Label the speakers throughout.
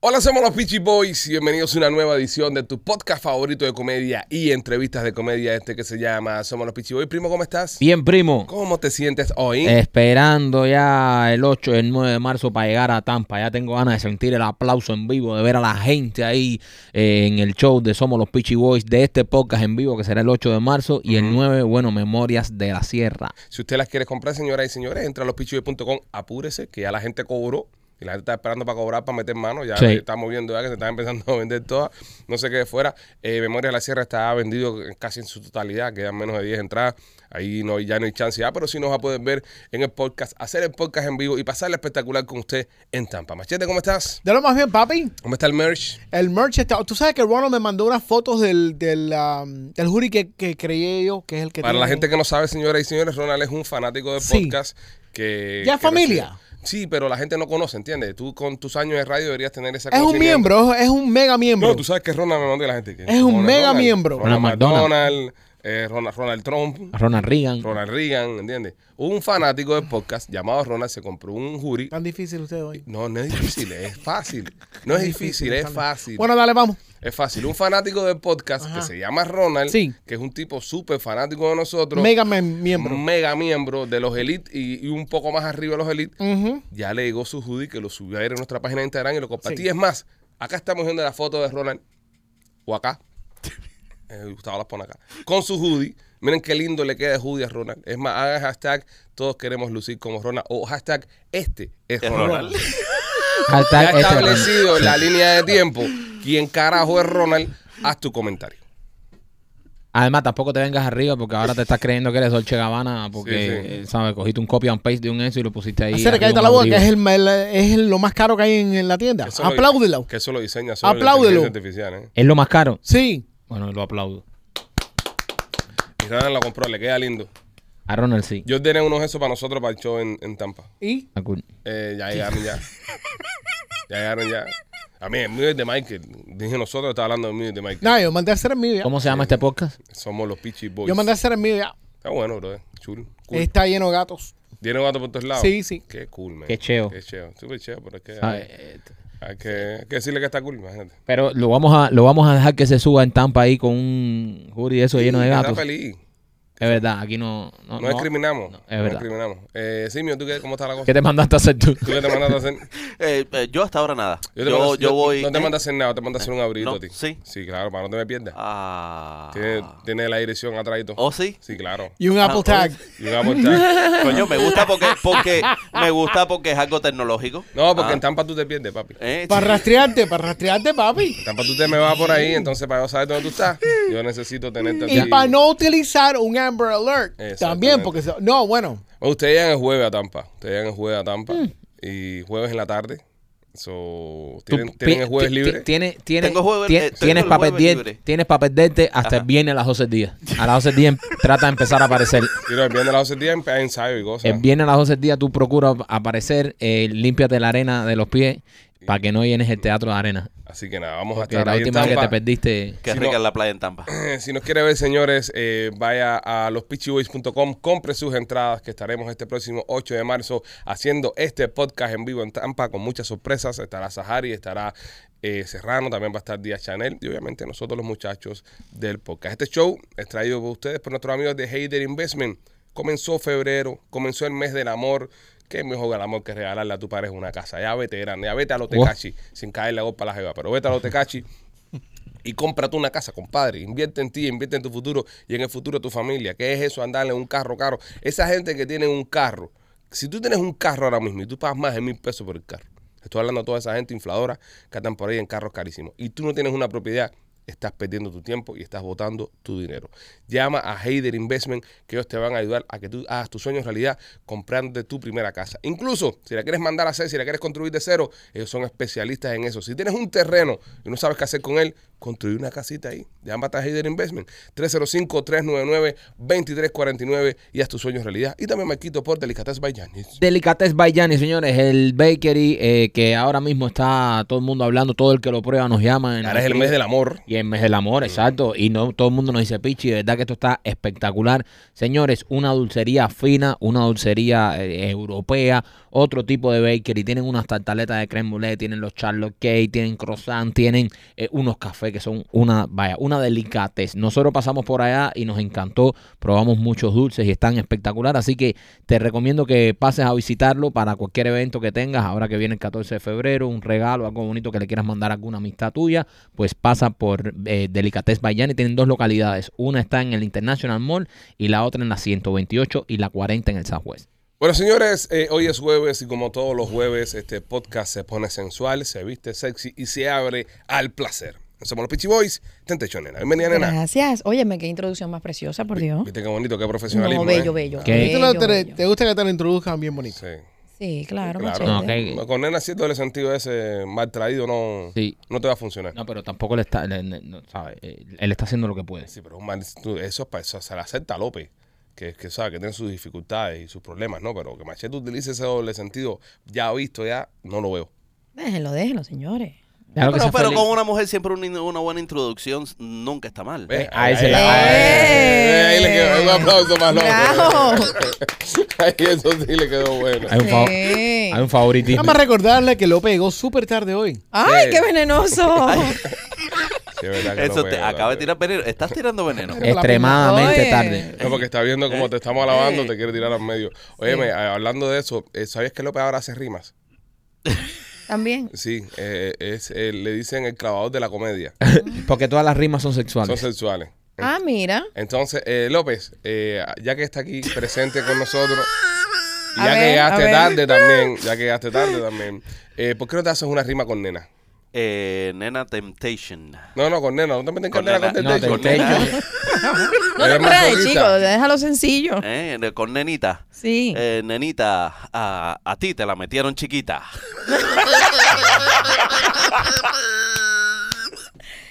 Speaker 1: Hola, somos los Peachy Boys y bienvenidos a una nueva edición de tu podcast favorito de comedia y entrevistas de comedia, este que se llama Somos los Peachy Boys. Primo, ¿cómo estás?
Speaker 2: Bien, primo.
Speaker 1: ¿Cómo te sientes hoy?
Speaker 2: Esperando ya el 8, el 9 de marzo para llegar a Tampa. Ya tengo ganas de sentir el aplauso en vivo, de ver a la gente ahí eh, en el show de Somos los Peachy Boys, de este podcast en vivo que será el 8 de marzo y el 9, bueno, Memorias de la Sierra.
Speaker 1: Si usted las quiere comprar, señoras y señores, entra a lospitchyboys.com, apúrese, que ya la gente cobró. Y la gente está esperando para cobrar, para meter mano. Ya
Speaker 2: Sí.
Speaker 1: estamos viendo ya que se están empezando a vender todas. No sé qué de fuera. Eh, Memoria de la Sierra está vendido casi en su totalidad. Quedan menos de 10 entradas. Ahí no, ya no hay chance. Ah, pero sí nos va a poder ver en el podcast, hacer el podcast en vivo y pasarle espectacular con usted en Tampa. Machete, ¿cómo estás?
Speaker 3: De lo más bien, papi.
Speaker 1: ¿Cómo está el merch?
Speaker 3: El merch está. Tú sabes que Ronald me mandó unas fotos del, del, um, del jury que, que creé yo, que es el que
Speaker 1: Para la
Speaker 3: tiene-
Speaker 1: gente que no sabe, señoras y señores, Ronald es un fanático de
Speaker 3: Sí.
Speaker 1: podcast que...
Speaker 3: Ya
Speaker 1: que
Speaker 3: familia.
Speaker 1: recibe- Sí, pero la gente no conoce, ¿entiendes? Tú con tus años de radio deberías tener esa
Speaker 3: Es un
Speaker 1: conciencia.
Speaker 3: miembro, es es un mega miembro.
Speaker 1: No, tú sabes que Ronald me manda la gente. que
Speaker 3: Es un
Speaker 1: Ronald-
Speaker 3: mega
Speaker 1: Ronald-
Speaker 3: miembro.
Speaker 1: Ronald
Speaker 2: Ronald McDonald.
Speaker 1: McDonald, eh, Ronald, Ronald Trump,
Speaker 2: Ronald Reagan.
Speaker 1: Ronald Reagan, ¿entiendes? Un fanático de podcast llamado Ronald se compró un jury.
Speaker 3: Tan difícil usted hoy.
Speaker 1: No, no es difícil, es fácil. No es difícil, es fácil.
Speaker 3: Bueno, dale, vamos.
Speaker 1: Es fácil. Un fanático de podcast que se llama Ronald,
Speaker 3: Sí.
Speaker 1: que es un tipo súper fanático de nosotros.
Speaker 3: Mega mem- miembro.
Speaker 1: un mega miembro de los Elite y, y un poco más arriba de los Elite,
Speaker 3: Ujú.
Speaker 1: ya le llegó su hoodie que lo subió ayer en nuestra página de Instagram y lo compartí.
Speaker 3: Sí.
Speaker 1: Es más, acá estamos viendo la foto de Ronald, o acá, Eh, Gustavo las pone acá, con su hoodie. Miren qué lindo le queda el hoodie a Ronald. Es más, hagan hashtag todos queremos lucir como Ronald o hashtag este es Ronald.
Speaker 2: Hashtag
Speaker 1: Ya
Speaker 2: este Ronald.
Speaker 1: establecido en la línea de tiempo quién carajo es Ronald, haz tu comentario.
Speaker 2: Además, tampoco te vengas arriba porque ahora te estás creyendo que eres Dolce Gabbana porque,
Speaker 1: Sí, sí.
Speaker 2: eh, ¿sabes? Cogiste un copy and paste de un eso y lo pusiste ahí.
Speaker 3: Hacer
Speaker 2: arriba,
Speaker 3: calladita la boca, que
Speaker 2: arriba.
Speaker 3: es, el, el- es el- lo más caro que hay en, en la tienda.
Speaker 1: Eso lo-
Speaker 3: Apláudelo.
Speaker 1: Que eso lo diseña solo la
Speaker 3: Apláudelo.
Speaker 1: inteligencia artificial, ¿eh?
Speaker 2: ¿Es lo más caro?
Speaker 3: Sí.
Speaker 2: Bueno, lo aplaudo.
Speaker 1: Y Ronald lo compró, le queda lindo.
Speaker 2: A Ronald sí.
Speaker 1: Yo tenía unos esos para nosotros para el show en, en Tampa.
Speaker 3: ¿Y?
Speaker 2: Ah, cool.
Speaker 1: Eh, ya llegaron ya. ya llegaron ya. A mí, el mío es de Michael. Dije nosotros, estaba hablando del mío y de Michael.
Speaker 3: Nada, yo mandé a hacer el mío ya.
Speaker 2: ¿Cómo se llama este podcast?
Speaker 1: Somos los Peachy Boys.
Speaker 3: Yo mandé a hacer el mío ya.
Speaker 1: Está bueno, bro. Cool. cool.
Speaker 3: Está lleno de gatos.
Speaker 1: ¿Tiene gato por todos lados?
Speaker 3: Sí, sí.
Speaker 1: Qué cool, man.
Speaker 2: Qué cheo.
Speaker 1: Qué cheo. Súper cheo, pero es que
Speaker 2: Ah,
Speaker 1: hay,
Speaker 2: eh,
Speaker 1: hay que, hay que decirle que está cool, imagínate.
Speaker 2: Pero lo vamos a lo vamos a dejar que se suba en Tampa ahí con un jury de eso lleno de
Speaker 1: Sí,
Speaker 2: gatos.
Speaker 1: Está feliz.
Speaker 2: Es verdad, aquí no no,
Speaker 1: No,
Speaker 2: no.
Speaker 1: discriminamos.
Speaker 2: no, es
Speaker 1: no
Speaker 2: verdad.
Speaker 1: discriminamos. Eh, Simio, ¿tú qué, cómo está la cosa?
Speaker 2: ¿Qué te mandaste a hacer tú?
Speaker 1: ¿Tú qué te mandas a hacer?
Speaker 4: Eh, eh, yo hasta ahora nada. Yo,
Speaker 1: te
Speaker 4: yo,
Speaker 1: mando-
Speaker 4: voy.
Speaker 1: No te
Speaker 4: ¿eh?
Speaker 1: mandas a hacer nada, te mandas a hacer un abriguito
Speaker 4: no,
Speaker 1: a ti.
Speaker 4: sí.
Speaker 1: Sí, claro, para que no te me pierdas.
Speaker 4: Ah.
Speaker 1: Tiene, tiene la dirección atrás y todo.
Speaker 4: ¿Oh, sí?
Speaker 1: Sí, claro.
Speaker 3: Y un
Speaker 4: Ah,
Speaker 3: Apple
Speaker 4: oh.
Speaker 3: Tag.
Speaker 1: Y un Apple Tag.
Speaker 4: Coño, me gusta porque, porque me gusta porque es algo tecnológico.
Speaker 1: No, porque
Speaker 4: Ah,
Speaker 1: en Tampa tú te pierdes, papi. En
Speaker 4: eh,
Speaker 3: Para rastrearte, para rastrearte, papi.
Speaker 1: Tampa tú te me vas por ahí, entonces para yo saber dónde tú estás, yo necesito tenerte
Speaker 3: Y
Speaker 1: aquí.
Speaker 3: para no utilizar un Amber Alert.
Speaker 1: Exactamente.
Speaker 3: También, porque... se- No, bueno.
Speaker 1: Bueno, Oh, Ustedes llegan el jueves a Tampa. Ustedes llegan el jueves a Tampa. Y jueves en la tarde. So, ¿tienen,
Speaker 2: Mm.
Speaker 1: tienen
Speaker 2: Tú pi-
Speaker 1: el jueves
Speaker 2: ti-
Speaker 1: libre?
Speaker 2: ti- Tienes, tienes,
Speaker 4: Tengo juego el-
Speaker 2: tien-
Speaker 4: eh, tengo
Speaker 2: tienes
Speaker 4: el
Speaker 2: para
Speaker 4: jueves
Speaker 2: perder-
Speaker 4: libre.
Speaker 2: tienes para perderte hasta el viernes a las 12 días. A las 12 días em- trata de empezar a aparecer.
Speaker 1: Y los viernes a las 12 días hay ensayo y cosas.
Speaker 2: El viernes a las 12 días tú procuras aparecer, eh, límpiate la arena de los pies para que no llenes el teatro de arena.
Speaker 1: Así que nada, vamos a
Speaker 2: Porque
Speaker 1: estar
Speaker 2: la
Speaker 1: ahí en
Speaker 2: última vez que te
Speaker 1: Tampa.
Speaker 2: perdiste.
Speaker 4: Qué
Speaker 1: Si
Speaker 4: rica
Speaker 1: no-
Speaker 4: es la playa en Tampa.
Speaker 1: Eh, Si nos quiere ver, señores, eh, vaya a lospitchyboys.com, compre sus entradas, que estaremos este próximo 8 de marzo haciendo este podcast en vivo en Tampa con muchas sorpresas. Estará Sahari, estará eh, Serrano, también va a estar Díaz Chanel y obviamente nosotros los muchachos del podcast. Este show es traído por ustedes por nuestros amigos de Hader Investment. Comenzó febrero, comenzó el mes del amor. Qué mejor el amor que regalarle a tu pareja una casa. Ya vete grande, ya vete a los
Speaker 2: Wow.
Speaker 1: Tecachi, sin caerle a golpe a la jeva, pero vete a los Tecachi y cómprate una casa, compadre. Invierte en ti, invierte en tu futuro y en el futuro de tu familia. ¿Qué es eso andarle en un carro caro? Esa gente que tiene un carro, si tú tienes un carro ahora mismo y tú pagas más de mil pesos por el carro, estoy hablando a toda esa gente infladora que están por ahí en carros carísimos, y tú no tienes una propiedad, estás perdiendo tu tiempo y estás botando tu dinero. Llama a Heider Investment que ellos te van a ayudar a que tú hagas tus sueños realidad comprándote tu primera casa. Incluso si la quieres mandar a hacer, si la quieres construir de cero, ellos son especialistas en eso. Si tienes un terreno y no sabes qué hacer con él, construir una casita ahí. Llama a Heider Investment 305-399-2349 y haz tus sueños realidad. Y también Marquito por Delicatessen by Giannis.
Speaker 2: Delicates by Gianni, señores, el bakery eh, que ahora mismo está todo el mundo hablando, todo el que lo prueba nos llama. en-
Speaker 1: Ahora es el mes del amor.
Speaker 2: Y Y el mes del amor, exacto. Y no todo el mundo nos dice, Pichi, de verdad que esto está espectacular. Señores, una dulcería fina, una dulcería eh, europea, otro tipo de bakery. Tienen unas tartaletas de creme brulee, tienen los charlotte cake, tienen croissant, tienen eh, unos cafés que son una, vaya, una delicatez. Nosotros pasamos por allá y nos encantó. Probamos muchos dulces y están espectacular. Así que te recomiendo que pases a visitarlo para cualquier evento que tengas. Ahora que viene el 14 de febrero, un regalo, algo bonito que le quieras mandar a alguna amistad tuya, pues pasa por eh, Delicatez Bayani. Tienen dos localidades. Una está en el International Mall y la otra en la 128 y la 40 en el Southwest.
Speaker 1: Bueno, señores, eh, hoy es jueves y como todos los jueves, este podcast se pone sensual, se viste sexy y se abre al placer. Somos los Pitchy Boys, Tentecho Nena. Bienvenida, nena.
Speaker 5: Gracias. Óyeme, qué introducción más preciosa, por Dios.
Speaker 1: Viste qué bonito, qué profesionalismo.
Speaker 5: No, bello,
Speaker 1: ¿eh?
Speaker 5: bello.
Speaker 2: ¿Qué?
Speaker 3: este ¿Te,
Speaker 5: bello,
Speaker 3: lo- te-
Speaker 5: bello.
Speaker 3: te gusta que te lo introduzcan bien bonito?
Speaker 1: Sí.
Speaker 5: Sí, claro,
Speaker 1: Claro.
Speaker 5: machete.
Speaker 2: No, que-
Speaker 1: No, Con nena cierto el sentido ese mal traído no,
Speaker 2: Sí.
Speaker 1: no te va a funcionar.
Speaker 2: No, pero tampoco le está, le- le- no, sabe, eh, él está haciendo lo que puede.
Speaker 1: Sí, pero un mal, tú- eso es para eso, se la acepta López, que, que sabe que tiene sus dificultades y sus problemas, ¿no? Pero que Machete utilice ese doble sentido, ya visto, ya no lo veo.
Speaker 5: Déjenlo, déjenlo, señores.
Speaker 2: Claro que
Speaker 4: pero
Speaker 2: sea
Speaker 4: pero
Speaker 2: feliz.
Speaker 4: con una mujer siempre una, una buena introducción nunca está mal. Eh,
Speaker 1: Ve, ah,
Speaker 2: ahí se la-
Speaker 1: ahí- ahí le quedó un
Speaker 5: ¡Eh!
Speaker 1: aplauso más López.
Speaker 5: Bravo.
Speaker 1: Ahí eso sí le quedó bueno.
Speaker 2: Hay un, fa-
Speaker 5: Sí.
Speaker 2: hay un favoritismo.
Speaker 3: Nada más recordarle que López llegó súper tarde hoy.
Speaker 5: ¡Ay,
Speaker 1: Sí.
Speaker 5: qué venenoso!
Speaker 1: Sí, es verdad que eh.
Speaker 4: Eso
Speaker 1: López,
Speaker 4: te
Speaker 1: ¿verdad?
Speaker 4: acaba de tirar veneno. Estás tirando veneno.
Speaker 2: Extremadamente
Speaker 5: Oye.
Speaker 2: tarde.
Speaker 1: No, porque está viendo cómo te estamos alabando, te quiere tirar al medio. Óyeme, a- hablando de eso, eh, ¿sabías que López ahora hace rimas?
Speaker 5: También.
Speaker 1: Sí, eh, es, eh, le dicen el clavador de la comedia.
Speaker 2: Porque todas las rimas son sexuales.
Speaker 1: Son sexuales.
Speaker 5: Ah, mira.
Speaker 1: Entonces, eh, López, eh, ya que está aquí presente con nosotros, y
Speaker 5: A
Speaker 1: ya que
Speaker 5: ver, a
Speaker 1: llegaste
Speaker 5: ver.
Speaker 1: tarde también, ya que llegaste tarde también, eh, ¿por qué no te haces una rima con nena?
Speaker 4: Eh, nena Temptation.
Speaker 1: No, no, con nena, no te meten con,
Speaker 4: Con
Speaker 1: nena,
Speaker 4: nena.
Speaker 1: con
Speaker 2: No,
Speaker 1: Temptation.
Speaker 2: te- te- yo-
Speaker 5: No
Speaker 1: Eres
Speaker 5: te creas,
Speaker 1: masoquista.
Speaker 5: chicos. Déjalo sencillo.
Speaker 4: Eh, de- con nenita.
Speaker 5: Sí.
Speaker 4: Eh, nenita, a, a ti te la metieron chiquita.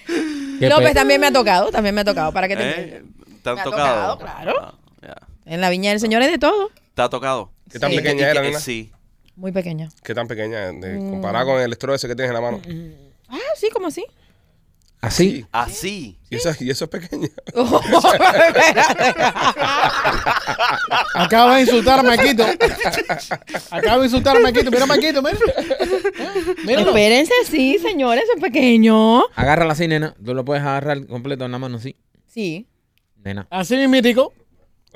Speaker 2: qué
Speaker 5: López
Speaker 2: pe-
Speaker 5: también me ha tocado, también me ha tocado. ¿Para qué te
Speaker 4: Eh,
Speaker 5: miento?
Speaker 4: ¿Te han
Speaker 5: Me ha
Speaker 4: tocado?
Speaker 5: tocado, claro.
Speaker 4: Ah, ya.
Speaker 5: En la viña del señor es de todo.
Speaker 4: ¿Te ha tocado?
Speaker 1: ¿Qué tan
Speaker 5: Sí.
Speaker 4: ¿Y
Speaker 1: pequeña
Speaker 4: qué-
Speaker 1: era,
Speaker 4: eh,
Speaker 1: nena?
Speaker 4: Sí.
Speaker 5: Muy pequeña.
Speaker 1: ¿Qué tan pequeña? de-
Speaker 5: Mm.
Speaker 1: comparada con el estro ese que tienes en la mano.
Speaker 5: Ah, sí, como así.
Speaker 2: Así.
Speaker 4: Así.
Speaker 1: Y, eso, y eso es pequeña.
Speaker 3: Acaba de insultar a Maquito. Acaba de insultar a Maquito. Mira, Maquito, mira. Eh, Míralo.
Speaker 5: Espérense, sí, señores, es pequeño.
Speaker 2: Agárrala así, nena. Tú lo puedes agarrar completo en la mano así.
Speaker 5: Sí.
Speaker 2: Nena.
Speaker 3: Así mismitico.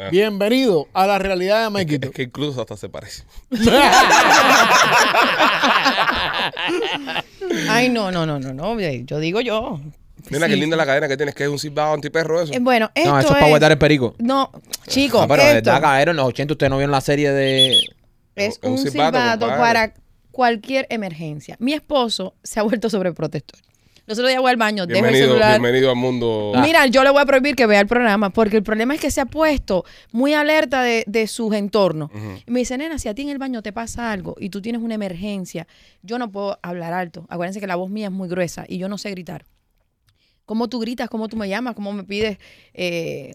Speaker 1: Ah.
Speaker 3: Bienvenido a la realidad de
Speaker 1: Es
Speaker 3: Maquito.
Speaker 1: que incluso hasta se parece.
Speaker 5: Ay, no, no, no, no, no. Yo digo yo.
Speaker 1: Nena, qué
Speaker 5: Sí.
Speaker 1: linda la cadena que tienes, que es un silbado antiperro eso.
Speaker 5: Eh, Bueno, esto
Speaker 2: No, eso es
Speaker 5: es...
Speaker 2: para guardar el perico.
Speaker 5: No, chicos,
Speaker 2: No, pero de
Speaker 5: esto
Speaker 2: verdad, caballero, en los 80 ustedes no vieron la serie de...
Speaker 1: Es
Speaker 5: es
Speaker 1: un
Speaker 5: un
Speaker 1: silbato,
Speaker 5: silbato
Speaker 1: compadre.
Speaker 5: para cualquier emergencia. Mi esposo se ha vuelto sobreprotector. Nosotros ya voy al baño, dejo el
Speaker 1: Bienvenido,
Speaker 5: celular. Ah.
Speaker 1: bienvenido al mundo.
Speaker 5: Mira, yo le voy a prohibir que vea el programa porque el problema es que se ha puesto muy alerta de, de sus entornos. Y me dice, nena, si a ti en el baño te pasa algo y tú tienes una emergencia, yo no puedo hablar alto. Acuérdense que la voz mía es muy gruesa y yo no sé gritar. ¿Cómo tú gritas? ¿Cómo tú me llamas? ¿Cómo me pides eh,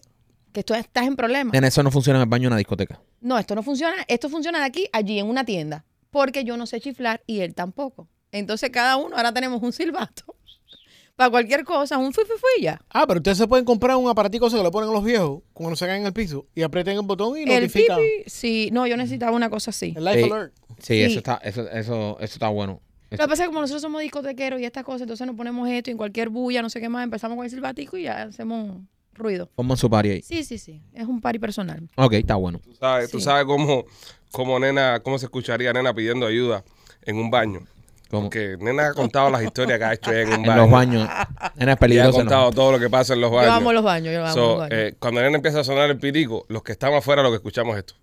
Speaker 5: que tú estás en problemas?
Speaker 2: Nena, eso no funciona en el baño de una discoteca.
Speaker 5: No, esto no funciona. Esto funciona de aquí, allí, en una tienda. Porque yo no sé chiflar y él tampoco. Entonces cada uno, ahora tenemos un silbato. Para cualquier cosa, un fui, fui, fui ya.
Speaker 3: Ah, pero ustedes se pueden comprar un aparatico ese que lo ponen los viejos cuando se caen en el piso y aprieten el botón y
Speaker 5: El
Speaker 3: notifican. El,
Speaker 5: pipi, sí. No, yo necesitaba una cosa así.
Speaker 3: Life
Speaker 2: Sí.
Speaker 3: Alert.
Speaker 2: Sí,
Speaker 5: Sí.
Speaker 2: Eso, está, eso, eso, eso está bueno.
Speaker 5: Lo que pasa es que como nosotros somos discotequeros y estas cosas, entonces nos ponemos esto y en cualquier bulla, no sé qué más, empezamos con el silbatico y ya hacemos ruido.
Speaker 2: Pongan su party ahí.
Speaker 5: Sí, sí, sí. Es un party personal.
Speaker 2: Ok, está bueno.
Speaker 1: Tú sabes, tú
Speaker 5: Sí.
Speaker 1: sabes cómo, cómo nena, cómo se escucharía nena pidiendo ayuda en un baño.
Speaker 2: Como
Speaker 1: Porque nena ha contado las historias que ha hecho en un
Speaker 2: en
Speaker 1: baño.
Speaker 2: los baños. Nena es
Speaker 1: Y ha
Speaker 2: peligrosa. en los
Speaker 1: contado
Speaker 2: baños.
Speaker 1: todo lo que pasa en los baños.
Speaker 5: Yo amo los baños, yo amo
Speaker 1: So,
Speaker 5: los baños.
Speaker 1: eh, cuando nena empieza a sonar el pirico, los que estamos afuera lo que escuchamos es esto.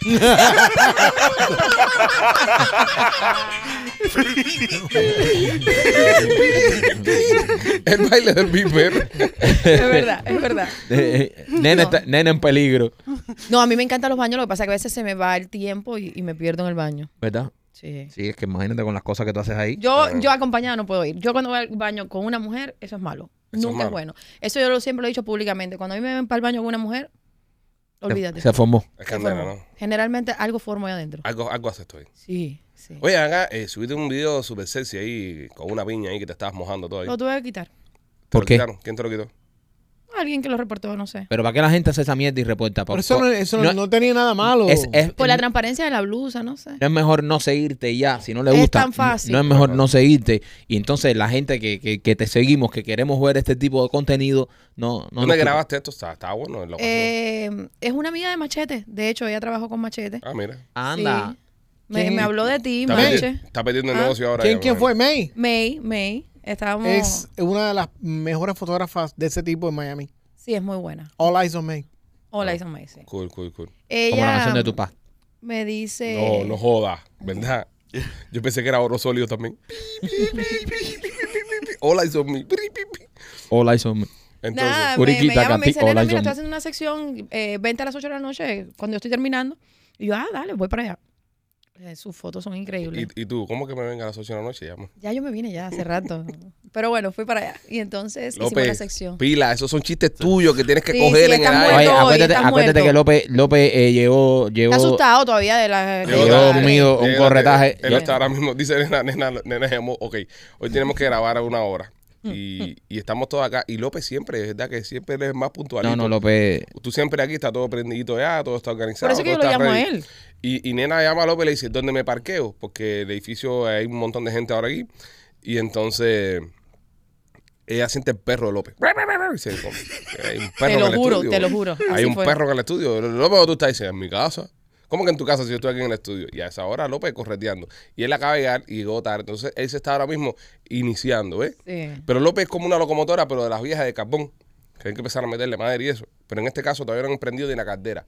Speaker 1: el baile del viper.
Speaker 5: Es verdad, es verdad.
Speaker 2: Eh, eh, nena, está- nena en peligro.
Speaker 5: No, a mí me encantan los baños, lo que pasa es que a veces se me va el tiempo y, y me pierdo en el baño.
Speaker 2: ¿Verdad?
Speaker 5: Sí.
Speaker 2: Sí, es que imagínate con las cosas que tú haces ahí.
Speaker 5: Yo, yo acompañada no puedo ir. Yo cuando voy al baño con una mujer, eso es malo.
Speaker 1: Eso es
Speaker 5: Nunca es,
Speaker 1: malo.
Speaker 5: bueno. Eso yo lo siempre lo he dicho públicamente. Cuando a mí me ven para el baño con una mujer,
Speaker 2: Se-
Speaker 5: olvídate.
Speaker 2: Se formó.
Speaker 1: Es candela,
Speaker 5: Bueno,
Speaker 1: ¿no?
Speaker 5: Generalmente algo formo ahí adentro.
Speaker 1: Algo, algo hace esto ahí.
Speaker 5: Sí, Sí.
Speaker 1: Oye, acá eh, subiste un video super sexy ahí con una piña ahí que te estabas mojando todo ahí.
Speaker 5: Lo tuve que quitar.
Speaker 1: ¿Te
Speaker 2: ¿Por
Speaker 1: lo
Speaker 2: qué?
Speaker 1: quitaron? ¿Quién te lo quitó?
Speaker 5: Alguien que lo reportó, no sé.
Speaker 2: Pero ¿para qué la gente hace esa mierda y reporta?
Speaker 3: Pero eso, no, eso no, no tenía nada malo.
Speaker 2: es, es-
Speaker 5: Por la transparencia de la blusa, no sé.
Speaker 2: no es mejor no seguirte y ya, si no le
Speaker 5: Es
Speaker 2: gusta.
Speaker 5: tan fácil.
Speaker 2: No es mejor no seguirte. Y entonces la gente que, que- que te seguimos, que queremos ver este tipo de contenido, no... no
Speaker 1: ¿Dónde
Speaker 2: nos-
Speaker 1: grabaste esto? Está, está bueno en la ocasión.
Speaker 5: Eh, es una amiga de Machete. De hecho, ella trabajó con Machete.
Speaker 1: Ah, mira.
Speaker 2: Anda.
Speaker 5: Sí. Me,
Speaker 3: ¿Quién?
Speaker 5: me habló de ti,
Speaker 1: Está,
Speaker 5: Mache.
Speaker 1: perdi- está perdiendo el
Speaker 5: Ah.
Speaker 1: negocio ahora.
Speaker 3: ¿Quién,
Speaker 1: ya,
Speaker 3: quién
Speaker 1: bueno.
Speaker 3: fue? May.
Speaker 5: May, May. Estábamos.
Speaker 3: Es una de las mejores fotógrafas de ese tipo en Miami.
Speaker 5: Sí, es muy buena.
Speaker 3: All eyes on May.
Speaker 5: Hola, Isa May. sí.
Speaker 1: Cool, cool, cool.
Speaker 2: Como la
Speaker 5: Ella
Speaker 2: canción de tu paz.
Speaker 5: me dice.
Speaker 1: No, no jodas, ¿verdad? Yo pensé que era oro sólido también. Hola, y son mi.
Speaker 2: Hola, eso me-
Speaker 1: Entonces,
Speaker 5: Nada, me, me
Speaker 2: Curiquita,
Speaker 5: llama, me
Speaker 2: Cati-
Speaker 5: dice, nena,
Speaker 2: hola,
Speaker 5: mira,
Speaker 2: John.
Speaker 5: estoy haciendo una sección, eh, 20 a las 8 de la noche, cuando yo estoy terminando. Y yo, ah, dale, voy para allá. Eh, sus fotos son increíbles.
Speaker 1: y, y tú, ¿cómo que me venga a las 8 de la noche? Ya, mo?
Speaker 5: Ya yo me vine ya hace rato. Pero bueno, fui para allá. Y entonces hicimos la
Speaker 1: López,
Speaker 5: sección.
Speaker 1: pila, esos son chistes tuyos que tienes que
Speaker 5: Sí,
Speaker 1: coger
Speaker 5: sí,
Speaker 1: en el
Speaker 5: están
Speaker 1: aire.
Speaker 2: Oye,
Speaker 5: muerto hoy,
Speaker 2: acuérdate,
Speaker 5: estás
Speaker 2: acuérdate
Speaker 5: muerto.
Speaker 2: que López, López eh, llegó, llegó,
Speaker 5: Está asustado todavía de la...
Speaker 1: Llegó
Speaker 5: de
Speaker 2: llegó
Speaker 5: la-
Speaker 1: tarde.
Speaker 2: dormido, un
Speaker 1: Llega,
Speaker 2: corretaje.
Speaker 1: Él
Speaker 2: Yo-
Speaker 1: está ahora mismo, dice nena, nena, nena, llamó, ok, hoy tenemos que grabar a una hora.
Speaker 5: Mm.
Speaker 1: Y, y estamos todos acá. Y López siempre, es verdad que siempre él es más puntualito.
Speaker 2: No, no, López.
Speaker 1: Tú siempre aquí, está todo prendidito ya, todo está organizado.
Speaker 5: Por eso que
Speaker 1: todo
Speaker 5: yo lo
Speaker 1: está
Speaker 5: llamo a
Speaker 1: ready.
Speaker 5: él.
Speaker 1: Y, y nena llama a López y le dice, ¿dónde me parqueo? Porque el edificio hay un montón de gente ahora aquí. Y entonces ella siente el perro de López. Y se- hay un perro
Speaker 5: Te
Speaker 1: en
Speaker 5: lo
Speaker 1: el
Speaker 5: juro,
Speaker 1: estudio.
Speaker 5: te lo juro.
Speaker 1: Hay
Speaker 5: Así
Speaker 1: un
Speaker 5: fue.
Speaker 1: perro en el estudio. López, ¿dónde tú estás? Dice, en mi casa. ¿Cómo que en tu casa si yo estoy aquí en el estudio? Y a esa hora López correteando. Y él acaba de llegar y llegó tarde. Entonces él se está ahora mismo iniciando, ¿ves?
Speaker 5: Sí.
Speaker 1: Pero López es como una locomotora, pero de las viejas de carbón. Que hay que empezar a meterle madre y eso. Pero en este caso todavía no han prendido ni la caldera.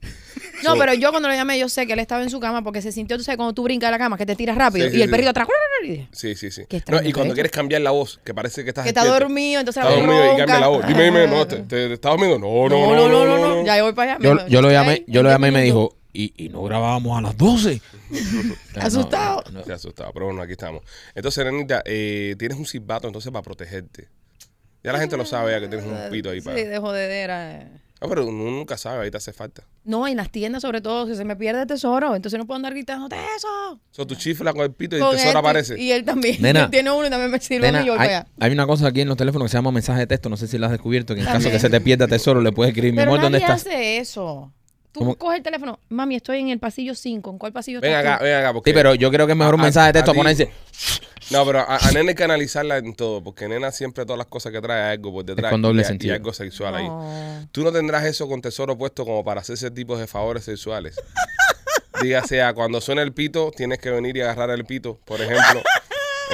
Speaker 5: No,
Speaker 1: So-
Speaker 5: pero yo cuando lo llamé, yo sé que él estaba en su cama porque se sintió, tú sabes, cuando tú brincas de la cama, que te tiras rápido.
Speaker 1: Sí, sí,
Speaker 5: y el
Speaker 1: sí.
Speaker 5: perrito atrás. y dije,
Speaker 1: Sí, sí, sí.
Speaker 5: Qué
Speaker 1: No,
Speaker 5: extraño,
Speaker 1: y cuando
Speaker 5: ¿eh?
Speaker 1: quieres cambiar la voz, que parece que estás
Speaker 5: Que está
Speaker 1: despierto.
Speaker 5: dormido, entonces
Speaker 1: Está
Speaker 5: la voz
Speaker 1: dormido y
Speaker 5: ronca.
Speaker 1: cambia la voz. Dime, dime, no, te, te- te estás dormido. No, no, no, no, no. no,
Speaker 5: Ya yo voy para allá.
Speaker 2: Yo,
Speaker 5: me-
Speaker 2: yo lo llamé,
Speaker 5: Ay,
Speaker 2: yo lo
Speaker 5: ¿en
Speaker 2: llamé y
Speaker 5: qué
Speaker 2: me
Speaker 5: minuto?
Speaker 2: dijo, y, y no grabábamos a las 12.
Speaker 1: "Ah,
Speaker 5: Asustado.
Speaker 2: No, no,
Speaker 1: Se asustaba, pero bueno, aquí estamos. Entonces, Renita, eh, tienes un silbato entonces para protegerte. Ya la gente lo sabe, ya que tienes un pito ahí para.
Speaker 5: Sí, de jodedera. eh.
Speaker 1: Ah, pero uno nunca sabe, ahí te hace falta.
Speaker 5: No, en las tiendas sobre todo, si se me pierde el tesoro, entonces no puedo andar gritando, tesoro.
Speaker 1: O sea, tú chiflas con el pito y el
Speaker 5: Con
Speaker 1: tesoro
Speaker 5: él,
Speaker 1: aparece.
Speaker 5: Y él también.
Speaker 2: Nena.
Speaker 5: él tiene uno y también me sirve
Speaker 2: Nena,
Speaker 5: uno y yo voy
Speaker 2: hay,
Speaker 5: allá.
Speaker 2: hay una cosa aquí en los teléfonos que se llama mensaje de texto. No sé si la has descubierto. Que en caso
Speaker 5: También.
Speaker 2: que se te pierda tesoro, le puedes escribir. Mi
Speaker 5: Pero
Speaker 2: amor, ¿dónde
Speaker 5: nadie
Speaker 2: estás?
Speaker 5: hace eso. Tú
Speaker 2: ¿Cómo?
Speaker 5: coges el teléfono, mami, estoy en el pasillo 5. ¿En cuál pasillo
Speaker 1: Ven
Speaker 5: estás
Speaker 1: acá,
Speaker 5: tú?
Speaker 1: ven acá. Porque
Speaker 2: Sí, pero yo creo que es mejor un
Speaker 1: A-
Speaker 2: mensaje de texto
Speaker 1: Ah, a
Speaker 2: a ponerse.
Speaker 1: ti- No, pero a, a nena hay que analizarla en todo, porque nena siempre todas las cosas que trae hay algo por detrás.
Speaker 2: con doble
Speaker 1: y, hay-
Speaker 2: sentido.
Speaker 1: Y algo sexual ahí.
Speaker 5: No.
Speaker 1: Tú no tendrás eso con tesoro puesto como para hacer ese tipo de favores sexuales. Dígase, a cuando suena el pito, tienes que venir y agarrar el pito, por ejemplo.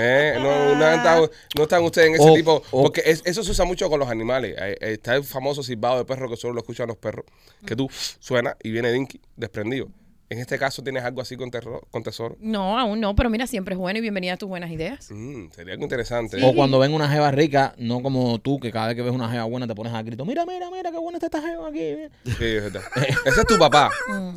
Speaker 1: ¿Eh? No, no, han estado- no están ustedes en ese
Speaker 2: O-
Speaker 1: tipo.
Speaker 2: o-
Speaker 1: Porque es- eso se usa mucho con los animales. Eh, eh, Está el famoso silbado de perro que solo lo escuchan los perros. Que tú suena y viene Dinky desprendido. En este caso, tienes algo así con, terro- con tesoro.
Speaker 5: No, aún no, pero mira, siempre es bueno y bienvenida a tus buenas ideas.
Speaker 1: Mm, sería algo interesante.
Speaker 5: Sí.
Speaker 2: O cuando ven una jeva rica, no como tú, que cada vez que ves una jeva buena te pones a grito. Mira, mira, mira, qué buena está esta jeva aquí. mira".
Speaker 1: Sí, es verdad. Ese es tu papá.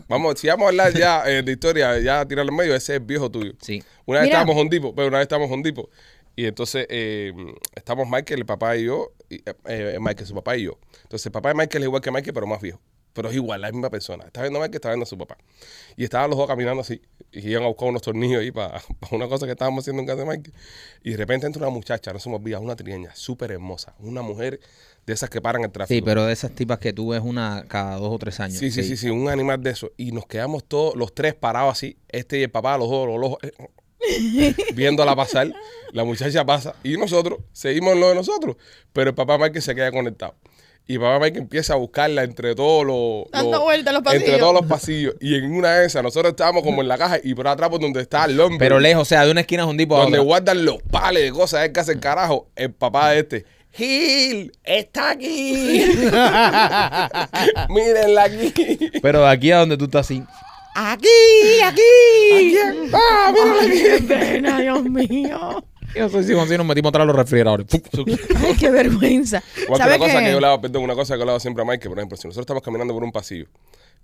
Speaker 1: Vamos, si vamos a hablar ya eh, de historia, ya tirarlo en medio, ese es el viejo tuyo.
Speaker 2: Sí.
Speaker 1: Una vez
Speaker 5: Mira.
Speaker 1: estábamos con Dipo, pero una vez estábamos con Dipo. Y entonces eh, estamos Michael, el papá y yo, y, eh, eh, Michael, su papá y yo. Entonces el papá de Michael es igual que Michael, pero más viejo. Pero es igual, la misma persona. Está viendo a Michael, está viendo a su papá. Y estaban los dos caminando así. Y iban a buscar unos tornillos ahí para, para una cosa que estábamos haciendo en casa de Michael. Y de repente entra una muchacha, no se me olvida, una trieña, súper hermosa. Una mujer de esas que paran el tráfico.
Speaker 2: Sí, pero de esas tipas que tú ves una cada dos o tres años.
Speaker 1: Sí, sí, sí, sí, un animal de eso. Y nos quedamos todos, los tres parados así, este y el papá, los dos, los ojos, eh, viéndola pasar. La muchacha pasa y nosotros seguimos en lo de nosotros, pero el papá Mike se queda conectado. Y el papá Mike empieza a buscarla entre todos los.
Speaker 5: Dando
Speaker 1: los-
Speaker 5: vueltas los
Speaker 1: Entre
Speaker 5: pasillos.
Speaker 1: todos los pasillos. Y en una de esas, nosotros estábamos como en la caja y por atrás, por donde está el hombre.
Speaker 2: Pero lejos, o sea, de una esquina es un tipo a
Speaker 1: Donde
Speaker 2: otra.
Speaker 1: guardan los pales de cosas que hace el carajo, el papá de este. Gil, está aquí. Mírenla aquí.
Speaker 2: Pero de aquí a donde tú estás así.
Speaker 1: Aquí, aquí. Ah, mírala aquí.
Speaker 5: ¡Qué pena, Dios mío!
Speaker 2: Yo soy si nos metimos atrás de los refrigeradores.
Speaker 5: ¡Ay, qué vergüenza!
Speaker 1: Igual que
Speaker 5: ¿Sabes
Speaker 1: una cosa
Speaker 5: qué?
Speaker 1: que yo hablaba, perdón, una cosa que yo hablaba siempre a Mike, que, por ejemplo, si nosotros estamos caminando por un pasillo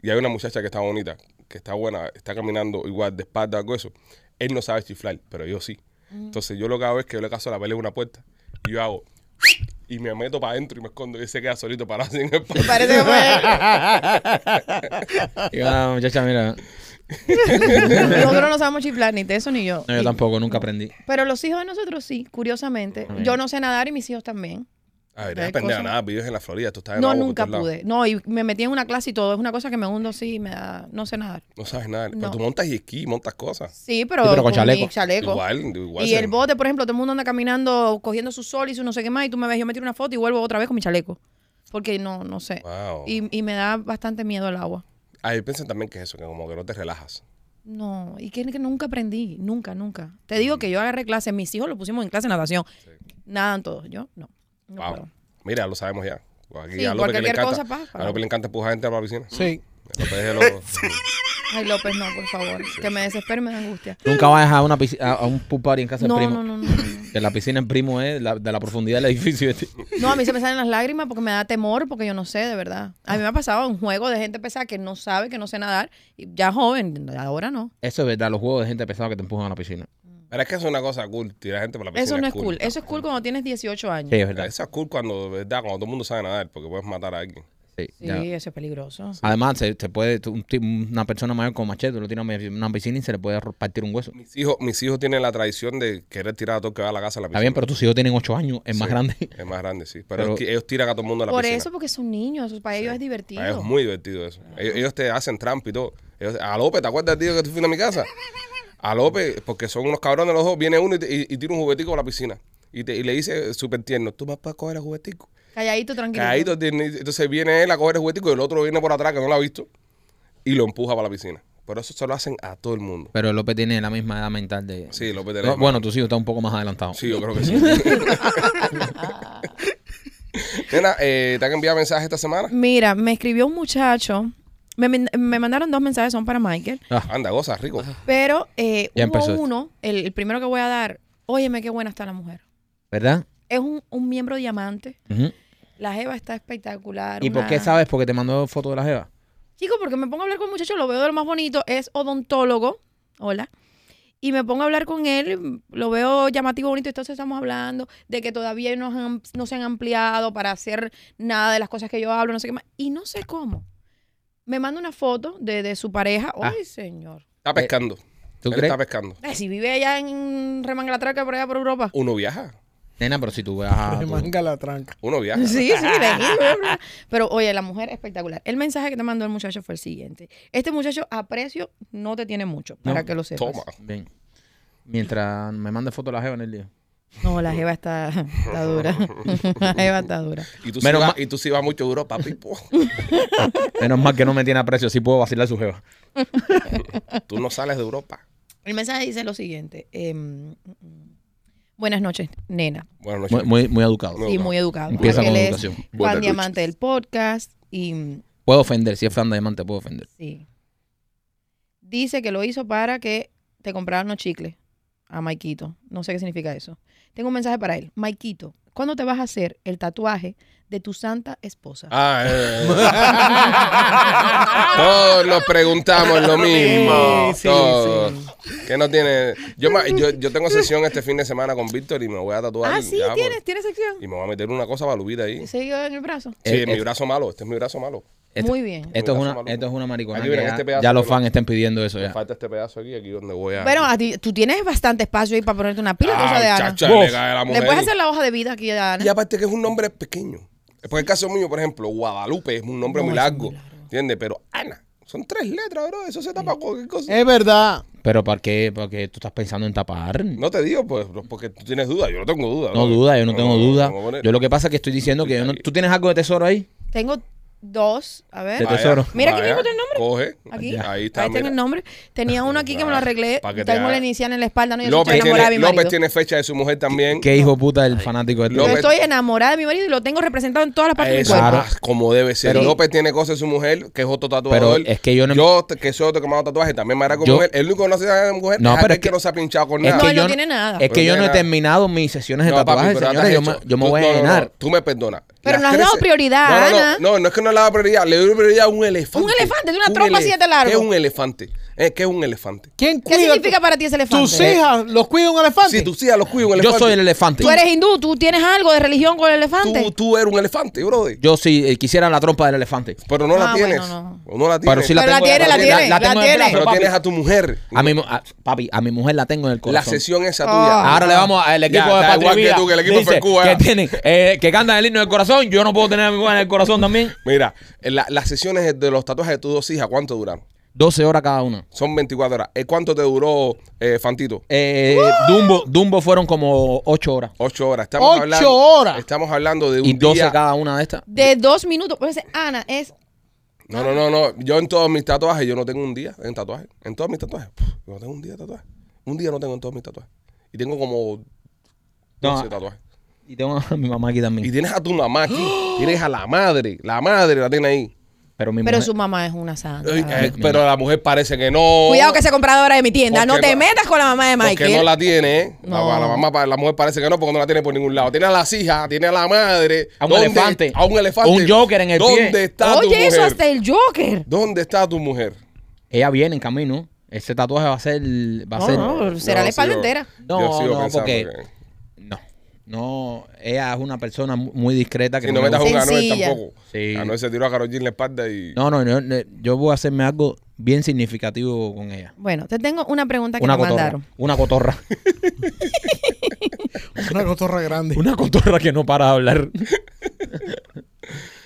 Speaker 1: y hay una muchacha que está bonita, que está buena, está caminando igual de espalda algo eso, él no sabe chiflar, pero yo sí.
Speaker 5: Mm.
Speaker 1: Entonces yo lo que hago es que yo le caso la pelea en una puerta y yo hago y me meto para adentro y me escondo y él se queda solito parado así en el pasillo.
Speaker 5: Parece que fue-
Speaker 2: Y, ah, muchacha, mira.
Speaker 5: Nosotros no sabemos chiflar, ni eso ni yo.
Speaker 2: No, yo
Speaker 5: Y-
Speaker 2: tampoco, nunca aprendí.
Speaker 5: Pero los hijos de nosotros sí, curiosamente.
Speaker 2: Muy bien.
Speaker 5: Yo no sé nadar y mis hijos también.
Speaker 1: A ver,
Speaker 5: Hay
Speaker 1: no pendeja
Speaker 5: cosas-
Speaker 1: nada, vives en la Florida, tú estás en
Speaker 5: No,
Speaker 1: agua por
Speaker 5: nunca
Speaker 1: todos lados.
Speaker 5: pude. No, y me metí en una clase y todo. Es una cosa que me hundo sí y me da... No sé nadar.
Speaker 1: No sabes nada. Pero
Speaker 5: No.
Speaker 1: tú montas y esquí, montas cosas.
Speaker 5: Sí, pero,
Speaker 2: Sí, pero con
Speaker 5: mi
Speaker 2: chaleco.
Speaker 1: Igual, igual.
Speaker 5: y
Speaker 1: se-
Speaker 5: el bote, por ejemplo, todo el mundo anda caminando, cogiendo su sol y su no sé qué más, y tú me ves, yo me tiro una foto y vuelvo otra vez con mi chaleco. Porque no, no sé.
Speaker 1: Wow.
Speaker 5: Y, y me da bastante miedo el agua.
Speaker 1: Ahí piensan también que es eso, que como que no te relajas.
Speaker 5: No, y que, que nunca aprendí, nunca, nunca. Te
Speaker 1: Mm.
Speaker 5: digo que yo agarré clases, mis hijos lo pusimos en clase de natación. Nadan todos, yo no. no
Speaker 1: Wow.
Speaker 5: puedo.
Speaker 1: Mira, lo sabemos ya. Aquí
Speaker 5: Sí,
Speaker 1: a
Speaker 5: por
Speaker 1: López que le
Speaker 5: cualquier
Speaker 1: encanta.
Speaker 5: cosa, pa, pa.
Speaker 1: a López le encanta empujar gente a la piscina.
Speaker 2: Mm.
Speaker 1: pues,
Speaker 3: Sí.
Speaker 1: López es de los-
Speaker 5: Ay, López, no, por favor. Que me desespero y me da angustia.
Speaker 2: Nunca vayas a, una pisci- a, a un pool party en casa
Speaker 5: No,
Speaker 2: del primo.
Speaker 5: no, no, no, no.
Speaker 2: Que la piscina en primo es la- de la profundidad del edificio. este.
Speaker 5: No, a mí se me salen las lágrimas porque me da temor, porque yo no sé, de verdad. A mí me ha pasado un juego de gente pesada que no sabe, que no sé nadar, y ya joven, ahora no.
Speaker 2: Eso es verdad, los juegos de gente pesada que te empujan a la piscina.
Speaker 1: Pero es que eso es una cosa cool, tirar gente para la piscina.
Speaker 5: Eso no es cool. Eso es cool cuando tienes 18 años.
Speaker 2: Sí, es
Speaker 1: Mira,
Speaker 2: verdad.
Speaker 1: Eso es cool cuando, ¿verdad? cuando todo el mundo sabe nadar, porque puedes matar a alguien.
Speaker 2: Sí,
Speaker 5: Sí,
Speaker 2: ya.
Speaker 5: eso es peligroso.
Speaker 2: Además, se, se puede, tú- un ti- una persona mayor con machete lo tira a una piscina y se le puede ro- partir un hueso.
Speaker 1: Mis hijos, mis hijos tienen la tradición de querer tirar a todo el que va a la casa a la
Speaker 2: Está
Speaker 1: piscina.
Speaker 2: bien, pero tus hijos tienen 8 años, es más
Speaker 1: Sí,
Speaker 2: grande.
Speaker 1: Es más grande, sí. Pero,
Speaker 2: Pero-
Speaker 1: es que ellos tiran a todo el mundo a la
Speaker 5: Por
Speaker 1: piscina.
Speaker 5: eso, porque son niños, eso para ellos es divertido.
Speaker 1: Ah, Es muy divertido eso. Ellos, ellos te hacen trampa y todo. Ellos- a López, ¿te acuerdas, tío, que tú fuiste a mi casa? A López, porque son unos cabrones los dos, viene uno y, te- y- y tira un juguetico a la piscina. Y, te- y le dice súper tierno, tú vas para coger el juguetico.
Speaker 5: Calladito, tranquilo.
Speaker 1: Caído, tiene- entonces viene él a coger el juguetico y el otro viene por atrás que no lo ha visto y lo empuja para la piscina. Pero eso se lo hacen a todo el mundo.
Speaker 2: Pero López tiene la misma edad mental de...
Speaker 1: Sí, López de
Speaker 2: No,
Speaker 1: la-
Speaker 2: bueno, tus hijos están un poco más adelantados.
Speaker 1: Sí, yo creo que sí. Nena, eh, ¿te han enviado mensajes esta semana?
Speaker 5: Mira, me escribió un muchacho. Me, men- me mandaron dos mensajes, son para Michael.
Speaker 2: Ah,
Speaker 1: Anda, goza, rico.
Speaker 5: Pero eh,
Speaker 2: Ya
Speaker 5: hubo
Speaker 2: empezó esto.
Speaker 5: uno, el, el primero que voy a dar. Óyeme, qué buena está la mujer.
Speaker 2: ¿Verdad?
Speaker 5: Es un, un miembro diamante.
Speaker 2: Ujú.
Speaker 5: La Jeva está espectacular.
Speaker 2: ¿Y por
Speaker 5: una-
Speaker 2: qué sabes? Porque te mandó foto de la jeva.
Speaker 5: Chico, porque me pongo a hablar con el muchacho, lo veo de lo más bonito, es odontólogo, hola, y me pongo a hablar con él, lo veo llamativo, bonito, entonces estamos hablando de que todavía no, han- no se han ampliado para hacer nada de las cosas que yo hablo, no sé qué más, y no sé cómo. Me manda una foto de, de su pareja,
Speaker 2: Ah.
Speaker 5: ¡ay, señor!
Speaker 1: Está pescando.
Speaker 2: ¿Tú
Speaker 1: Él
Speaker 2: crees?
Speaker 1: está pescando.
Speaker 5: Eh, si vive allá en Remangalatraca, por allá por Europa.
Speaker 1: Uno viaja.
Speaker 2: Nena, pero si Ah, tú veas a...
Speaker 3: Me
Speaker 2: tu-
Speaker 3: manga la tranca.
Speaker 1: Uno viaja.
Speaker 5: Sí, sí, de aquí, bla, bla. Pero oye, la mujer espectacular. El mensaje que te mandó el muchacho fue el siguiente. Este muchacho, a precio, no te tiene mucho, para que lo sepas.
Speaker 1: Toma.
Speaker 2: Bien. Mientras me mande foto de la jeva en el día.
Speaker 5: No, la jeva está, está dura. La jeva está dura.
Speaker 1: Y tú, sí
Speaker 2: Menos
Speaker 1: vas-
Speaker 2: ma-
Speaker 1: y tú sí vas mucho a Europa, pipo.
Speaker 2: Menos mal que no me tiene aprecio, así puedo vacilar su jeva.
Speaker 1: tú no sales de Europa.
Speaker 5: El mensaje dice lo siguiente. em, buenas noches, nena.
Speaker 1: Bueno, no
Speaker 2: Muy, muy, muy educado.
Speaker 1: Pues No.
Speaker 5: Sí, muy educado.
Speaker 2: Empieza
Speaker 5: Porque
Speaker 2: con
Speaker 5: él es
Speaker 2: educación.
Speaker 1: Buenas
Speaker 5: Juan
Speaker 1: noches.
Speaker 5: Diamante del podcast y
Speaker 2: Puedo ofender, si es fan de diamante, puedo ofender.
Speaker 5: sí. Dice que lo hizo para que te compraran unos chicles a Maikito. No sé qué significa eso. Tengo un mensaje para él. Maikito, ¿cuándo te vas a hacer el tatuaje de tu santa esposa?
Speaker 1: Ah, eh. Todos nos preguntamos lo mismo.
Speaker 3: Sí, sí,
Speaker 1: Todos. Que no tiene. Yo, ma- yo, yo tengo sesión este fin de semana con Víctor y me voy a tatuar.
Speaker 5: ah, sí,
Speaker 1: ya,
Speaker 5: tienes, tienes sección.
Speaker 1: por- Y me voy a meter una cosa balubida ahí. Sí,
Speaker 5: Seguido en el brazo.
Speaker 2: Eh,
Speaker 1: mi
Speaker 2: eh.
Speaker 1: brazo malo. Este es mi brazo malo.
Speaker 2: Este-
Speaker 5: Muy bien.
Speaker 2: Esto es
Speaker 1: Brazo
Speaker 2: una,
Speaker 1: maluco.
Speaker 2: esto es una maricona.
Speaker 1: Aquí, mira,
Speaker 2: que
Speaker 1: este
Speaker 2: ya,
Speaker 1: pedazo
Speaker 2: ya
Speaker 1: que
Speaker 2: los
Speaker 1: no-
Speaker 2: fans están pidiendo eso
Speaker 1: Me
Speaker 2: ya.
Speaker 1: falta este pedazo aquí, aquí donde voy a.
Speaker 5: Bueno, a ti- tú tienes bastante espacio ahí para ponerte una pila de cosas de
Speaker 1: Ah,
Speaker 5: Ana.
Speaker 1: chacha, le cae a la
Speaker 5: Le
Speaker 1: mujer.
Speaker 5: puedes hacer la hoja de vida aquí a Ana.
Speaker 1: Y aparte que es un nombre pequeño. Por el caso mío, por ejemplo, Guadalupe es un nombre
Speaker 5: No,
Speaker 1: muy
Speaker 5: es muy
Speaker 1: largo. ¿Entiendes? Pero Ana, son tres letras, bro. Eso se tapa con cualquier cosa.
Speaker 2: Eh.
Speaker 3: Es verdad.
Speaker 2: Pero ¿para qué? Porque tú estás pensando en tapar. No,
Speaker 1: No te digo, pues, porque tú tienes duda. Yo no tengo duda. bro.
Speaker 2: duda, yo no tengo duda.
Speaker 1: vamos a poner-
Speaker 2: Yo lo que pasa es que estoy diciendo que yo no- tú tienes algo de tesoro ahí.
Speaker 5: Tengo dos. A ver.
Speaker 2: Te-
Speaker 1: Vaya,
Speaker 2: tesoro.
Speaker 5: Mira, aquí
Speaker 1: vaya,
Speaker 5: mismo está el nombre.
Speaker 1: Coge.
Speaker 5: Aquí.
Speaker 1: Ahí está.
Speaker 5: Ahí tengo
Speaker 1: mira. Ah,
Speaker 5: el nombre. Tenía uno aquí que me lo arreglé.
Speaker 1: Pa' que te
Speaker 5: Tengo
Speaker 1: haga.
Speaker 5: la inicial en la espalda. No, yo sí
Speaker 1: López,
Speaker 5: estoy enamorada de
Speaker 1: tiene,
Speaker 5: mi marido.
Speaker 1: López tiene fecha de su mujer también.
Speaker 2: ¿Qué hijo puta el fanático de
Speaker 5: Yo
Speaker 1: López-
Speaker 5: estoy enamorada de mi marido y lo tengo representado en todas las partes de mi
Speaker 1: Eso,
Speaker 5: cuerpo.
Speaker 2: Claro.
Speaker 1: ah, como debe ser.
Speaker 2: Pero-
Speaker 1: López tiene cosas de su mujer, que es otro tatuador.
Speaker 2: Pero es que yo no-
Speaker 1: Yo, t- que soy otro que me hago tatuaje, también me hará con
Speaker 2: Yo-
Speaker 1: mujer. El único que no se da con mujer
Speaker 2: No,
Speaker 1: es
Speaker 2: pero
Speaker 1: aquel
Speaker 2: es
Speaker 1: que,
Speaker 2: que-
Speaker 1: no se ha pinchado con
Speaker 2: Es
Speaker 1: nada.
Speaker 5: No,
Speaker 2: que
Speaker 5: él
Speaker 2: yo
Speaker 5: no
Speaker 2: no-
Speaker 5: tiene nada.
Speaker 2: Es
Speaker 1: Pues
Speaker 2: que yo no he
Speaker 1: nena.
Speaker 2: terminado mis sesiones de
Speaker 1: No, papi,
Speaker 2: tatuajes,
Speaker 1: pero date
Speaker 2: señores. Yo me,
Speaker 1: hecho.
Speaker 2: yo me
Speaker 1: Tú-
Speaker 2: voy a
Speaker 1: no, no, no,
Speaker 2: llenar.
Speaker 1: tú me perdonas.
Speaker 5: Pero no
Speaker 1: Las
Speaker 5: has dado
Speaker 1: crece-
Speaker 5: prioridad,
Speaker 1: no, no,
Speaker 5: Ana.
Speaker 1: no, no, no es que no le he dado prioridad. Le doy prioridad a un elefante.
Speaker 5: Un elefante, de una
Speaker 1: Un
Speaker 5: trompa
Speaker 1: ele-
Speaker 5: así de largo.
Speaker 1: ¿Qué Es un elefante. Eh, ¿Qué es un elefante?
Speaker 3: ¿Quién
Speaker 5: ¿Qué
Speaker 3: cuida
Speaker 5: significa
Speaker 3: tu-
Speaker 5: para ti ese elefante?
Speaker 3: ¿Tus hijas los cuida un elefante?
Speaker 1: Si tus hijas los cuida un
Speaker 2: Yo
Speaker 1: elefante.
Speaker 2: soy el elefante.
Speaker 5: ¿Tú eres hindú? ¿Tú tienes algo de religión con el elefante?
Speaker 1: Tú, tú eres un elefante, brother.
Speaker 2: Yo sí eh, quisiera la trompa del elefante.
Speaker 1: Pero no la
Speaker 5: Ah,
Speaker 1: tienes.
Speaker 5: bueno,
Speaker 1: O no la tienes.
Speaker 2: Pero sí la
Speaker 5: Pero la
Speaker 2: tengo.
Speaker 5: tiene, la tiene,
Speaker 2: La,
Speaker 5: la
Speaker 2: tengo en el
Speaker 5: tiene.
Speaker 2: brazo,
Speaker 1: Pero
Speaker 2: papi.
Speaker 1: tienes a tu mujer.
Speaker 2: A mi mu- a- papi, a mi mujer la tengo en el
Speaker 1: la
Speaker 2: corazón.
Speaker 1: sesión esa
Speaker 5: Oh.
Speaker 1: tuya.
Speaker 2: Ahora le vamos al equipo
Speaker 1: Ah, Ya,
Speaker 2: de
Speaker 1: está
Speaker 2: Patria
Speaker 1: igual que
Speaker 2: Vida.
Speaker 1: tú, que el equipo de
Speaker 2: Dice
Speaker 1: Fercúa.
Speaker 2: que tienen, eh, que cantan el himno del corazón. Yo no puedo tener a mi mujer en el corazón también.
Speaker 1: Mira, en la- las sesiones de los tatuajes de tus dos hijas, ¿cuánto duraron?
Speaker 2: 12 horas cada una.
Speaker 1: Son 24 horas. ¿Eh, ¿Cuánto te duró, eh, Fantito?
Speaker 2: Eh, Dumbo, Dumbo fueron como 8 horas.
Speaker 1: 8 horas. Estamos
Speaker 3: ¡Ocho
Speaker 1: hablando,
Speaker 3: horas!
Speaker 1: Estamos hablando de un
Speaker 2: Y 12
Speaker 1: día.
Speaker 2: cada una de estas.
Speaker 5: De dos minutos. Pues Ana es.
Speaker 1: No, no, no, no. Yo en todos mis tatuajes, yo no tengo un día en tatuaje. En todos mis tatuajes. puf, yo no tengo un día de tatuaje. Un día no tengo en todos mis tatuajes. Y tengo como 12
Speaker 2: No.
Speaker 1: tatuajes.
Speaker 2: Y tengo a mi mamá aquí
Speaker 1: Y
Speaker 2: también.
Speaker 1: tienes a tu mamá aquí. Tienes a la madre. La madre la tiene ahí.
Speaker 2: Pero mi
Speaker 5: Pero
Speaker 2: mujer-
Speaker 5: su mamá es una santa.
Speaker 1: Ay, eh, pero la mujer parece que no.
Speaker 5: Cuidado que sea compradora de mi tienda.
Speaker 1: Porque
Speaker 5: No te
Speaker 1: no-
Speaker 5: metas con la mamá de
Speaker 1: Porque
Speaker 5: Michael.
Speaker 1: no la tiene, ¿eh?
Speaker 5: No.
Speaker 1: La, la mamá, pa- la mujer parece que no, porque no la tiene por ningún lado. Tiene a las hijas, tiene a la madre.
Speaker 2: A un
Speaker 1: ¿Dónde-
Speaker 2: elefante.
Speaker 1: A un elefante.
Speaker 2: Un Joker en el
Speaker 1: ¿Dónde
Speaker 2: pie.
Speaker 1: está tu
Speaker 5: Oye,
Speaker 1: mujer?
Speaker 5: eso hasta el Joker.
Speaker 1: ¿Dónde está tu mujer?
Speaker 2: Ella viene en camino. Ese tatuaje va a ser. Va a
Speaker 5: No,
Speaker 2: ser
Speaker 5: no, será
Speaker 1: Yo
Speaker 5: la espalda
Speaker 1: sigo-
Speaker 5: entera.
Speaker 2: No,
Speaker 1: yo sigo
Speaker 2: no,
Speaker 1: pensando
Speaker 2: porque-
Speaker 1: que-
Speaker 2: No. No, ella es una persona mu- muy discreta. Que
Speaker 1: Si
Speaker 2: no,
Speaker 1: no
Speaker 2: me
Speaker 1: metas
Speaker 2: gusta.
Speaker 1: un Anuel
Speaker 5: Sencilla.
Speaker 1: tampoco.
Speaker 2: Sí.
Speaker 1: Anuel se tiró a Karol G en la espalda y.
Speaker 2: no, no, no, no, yo voy a hacerme algo bien significativo con ella.
Speaker 5: Bueno, te tengo una pregunta que
Speaker 2: Una
Speaker 5: nos
Speaker 2: cotorra,
Speaker 5: mandaron.
Speaker 2: una cotorra.
Speaker 3: Una cotorra grande.
Speaker 2: Una cotorra que no para de hablar.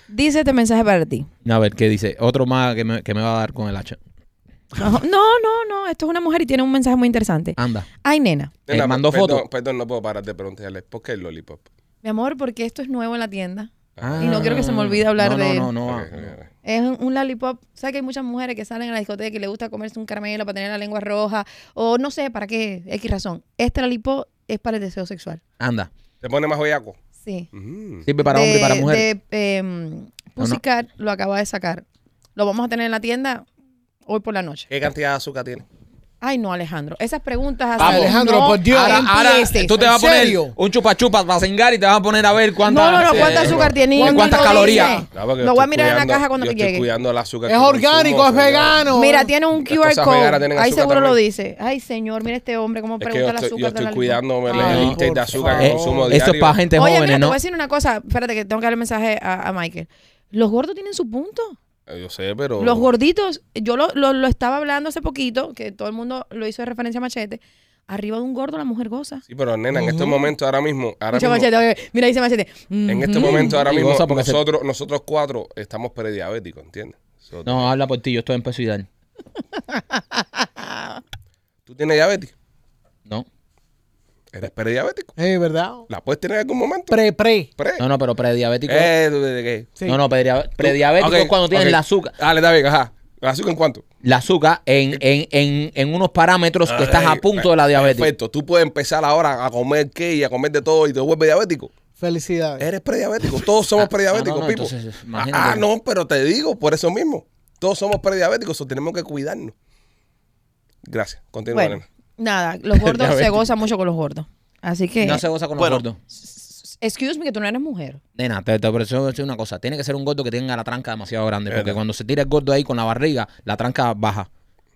Speaker 5: Dice este mensaje para ti.
Speaker 2: A ver, ¿qué dice? Otro más que me, que me va a dar con el hacha.
Speaker 5: No, no, no. Esto es una mujer y tiene un mensaje muy interesante.
Speaker 2: Anda.
Speaker 5: Ay, nena.
Speaker 2: Él
Speaker 1: Nena,
Speaker 2: mandó
Speaker 1: perdón,
Speaker 2: foto.
Speaker 1: Perdón, no puedo parar de preguntarle. ¿Por qué el lollipop?
Speaker 5: Mi amor, porque esto es nuevo en la tienda.
Speaker 2: Ah.
Speaker 5: Y no quiero que se me olvide hablar
Speaker 2: No, no,
Speaker 5: de-
Speaker 2: No, no,
Speaker 1: Ok,
Speaker 2: Ah, no.
Speaker 1: ok, ok.
Speaker 5: Es un, un lollipop. ¿Sabes que hay muchas mujeres que salen a la discoteca y les gusta comerse un caramelo para tener la lengua roja? O no sé, ¿para qué? X razón. Este lollipop es para el deseo sexual.
Speaker 2: Anda.
Speaker 1: ¿Te pone más bellaco?
Speaker 5: Sí.
Speaker 1: Mm.
Speaker 2: Sirve para
Speaker 5: de,
Speaker 2: hombre y para mujer.
Speaker 5: De, em, Pussycat lo acaba de sacar. Lo vamos a tener en la tienda hoy por la noche.
Speaker 1: ¿Qué cantidad de azúcar tiene?
Speaker 5: Ay, no, Alejandro. Esas preguntas así.
Speaker 3: Vamos. Alejandro,
Speaker 5: no
Speaker 3: por Dios.
Speaker 2: Ahora, ahora
Speaker 5: empieces.
Speaker 2: tú te vas a
Speaker 3: ¿En
Speaker 2: poner
Speaker 3: serio?
Speaker 2: un chupa chupa para cingar y te vas a poner a ver cuánta,
Speaker 5: No, no, no.
Speaker 2: eh,
Speaker 5: ¿Cuánta azúcar tiene?
Speaker 2: ¿Cuántas
Speaker 5: No
Speaker 2: calorías?
Speaker 5: dice.
Speaker 1: No, porque yo
Speaker 5: Lo voy a
Speaker 1: estoy
Speaker 5: mirar en
Speaker 1: cuidando-
Speaker 5: la caja cuando
Speaker 1: yo
Speaker 5: que
Speaker 1: estoy
Speaker 5: llegue.
Speaker 1: cuidando el azúcar.
Speaker 3: Es
Speaker 1: que
Speaker 3: orgánico,
Speaker 1: consumo,
Speaker 3: es
Speaker 1: señora.
Speaker 3: vegano.
Speaker 5: Mira, tiene un
Speaker 1: Las
Speaker 5: QR
Speaker 1: cosas veganas
Speaker 5: code.
Speaker 1: tienen
Speaker 5: Ahí
Speaker 1: azúcar
Speaker 5: seguro lo
Speaker 1: también.
Speaker 5: dice. Ay, señor, mira este hombre cómo
Speaker 1: Es que yo
Speaker 5: pregunta el
Speaker 1: estoy, yo
Speaker 5: azúcar de
Speaker 1: estoy
Speaker 5: la Ah,
Speaker 1: cuidando este el
Speaker 5: Ay,
Speaker 1: el intake de
Speaker 3: por
Speaker 1: azúcar que
Speaker 2: Eh,
Speaker 3: favor.
Speaker 1: consumo diario.
Speaker 2: esto es para gente
Speaker 5: Oye, mira,
Speaker 2: joven,
Speaker 5: te voy
Speaker 2: ¿no?
Speaker 5: a decir una cosa. Espérate que tengo que darle mensaje a, a Michael. Los gordos tienen su punto.
Speaker 1: Eh, Yo sé, pero...
Speaker 5: Los gorditos, yo lo, lo- lo estaba hablando hace poquito, que todo el mundo lo hizo de referencia a Machete. Arriba de un gordo la mujer goza.
Speaker 1: Sí, pero nena, en este momento ahora mismo... Ahora
Speaker 5: Dice
Speaker 1: mismo
Speaker 5: Machete, oye, mira, dice Machete.
Speaker 1: en este
Speaker 5: "Ujú".
Speaker 1: momento ahora
Speaker 2: Y
Speaker 1: mismo
Speaker 2: goza porque se-
Speaker 1: nosotros, nosotros cuatro estamos prediabéticos, ¿entiendes? So,
Speaker 2: No, habla por ti, yo estoy en peso ideal.
Speaker 1: ¿Tú tienes diabetes?
Speaker 2: No.
Speaker 1: ¿Eres prediabético?
Speaker 3: Es verdad.
Speaker 1: ¿La puedes tener en algún momento?
Speaker 3: Pre, pre.
Speaker 1: Pre.
Speaker 2: No, no, pero prediabético.
Speaker 1: Eh, ¿de- de qué?
Speaker 3: Sí.
Speaker 2: No, no, predia- prediabético
Speaker 1: Ok,
Speaker 2: es cuando tienes
Speaker 1: ok.
Speaker 2: la azúcar.
Speaker 1: Dale, está bien, ajá. ¿La azúcar en cuánto?
Speaker 2: La azúcar en, en, en, en unos parámetros Ah, que estás
Speaker 1: Ay,
Speaker 2: a punto de la diabetes.
Speaker 1: Eh, Perfecto. Tú puedes empezar ahora a comer qué y a comer de todo y te vuelves diabético.
Speaker 3: Felicidades.
Speaker 1: Eres prediabético. Todos somos
Speaker 2: Ah,
Speaker 1: prediabéticos,
Speaker 2: ah, no, no,
Speaker 1: Pipo.
Speaker 2: entonces,
Speaker 1: ah,
Speaker 2: imagínate.
Speaker 1: ah, no, pero te digo, por eso mismo. Todos somos prediabéticos, so tenemos que cuidarnos. Gracias. Continúa,
Speaker 5: Bueno,
Speaker 1: nena.
Speaker 5: nada, los gordos se gozan mucho con los gordos. Así que,
Speaker 2: No se goza con los
Speaker 4: Bueno.
Speaker 2: gordos.
Speaker 5: excuse me, que tú no eres mujer.
Speaker 2: Nena, te, te ofrezco decir una cosa. Tiene que ser un gordo que tenga la tranca demasiado grande. Porque
Speaker 1: Verdad.
Speaker 2: cuando se tira el gordo ahí con la barriga, la tranca baja.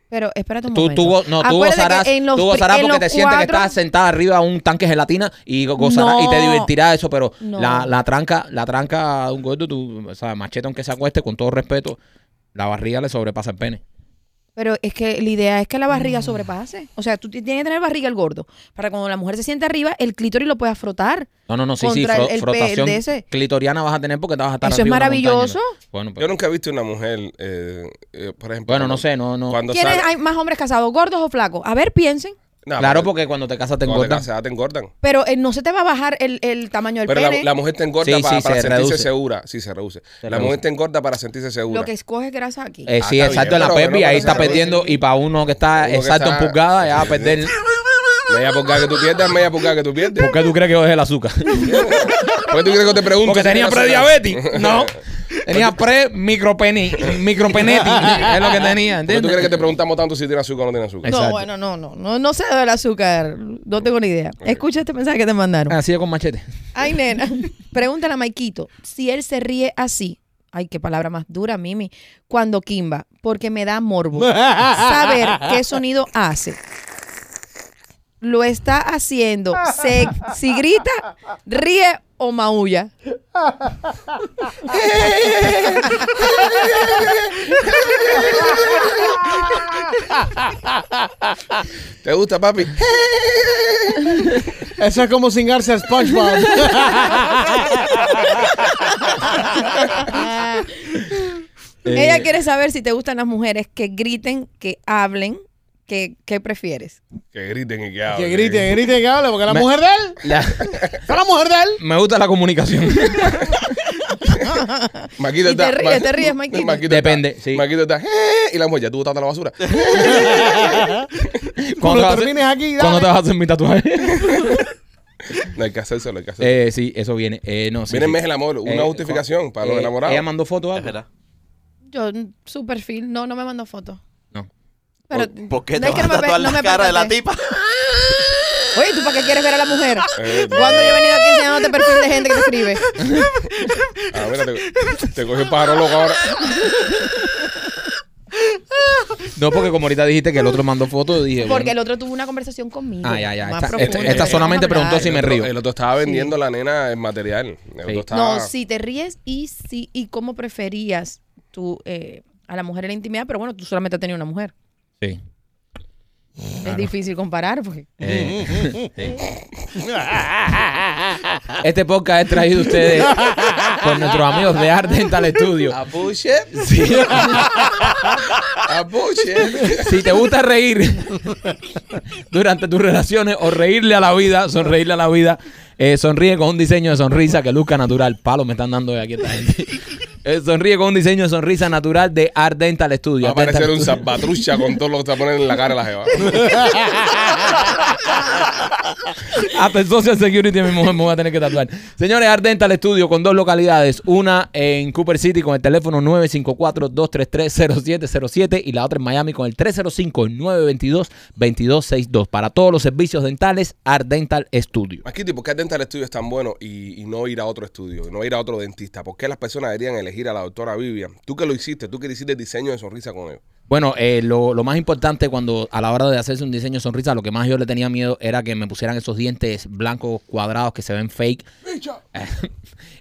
Speaker 5: Pero espérate un
Speaker 2: Tú,
Speaker 5: momento.
Speaker 2: tú, go- no, tú
Speaker 5: Acuérdate que
Speaker 2: gozarás,
Speaker 5: en los
Speaker 2: tú
Speaker 5: pri-
Speaker 2: gozarás
Speaker 5: en
Speaker 2: porque
Speaker 5: los
Speaker 2: te sientes que
Speaker 5: cuatro-
Speaker 2: estás sentada arriba a un tanque de gelatina y go- gozarás y te
Speaker 5: No.
Speaker 2: divertirá eso, pero
Speaker 5: No.
Speaker 2: la, la tranca, la tranca de un gordo, tú, o sea, machete aunque se acueste, con todo respeto, la barriga le sobrepasa el pene.
Speaker 5: Pero es que la idea es que la barriga sobrepase. O sea, tú ti- tienes que tener barriga el gordo. Para cuando la mujer se siente arriba, el clítoris lo pueda frotar.
Speaker 2: No, no, no, sí, sí,
Speaker 5: Contra
Speaker 2: fro-
Speaker 5: el- el pe-
Speaker 2: frotación
Speaker 5: de ese.
Speaker 2: clitoriana vas a tener porque te vas a estar
Speaker 5: Eso es
Speaker 2: arriba de una montaña,
Speaker 5: maravilloso.
Speaker 2: ¿no? Bueno, pues, pero-
Speaker 1: Yo nunca he visto una mujer, eh, eh, por ejemplo.
Speaker 2: bueno, no
Speaker 1: cuando-
Speaker 2: sé, no, no.
Speaker 1: Cuando
Speaker 5: ¿Quiénes
Speaker 1: sale-
Speaker 5: hay más hombres casados, gordos o flacos? A ver, piensen.
Speaker 1: No,
Speaker 2: claro,
Speaker 1: pero-
Speaker 2: porque cuando te casas te
Speaker 1: cuando te
Speaker 2: engordas.
Speaker 1: casas, te engordan.
Speaker 5: Pero eh, no se te va a bajar el, el tamaño del
Speaker 1: Pero la,
Speaker 5: pene.
Speaker 1: la mujer te engorda
Speaker 2: Sí,
Speaker 1: para,
Speaker 2: sí,
Speaker 1: para
Speaker 2: se
Speaker 1: sentirse
Speaker 2: reduce.
Speaker 1: segura. Sí, se reduce.
Speaker 2: Se
Speaker 1: la
Speaker 2: reduce.
Speaker 1: mujer te engorda para sentirse segura.
Speaker 5: lo que escoge grasa aquí.
Speaker 2: Eh,
Speaker 1: Ah,
Speaker 2: sí,
Speaker 1: está
Speaker 2: exacto,
Speaker 1: bien,
Speaker 2: en la
Speaker 1: pero que
Speaker 2: Pepi,
Speaker 1: no
Speaker 2: ahí
Speaker 1: te
Speaker 2: está
Speaker 1: reduce.
Speaker 2: perdiendo. Y para uno que está
Speaker 1: Uno que
Speaker 2: exacto en
Speaker 1: está-
Speaker 2: pulgada, ya va a perder.
Speaker 1: Media pulgada que tú pierdas, media pulgada que tú pierdes.
Speaker 2: ¿Por qué tú crees que yo dejé el azúcar?
Speaker 1: ¿Por qué tú crees que te pregunto? si
Speaker 2: Porque tenía
Speaker 1: tienes azúcar?
Speaker 2: prediabetes. No. Tenía pre micropeni micropeneti. Es lo que tenía,
Speaker 1: ¿Por qué tú
Speaker 2: ¿entiendes?
Speaker 1: crees que te preguntamos tanto si tiene azúcar o no tiene azúcar?
Speaker 2: Exacto.
Speaker 5: No, bueno, no, no, no. No sé del azúcar. No tengo ni idea. Escucha este mensaje que te mandaron.
Speaker 2: Así es con machete.
Speaker 5: Ay, nena. Pregúntale a Maikito si él se ríe así. ay, qué palabra más dura, Mimi, cuando Kimba, porque me da morbo saber qué sonido hace. Lo está haciendo. Se- si grita, ríe o maulla.
Speaker 1: ¿Te gusta, papi?
Speaker 2: Er-
Speaker 3: Eso es como cingarse a SpongeBob.
Speaker 5: Ella quiere saber si te gustan las mujeres que griten, que hablen, que, ¿qué prefieres.
Speaker 1: Que griten y que hablen.
Speaker 3: que grite, grite, que hable, porque la mujer de él, es la mujer de él.
Speaker 2: me gusta la comunicación.
Speaker 1: Maquito
Speaker 5: Y te
Speaker 1: está- Ma-
Speaker 5: ríes, te ríes, Maquito.
Speaker 2: Depende,
Speaker 1: está-
Speaker 2: sí.
Speaker 1: Maquito está, "Eh", y la mujer, ya tú botaste la basura.
Speaker 3: Cuando
Speaker 2: te vas a
Speaker 3: termines
Speaker 2: hacer-
Speaker 3: aquí, dale.
Speaker 2: ¿Cuándo te vas a hacer mi tatuaje?
Speaker 1: No hay que hacérselo, hay que hacerlo.
Speaker 2: eh, sí, eso viene. Eh, no, sí,
Speaker 1: Viene
Speaker 2: sí.
Speaker 1: el mes del amor, una
Speaker 2: Eh,
Speaker 1: justificación para los
Speaker 2: eh,
Speaker 1: enamorados.
Speaker 2: Ella mandó fotos.
Speaker 4: Es
Speaker 2: algo?
Speaker 4: verdad.
Speaker 5: Yo, mm, su perfil, no, no me mandó fotos.
Speaker 2: No.
Speaker 5: Pero,
Speaker 4: ¿Por, por qué
Speaker 5: no
Speaker 4: te vas
Speaker 5: es que
Speaker 4: a
Speaker 5: no me pe-
Speaker 4: tatuar
Speaker 5: no
Speaker 4: la
Speaker 5: me
Speaker 4: cara de la
Speaker 5: percaté.
Speaker 4: tipa?
Speaker 5: Oye, ¿tú para qué quieres ver a la mujer?
Speaker 1: Eh,
Speaker 5: Cuando yo he venido aquí enseñándote perfil de gente que te escribe.
Speaker 1: ah, mira, te, te cogió el pájaro loco ahora.
Speaker 2: No, porque como ahorita dijiste que el otro mandó fotos, dije.
Speaker 5: Porque el
Speaker 2: bueno,
Speaker 5: otro tuvo una conversación conmigo.
Speaker 2: Ah, ya, ya,
Speaker 5: más
Speaker 2: esta-
Speaker 5: profunda.
Speaker 2: esta- esta solamente preguntó si
Speaker 1: El
Speaker 2: me
Speaker 1: otro-
Speaker 2: río.
Speaker 1: El otro estaba vendiendo la nena el material. El otro
Speaker 2: Sí.
Speaker 1: estaba-
Speaker 5: No, si te ríes y si y cómo preferías tú eh, a la mujer en la intimidad, pero bueno, tú solamente has tenido una mujer.
Speaker 2: Sí.
Speaker 5: Es difícil comparar porque
Speaker 2: Eh, sí. Este podcast es traído a ustedes por nuestros amigos de Art Dental Studio.
Speaker 1: A push it. A push it.
Speaker 2: Si te gusta reír durante tus relaciones o reírle a la vida, sonreírle a la vida, eh, sonríe con un diseño de sonrisa que luzca natural. Palo me están dando de aquí esta gente. Eh, sonríe con un diseño de sonrisa natural de Art Dental Studio.
Speaker 1: Va a
Speaker 2: Art Dental
Speaker 1: aparecer un
Speaker 2: Studio.
Speaker 1: zapatrucha con todo lo que está poniendo en la cara de la jeva.
Speaker 2: Hasta el Ah, pues, Social Security mi mujer me voy a tener que tatuar. Señores, Ardental Studio con dos localidades. Una en Cooper City con el teléfono 954-233-0707 y la otra en Miami con el 305-922-2262. Para todos los servicios dentales, Ardental Studio.
Speaker 1: Maquito, ¿y por qué el dental estudio es tan bueno y, y no ir a otro estudio, no ir a otro dentista? ¿Por qué las personas deberían elegir a la doctora Vivian? Tú que lo hiciste, tú que le hiciste el diseño de sonrisa con ellos.
Speaker 2: Bueno, eh, lo, lo más importante cuando a la hora de hacerse un diseño de sonrisa, lo que más yo le tenía miedo era que me pusieran esos dientes blancos cuadrados que se ven fake.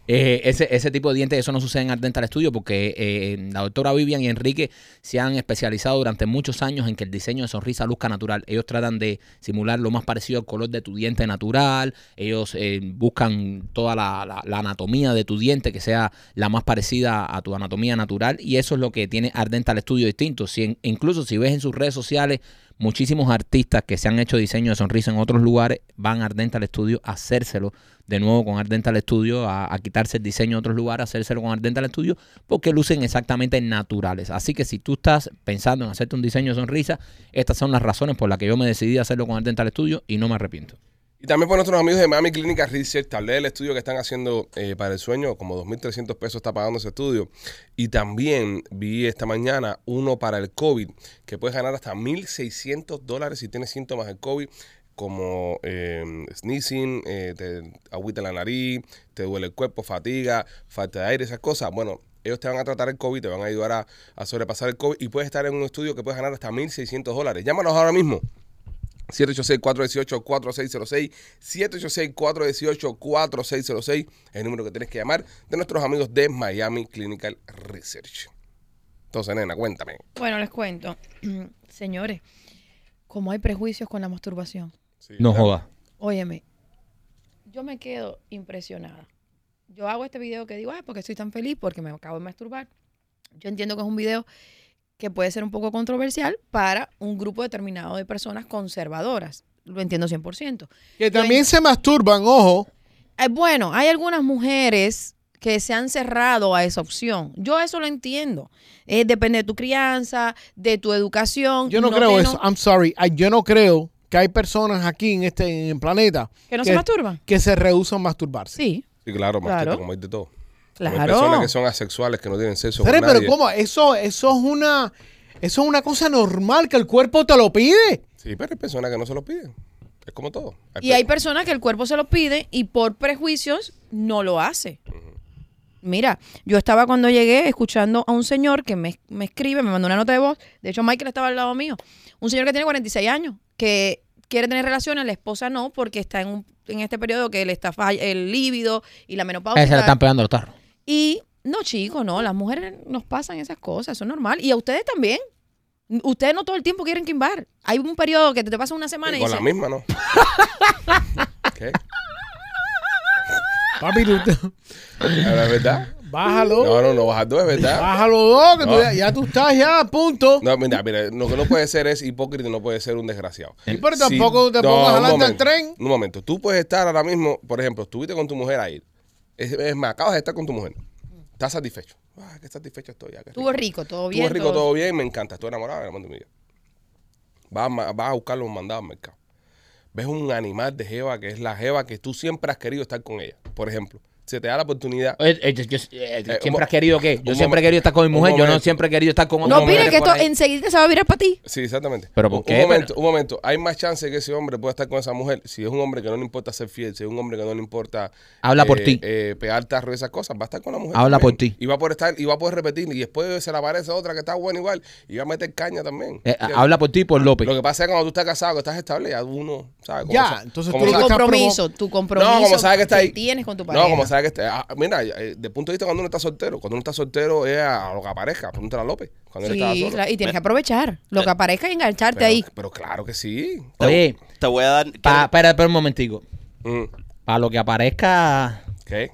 Speaker 2: Eh, ese, ese tipo de dientes, eso no sucede en Art Dental Studio porque eh, la doctora Vivian y Enrique se han especializado durante muchos años en que el diseño de sonrisa luzca natural. Ellos tratan de simular lo más parecido al color de tu diente natural. Ellos eh, buscan toda la, la- la anatomía de tu diente que sea la más parecida a tu anatomía natural. Y eso es lo que tiene Art Dental Studio distinto. Si en- incluso si ves en sus redes sociales muchísimos artistas que se han hecho diseño de sonrisa en otros lugares van a Ardental Studio a hacérselo de nuevo con Ardental Studio, a, a quitarse el diseño de otros lugares, a hacérselo con Ardental Studio, porque lucen exactamente naturales. Así que si tú estás pensando en hacerte un diseño de sonrisa, estas son las razones por las que yo me decidí a hacerlo con Ardental Studio y no me arrepiento.
Speaker 1: Y también por nuestros amigos de Miami Clínica Research, tal vez el estudio que están haciendo eh, para el sueño, como 2.300 pesos está pagando ese estudio. Y también vi esta mañana uno para el COVID, que puedes ganar hasta 1.600 dólares si tienes síntomas del COVID, como eh, sneezing, eh, te agüita la nariz, te duele el cuerpo, fatiga, falta de aire, esas cosas. Bueno, ellos te van a tratar el COVID, te van a ayudar a, a sobrepasar el COVID y puedes estar en un estudio que puedes ganar hasta 1.600 dólares. Llámanos ahora mismo. 786-418-4606, 786-418-4606, el número que tienes que llamar de nuestros amigos de Miami Clinical Research. Entonces, nena, cuéntame.
Speaker 5: bueno, les cuento. Señores, como hay prejuicios con la masturbación.
Speaker 2: No joda.
Speaker 5: Óyeme, yo me quedo impresionada. Yo hago este video que digo, ah, porque estoy tan feliz porque me acabo de masturbar. Yo entiendo que es un video que puede ser un poco controversial para un grupo determinado de personas conservadoras. Lo entiendo 100%.
Speaker 3: Que también se masturban, ojo.
Speaker 5: Eh, bueno, hay algunas mujeres que se han cerrado a esa opción. Yo eso lo entiendo. Eh, depende de tu crianza, de tu educación.
Speaker 3: Yo no,
Speaker 5: te
Speaker 3: creo eso. I'm sorry. Ay, Yo no creo que hay personas aquí en este en el planeta
Speaker 5: ¿Que no se masturban?
Speaker 3: Ah, que se rehúsan a masturbarse.
Speaker 5: Sí,
Speaker 1: Sí, claro, más
Speaker 5: Claro.
Speaker 1: que como hay de todo. Como Hay
Speaker 5: claro.
Speaker 1: personas que son asexuales, que no tienen sexo
Speaker 3: Pero,
Speaker 1: con nadie.
Speaker 3: pero ¿cómo? Eso, eso es una eso es una cosa normal que el cuerpo te lo pide.
Speaker 1: Sí, pero hay personas que no se lo piden. Es como todo.
Speaker 5: Y hay
Speaker 1: pe-
Speaker 5: personas que el cuerpo se lo pide y por prejuicios no lo hace. Mira, yo estaba cuando llegué escuchando a un señor que me, me escribe, me mandó una nota de voz. De hecho, Michael estaba al lado mío. Un señor que tiene 46 años, que quiere tener relaciones, la esposa no, porque está en, un, en este periodo que le está fall- el líbido y la menopausia.
Speaker 2: Ese le están pegando los tarros.
Speaker 5: Y no, chicos, no, las mujeres nos pasan esas cosas, eso es normal. Y a ustedes también. Ustedes no todo el tiempo quieren quimbar. Hay un periodo que te pasa una semana y,
Speaker 1: con la
Speaker 5: dices,
Speaker 1: misma, ¿no? ¿Qué?
Speaker 3: Papi, tú te-
Speaker 1: ¿Es verdad?
Speaker 3: bájalo.
Speaker 1: No, no, no, bajas dos, es verdad.
Speaker 3: Bájalo dos, que tú
Speaker 1: No.
Speaker 3: ya, ya tú estás ya a punto.
Speaker 1: No, mira, mira, lo que no puede ser es hipócrita, no puede ser un desgraciado.
Speaker 3: Sí, pero tampoco te pongas
Speaker 1: un
Speaker 3: adelante al
Speaker 1: momento,
Speaker 3: tren.
Speaker 1: Un momento, tú puedes estar ahora mismo, por ejemplo, estuviste con tu mujer ahí. Es, es más, acabas de estar con tu mujer. Estás satisfecho. Ah, qué satisfecho estoy. ah, qué
Speaker 5: estuvo rico, todo bien.
Speaker 1: Estuvo rico, todo bien, me encanta. Estoy enamorado, me mando mi vida. Vas a, ma- vas a buscar los mandados al mercado. Ves un animal de jeva que es la jeva que tú siempre has querido estar con ella. Por ejemplo, se te da la oportunidad.
Speaker 2: Eh, eh, yo- yo- eh,
Speaker 1: Eh, un mo-
Speaker 2: siempre has querido que. Yo
Speaker 1: un
Speaker 2: siempre
Speaker 1: momen-
Speaker 2: he querido estar con mi
Speaker 1: un
Speaker 2: mujer. Yo no
Speaker 1: momento.
Speaker 2: siempre he querido estar con otra
Speaker 5: No
Speaker 2: mujer
Speaker 5: opines que
Speaker 2: por
Speaker 5: esto
Speaker 2: ahí.
Speaker 5: enseguida se va a virar para ti.
Speaker 1: Sí, exactamente.
Speaker 2: ¿Pero por
Speaker 1: Un-
Speaker 2: qué?
Speaker 1: Un
Speaker 2: Pero-
Speaker 1: momento, un momento. Hay más chance que ese hombre pueda estar con esa mujer si es un hombre que no le importa ser fiel, si es un hombre que no le importa.
Speaker 2: Habla por
Speaker 1: eh,
Speaker 2: ti.
Speaker 1: eh, pegar tarro y esas cosas. Va a estar con la mujer.
Speaker 2: Habla
Speaker 1: también.
Speaker 2: por ti.
Speaker 1: Y va a poder estar, y va a poder repetir. Y después se le aparece otra que está buena igual. Y va a meter caña también.
Speaker 2: Eh, pues.
Speaker 1: ¿Entiendes?
Speaker 2: habla por ti y por López.
Speaker 1: Lo que pasa es que cuando tú estás casado, que estás estable, ya uno, ¿sabes? Como
Speaker 3: Ya,
Speaker 1: sa-
Speaker 3: entonces
Speaker 1: como
Speaker 3: tú
Speaker 5: Tu
Speaker 1: sa-
Speaker 3: lo que estás
Speaker 5: compromiso, tu compromiso
Speaker 1: No, como sabes que está ahí.
Speaker 5: tienes con tu pareja.
Speaker 1: No, como sabes que está. ah, mira, eh, de punto de vista cuando uno está soltero. Cuando uno está soltero es a, a lo que aparezca. Pregúntale a López. Cuando él estaba
Speaker 5: Sí,
Speaker 1: solo.
Speaker 5: claro, y tienes que aprovechar lo que aparezca y engancharte
Speaker 1: Pero,
Speaker 5: ahí.
Speaker 1: pero claro que sí.
Speaker 2: Oye,
Speaker 4: Te voy a dar.
Speaker 2: pa- espera, espera un momentico.
Speaker 1: Mm,
Speaker 2: Para lo que aparezca.
Speaker 1: ¿Qué?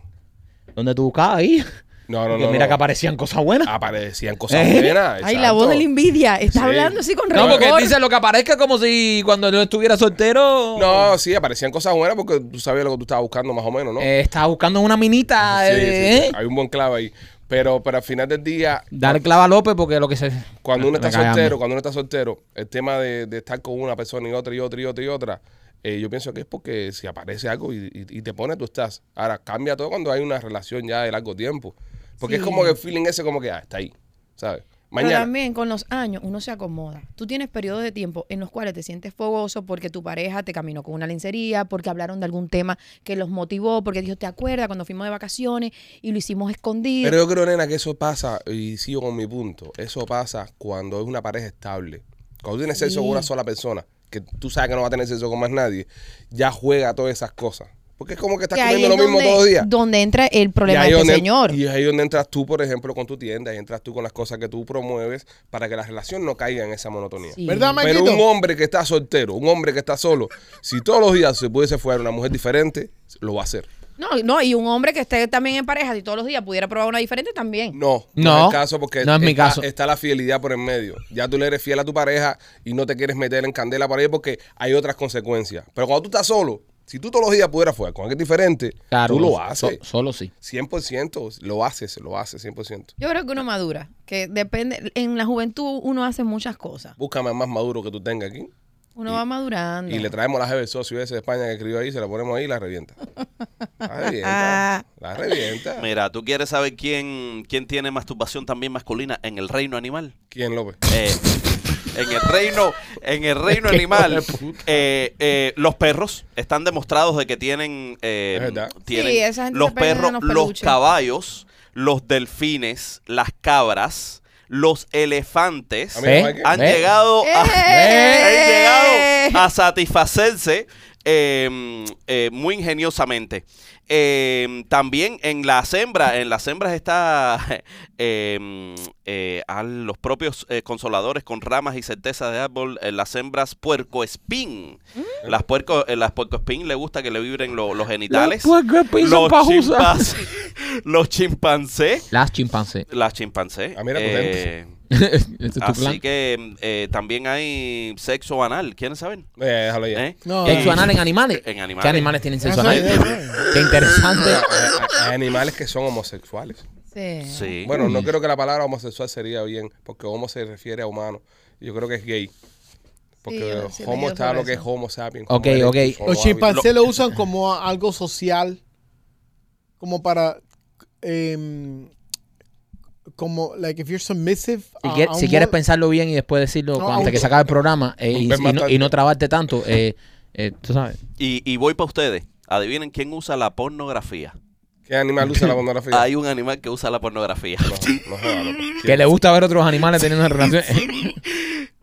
Speaker 2: donde tú buscabas ahí?
Speaker 1: No, no,
Speaker 2: Porque
Speaker 1: no.
Speaker 2: mira
Speaker 1: no.
Speaker 2: que aparecían cosas buenas.
Speaker 1: aparecían cosas
Speaker 2: ¿Eh?
Speaker 1: buenas.
Speaker 5: Ay, la voz de la envidia. Estás
Speaker 1: Sí.
Speaker 5: hablando así con
Speaker 2: No,
Speaker 5: rencor.
Speaker 2: porque él dice lo que aparezca como si cuando no estuviera soltero.
Speaker 1: No, sí, aparecían cosas buenas porque tú sabías lo que tú estabas buscando más o menos, ¿no?
Speaker 2: Eh, estaba buscando una minita.
Speaker 1: Sí, sí,
Speaker 2: eh,
Speaker 1: sí,
Speaker 2: ¿eh?
Speaker 1: Hay un buen clavo ahí. Pero, pero al final del día,
Speaker 2: Dale clava a López porque lo que se.
Speaker 1: cuando uno está
Speaker 2: Me cae
Speaker 1: soltero,
Speaker 2: hambre.
Speaker 1: cuando uno está soltero, el tema de, de estar con una persona y otra y otra y otra y otra, eh, yo pienso que es porque si aparece algo y, y- y te pone, tú estás. Ahora, cambia todo cuando hay una relación ya de largo tiempo. Porque es
Speaker 5: Sí.
Speaker 1: como que el feeling ese como que, ah, está ahí, ¿sabes?
Speaker 5: Pero
Speaker 1: Mañana.
Speaker 5: también con los años uno se acomoda. Tú tienes periodos de tiempo en los cuales te sientes fogoso porque tu pareja te caminó con una lencería, porque hablaron de algún tema que los motivó, porque dijo, ¿te acuerdas cuando fuimos de vacaciones y lo hicimos escondido?
Speaker 1: Pero yo creo, nena, que eso pasa, y sigo con mi punto, eso pasa cuando es una pareja estable. Cuando tú tienes sexo con
Speaker 5: Sí.
Speaker 1: una sola persona, que tú sabes que no va a tener sexo con más nadie, ya juega todas esas cosas. Porque es como que estás
Speaker 5: Que ahí
Speaker 1: comiendo lo
Speaker 5: es
Speaker 1: mismo
Speaker 5: donde-
Speaker 1: todos los días.
Speaker 5: Donde entra el
Speaker 1: Y
Speaker 5: problema
Speaker 1: ahí
Speaker 5: de este
Speaker 1: donde-
Speaker 5: señor.
Speaker 1: Y ahí donde entras tú, por ejemplo, con tu tienda, ahí entras tú con las cosas que tú promueves para que la relación no caiga en esa monotonía.
Speaker 5: Sí.
Speaker 3: ¿Verdad,
Speaker 1: Pero
Speaker 3: Maquito?
Speaker 1: un hombre que está soltero, un hombre que está solo, si todos los días se pudiese fuera una mujer diferente, lo va a hacer.
Speaker 5: No, no, y un hombre que esté también en pareja y todos los días pudiera probar una diferente también.
Speaker 1: No, no,
Speaker 2: No,
Speaker 1: es el caso porque
Speaker 2: no es mi
Speaker 1: está,
Speaker 2: caso.
Speaker 1: está la fidelidad por en medio. Ya tú le eres fiel a tu pareja y no te quieres meter en candela por ahí porque hay otras consecuencias. Pero cuando tú estás solo, si tú todos los días pudieras fuera con alguien diferente,
Speaker 2: Claro,
Speaker 1: tú lo
Speaker 2: so-
Speaker 1: haces.
Speaker 2: solo sí.
Speaker 1: 100%, lo haces, lo haces 100%.
Speaker 5: Yo creo que uno madura, que depende, en la juventud uno hace muchas cosas.
Speaker 1: Búscame al más maduro que tú tengas aquí
Speaker 5: Uno va madurando.
Speaker 1: y le traemos la jefe del socio ese de España que escribió ahí, se la ponemos ahí y la revienta. La revienta.
Speaker 5: Ah.
Speaker 1: La revienta.
Speaker 4: Mira, ¿tú quieres saber quién, quién tiene masturbación también masculina en el reino animal?
Speaker 1: ¿Quién, López?
Speaker 4: Eh, en el reino, en el reino animal, eh, eh, los perros están demostrados de que tienen, eh,
Speaker 1: Es verdad.
Speaker 4: tienen
Speaker 5: Sí, esa gente
Speaker 4: los
Speaker 5: se pega en
Speaker 4: perros,
Speaker 5: los
Speaker 4: los
Speaker 5: peluches.
Speaker 4: caballos, los delfines, las cabras, los elefantes
Speaker 1: A mí Mira,
Speaker 2: ¿Eh?
Speaker 1: Michael.
Speaker 4: han
Speaker 2: ¿Eh?
Speaker 4: llegado a,
Speaker 5: ¡Eh!
Speaker 4: han llegado a satisfacerse eh, eh, muy ingeniosamente. Eh, también en las hembras, en las hembras está eh, eh, a los propios eh, consoladores con ramas y certezas de árbol, eh, las hembras puerco espín.
Speaker 2: Mm.
Speaker 4: Las puerco, eh, las puerco espín le gusta que le vibren lo- los genitales.
Speaker 2: puercoespín son
Speaker 4: Los
Speaker 2: pajusas.
Speaker 4: chimpancés, los chimpancés,
Speaker 2: Las chimpancés.
Speaker 4: las chimpancés.
Speaker 1: Ah, mira,
Speaker 4: eh,
Speaker 2: Este es tu plan.
Speaker 4: Así que eh, también hay sexo anal, ¿quieren saber?
Speaker 1: Eh, déjalo ya.
Speaker 4: ¿Eh?
Speaker 3: No,
Speaker 2: ¿Sexo
Speaker 4: Y-
Speaker 2: anal en animales?
Speaker 4: En animales.
Speaker 2: ¿Qué animales tienen sexo
Speaker 3: Eso
Speaker 2: anal?
Speaker 3: es-
Speaker 2: Qué interesante.
Speaker 1: Hay- hay animales que son homosexuales.
Speaker 5: Sí.
Speaker 4: Sí.
Speaker 1: Bueno,
Speaker 2: Mm.
Speaker 1: no creo que la palabra homosexual sería bien, porque homo se refiere a humano. Yo creo que es gay.
Speaker 5: Sí,
Speaker 1: Porque
Speaker 5: yo- sí,
Speaker 1: homo
Speaker 5: yo
Speaker 1: está
Speaker 5: sobre
Speaker 1: lo que es
Speaker 5: eso.
Speaker 1: homo sapiens.
Speaker 2: Ok,
Speaker 1: homo
Speaker 2: ok.
Speaker 1: erectus, homo
Speaker 3: Los chimpancés lo usan como a- algo social, como para, em, como, like, if you're submissive.
Speaker 2: Si,
Speaker 4: Ah,
Speaker 3: a-
Speaker 2: quie-
Speaker 3: a
Speaker 2: si
Speaker 3: un
Speaker 2: quieres
Speaker 3: mo-
Speaker 2: pensarlo bien y después decirlo
Speaker 3: No,
Speaker 2: cu-
Speaker 3: aún-
Speaker 2: antes que se acabe el programa eh, y,
Speaker 1: Ves
Speaker 2: y no,
Speaker 1: bastante.
Speaker 2: y no trabarte tanto, eh, eh, tú sabes.
Speaker 4: Y, y voy para ustedes. Adivinen quién usa la pornografía.
Speaker 1: ¿Qué animal usa la pornografía?
Speaker 4: Hay un animal que usa la pornografía.
Speaker 1: No, no joda, loco.
Speaker 2: Que le gusta ver otros animales teniendo una relación.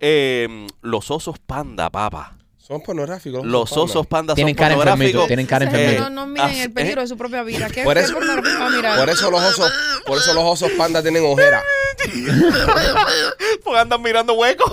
Speaker 4: Eh, los osos panda, papa.
Speaker 1: Son pornográficos.
Speaker 4: Los
Speaker 1: son
Speaker 4: osos panda
Speaker 2: Tienen
Speaker 4: son
Speaker 2: cara enfermito,
Speaker 4: pornográficos.
Speaker 2: tienen cara
Speaker 5: O sea,
Speaker 2: enfermito.
Speaker 5: No, no miren
Speaker 4: Así-
Speaker 5: el peligro de su propia vida. ¿Qué,
Speaker 1: Ah, Por
Speaker 5: qué
Speaker 1: eso-
Speaker 5: pornografía va a mirar?
Speaker 1: Por eso los osos, por eso los osos panda tienen ojeras.
Speaker 4: Porque andan mirando huecos.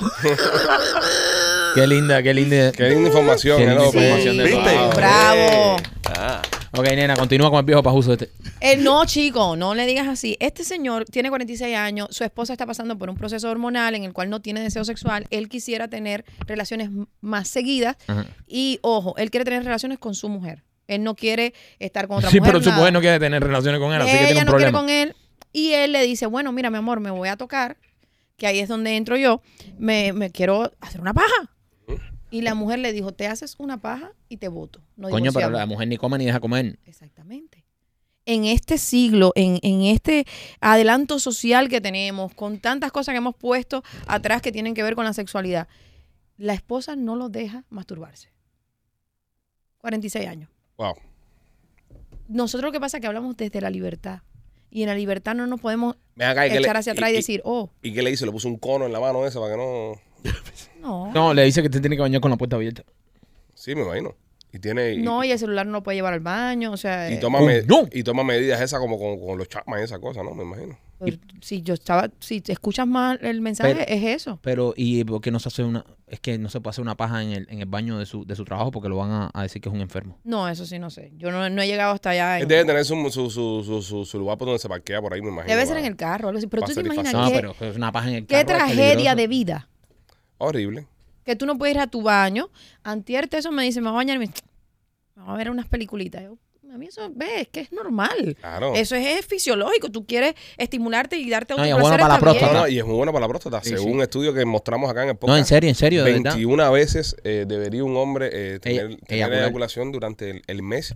Speaker 2: Qué linda, qué linda.
Speaker 1: Qué linda información,
Speaker 2: Qué
Speaker 1: eh, loco.
Speaker 2: linda información de
Speaker 1: Sí.
Speaker 4: ¿Viste?
Speaker 2: Wow.
Speaker 5: Bravo.
Speaker 4: Eh, ah.
Speaker 2: Ok, nena, continúa con el viejo pajuso este.
Speaker 5: Eh, no, chico, no le digas así. Este señor tiene 46 años, su esposa está pasando por un proceso hormonal en el cual no tiene deseo sexual, él quisiera tener relaciones m- más seguidas
Speaker 2: Ajá.
Speaker 5: y, ojo, él quiere tener relaciones con su mujer. Él no quiere estar con otra
Speaker 2: Sí,
Speaker 5: mujer.
Speaker 2: pero su
Speaker 5: nada.
Speaker 2: mujer no quiere tener relaciones con él, así que
Speaker 5: Ella
Speaker 2: tiene un
Speaker 5: no quiere
Speaker 2: problema.
Speaker 5: con él y él le dice, bueno, mira, mi amor, me voy a tocar, que ahí es donde entro yo, me, me quiero hacer una paja. Y la mujer le dijo, te haces una paja y te voto. No
Speaker 2: Coño, pero
Speaker 5: divorciamos".
Speaker 2: la mujer ni come ni deja comer.
Speaker 5: Exactamente. En este siglo, en, en este adelanto social que tenemos, con tantas cosas que hemos puesto atrás que tienen que ver con la sexualidad, la esposa no lo deja masturbarse. 46 años.
Speaker 1: Wow.
Speaker 5: Nosotros lo que pasa es que hablamos desde la libertad. Y en la libertad no nos podemos
Speaker 1: Ven acá, ¿y qué le-
Speaker 5: echar hacia atrás y,
Speaker 1: y-
Speaker 5: decir, oh,
Speaker 1: ¿Y qué le hizo? Le puso un cono en la mano esa para que no.
Speaker 5: no. No,
Speaker 2: No, le dice que te tiene que bañar con la puerta abierta.
Speaker 1: Sí, me imagino. Y tiene. Y,
Speaker 5: y el celular no lo puede llevar al baño. O sea, eh,
Speaker 1: y toma,
Speaker 2: Oh,
Speaker 1: me-
Speaker 2: no.
Speaker 1: y toma medidas esas como con, con los chamas y esas cosas, ¿no? Me imagino.
Speaker 5: por- pues, si yo estaba, si te escuchas mal el mensaje,
Speaker 2: Pero-
Speaker 5: es eso.
Speaker 2: Pero, ¿y por qué no se hace una.? Es que no se puede hacer una paja en el, en el baño de su, de su trabajo porque lo van a, a decir que es un enfermo.
Speaker 5: No, eso sí no sé. Yo no, no he llegado hasta allá.
Speaker 1: Él
Speaker 5: en-
Speaker 1: debe tener su, su, su, su, su- su lugar por donde se parquea por ahí, me imagino.
Speaker 5: Debe ser
Speaker 1: para-
Speaker 5: en el carro, algo así. Pero
Speaker 1: para
Speaker 5: tú te imaginas
Speaker 1: satisfacer.
Speaker 2: No,
Speaker 5: qué,
Speaker 2: pero es una paja en el
Speaker 5: qué
Speaker 2: carro es
Speaker 5: tragedia
Speaker 2: peligroso.
Speaker 5: de vida.
Speaker 1: Horrible.
Speaker 5: Que tú no puedes ir a tu baño. Antier eso me dice, me voy a bañar y me dice, vamos a ver unas peliculitas. Yo, a mí eso, ve, es que es normal.
Speaker 1: Claro.
Speaker 5: Eso es, es fisiológico. Tú quieres estimularte y darte
Speaker 2: No,
Speaker 5: otro
Speaker 2: y es bueno para la
Speaker 1: No,
Speaker 2: próstata.
Speaker 1: no, y es muy bueno para la próstata.
Speaker 2: Sí,
Speaker 1: Según
Speaker 2: sí.
Speaker 1: un estudio que mostramos acá en el podcast.
Speaker 2: No, en serio, en serio, de verdad.
Speaker 1: 21 veces eh, debería un hombre eh, tener,
Speaker 2: Ey-
Speaker 1: tener
Speaker 2: eyacular.
Speaker 1: eyaculación durante el, el mes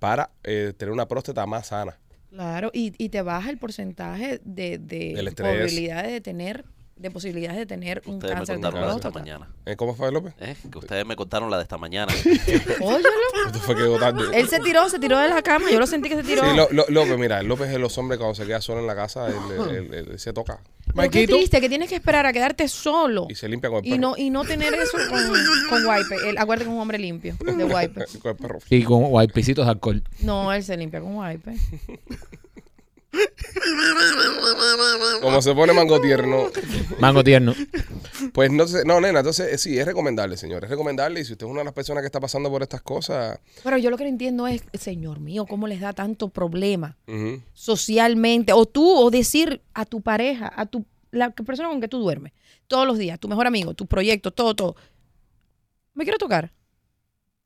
Speaker 1: para eh, tener una próstata más sana.
Speaker 5: Claro, y, y te baja el porcentaje de, de
Speaker 1: Del estrés.
Speaker 5: probabilidades de tener, de posibilidades de tener un
Speaker 4: Ustedes me
Speaker 5: cáncer de
Speaker 4: contaron la de esta
Speaker 5: próstata.
Speaker 4: mañana.
Speaker 1: Eh, ¿Cómo fue, López?
Speaker 4: Eh, Que ustedes me contaron la de esta mañana.
Speaker 5: Óyelo.
Speaker 1: Esto fue que llegó tarde.
Speaker 5: Él se tiró, se tiró de la cama. Yo lo sentí que se tiró.
Speaker 1: Sí, Lo- Lo- López, mira, López es los hombres cuando se queda solo en la casa, él, él- él- él se toca
Speaker 5: Pero qué
Speaker 3: Maikito.
Speaker 5: triste que tienes que esperar a quedarte solo.
Speaker 1: y se limpia con el perro.
Speaker 5: Y no, y no tener eso con, con wipe. Él, acuérdate que es un hombre limpio de wipe.
Speaker 1: Con el perro.
Speaker 2: Y con guaypicitos de alcohol.
Speaker 5: No, él se limpia con wipe.
Speaker 1: Como se pone mango tierno.
Speaker 2: Mango tierno.
Speaker 1: Pues no sé, no, nena, entonces eh, sí, es recomendable, señor, es recomendable. Y si usted es una de las personas que está pasando por estas cosas,
Speaker 5: Pero yo lo que no entiendo es, señor mío, ¿cómo les da tanto problema
Speaker 1: ujú,
Speaker 5: socialmente? O tú, o decir a tu pareja, a tu la persona con que tú duermes todos los días, tu mejor amigo, tu proyecto, todo, todo. Me quiero tocar.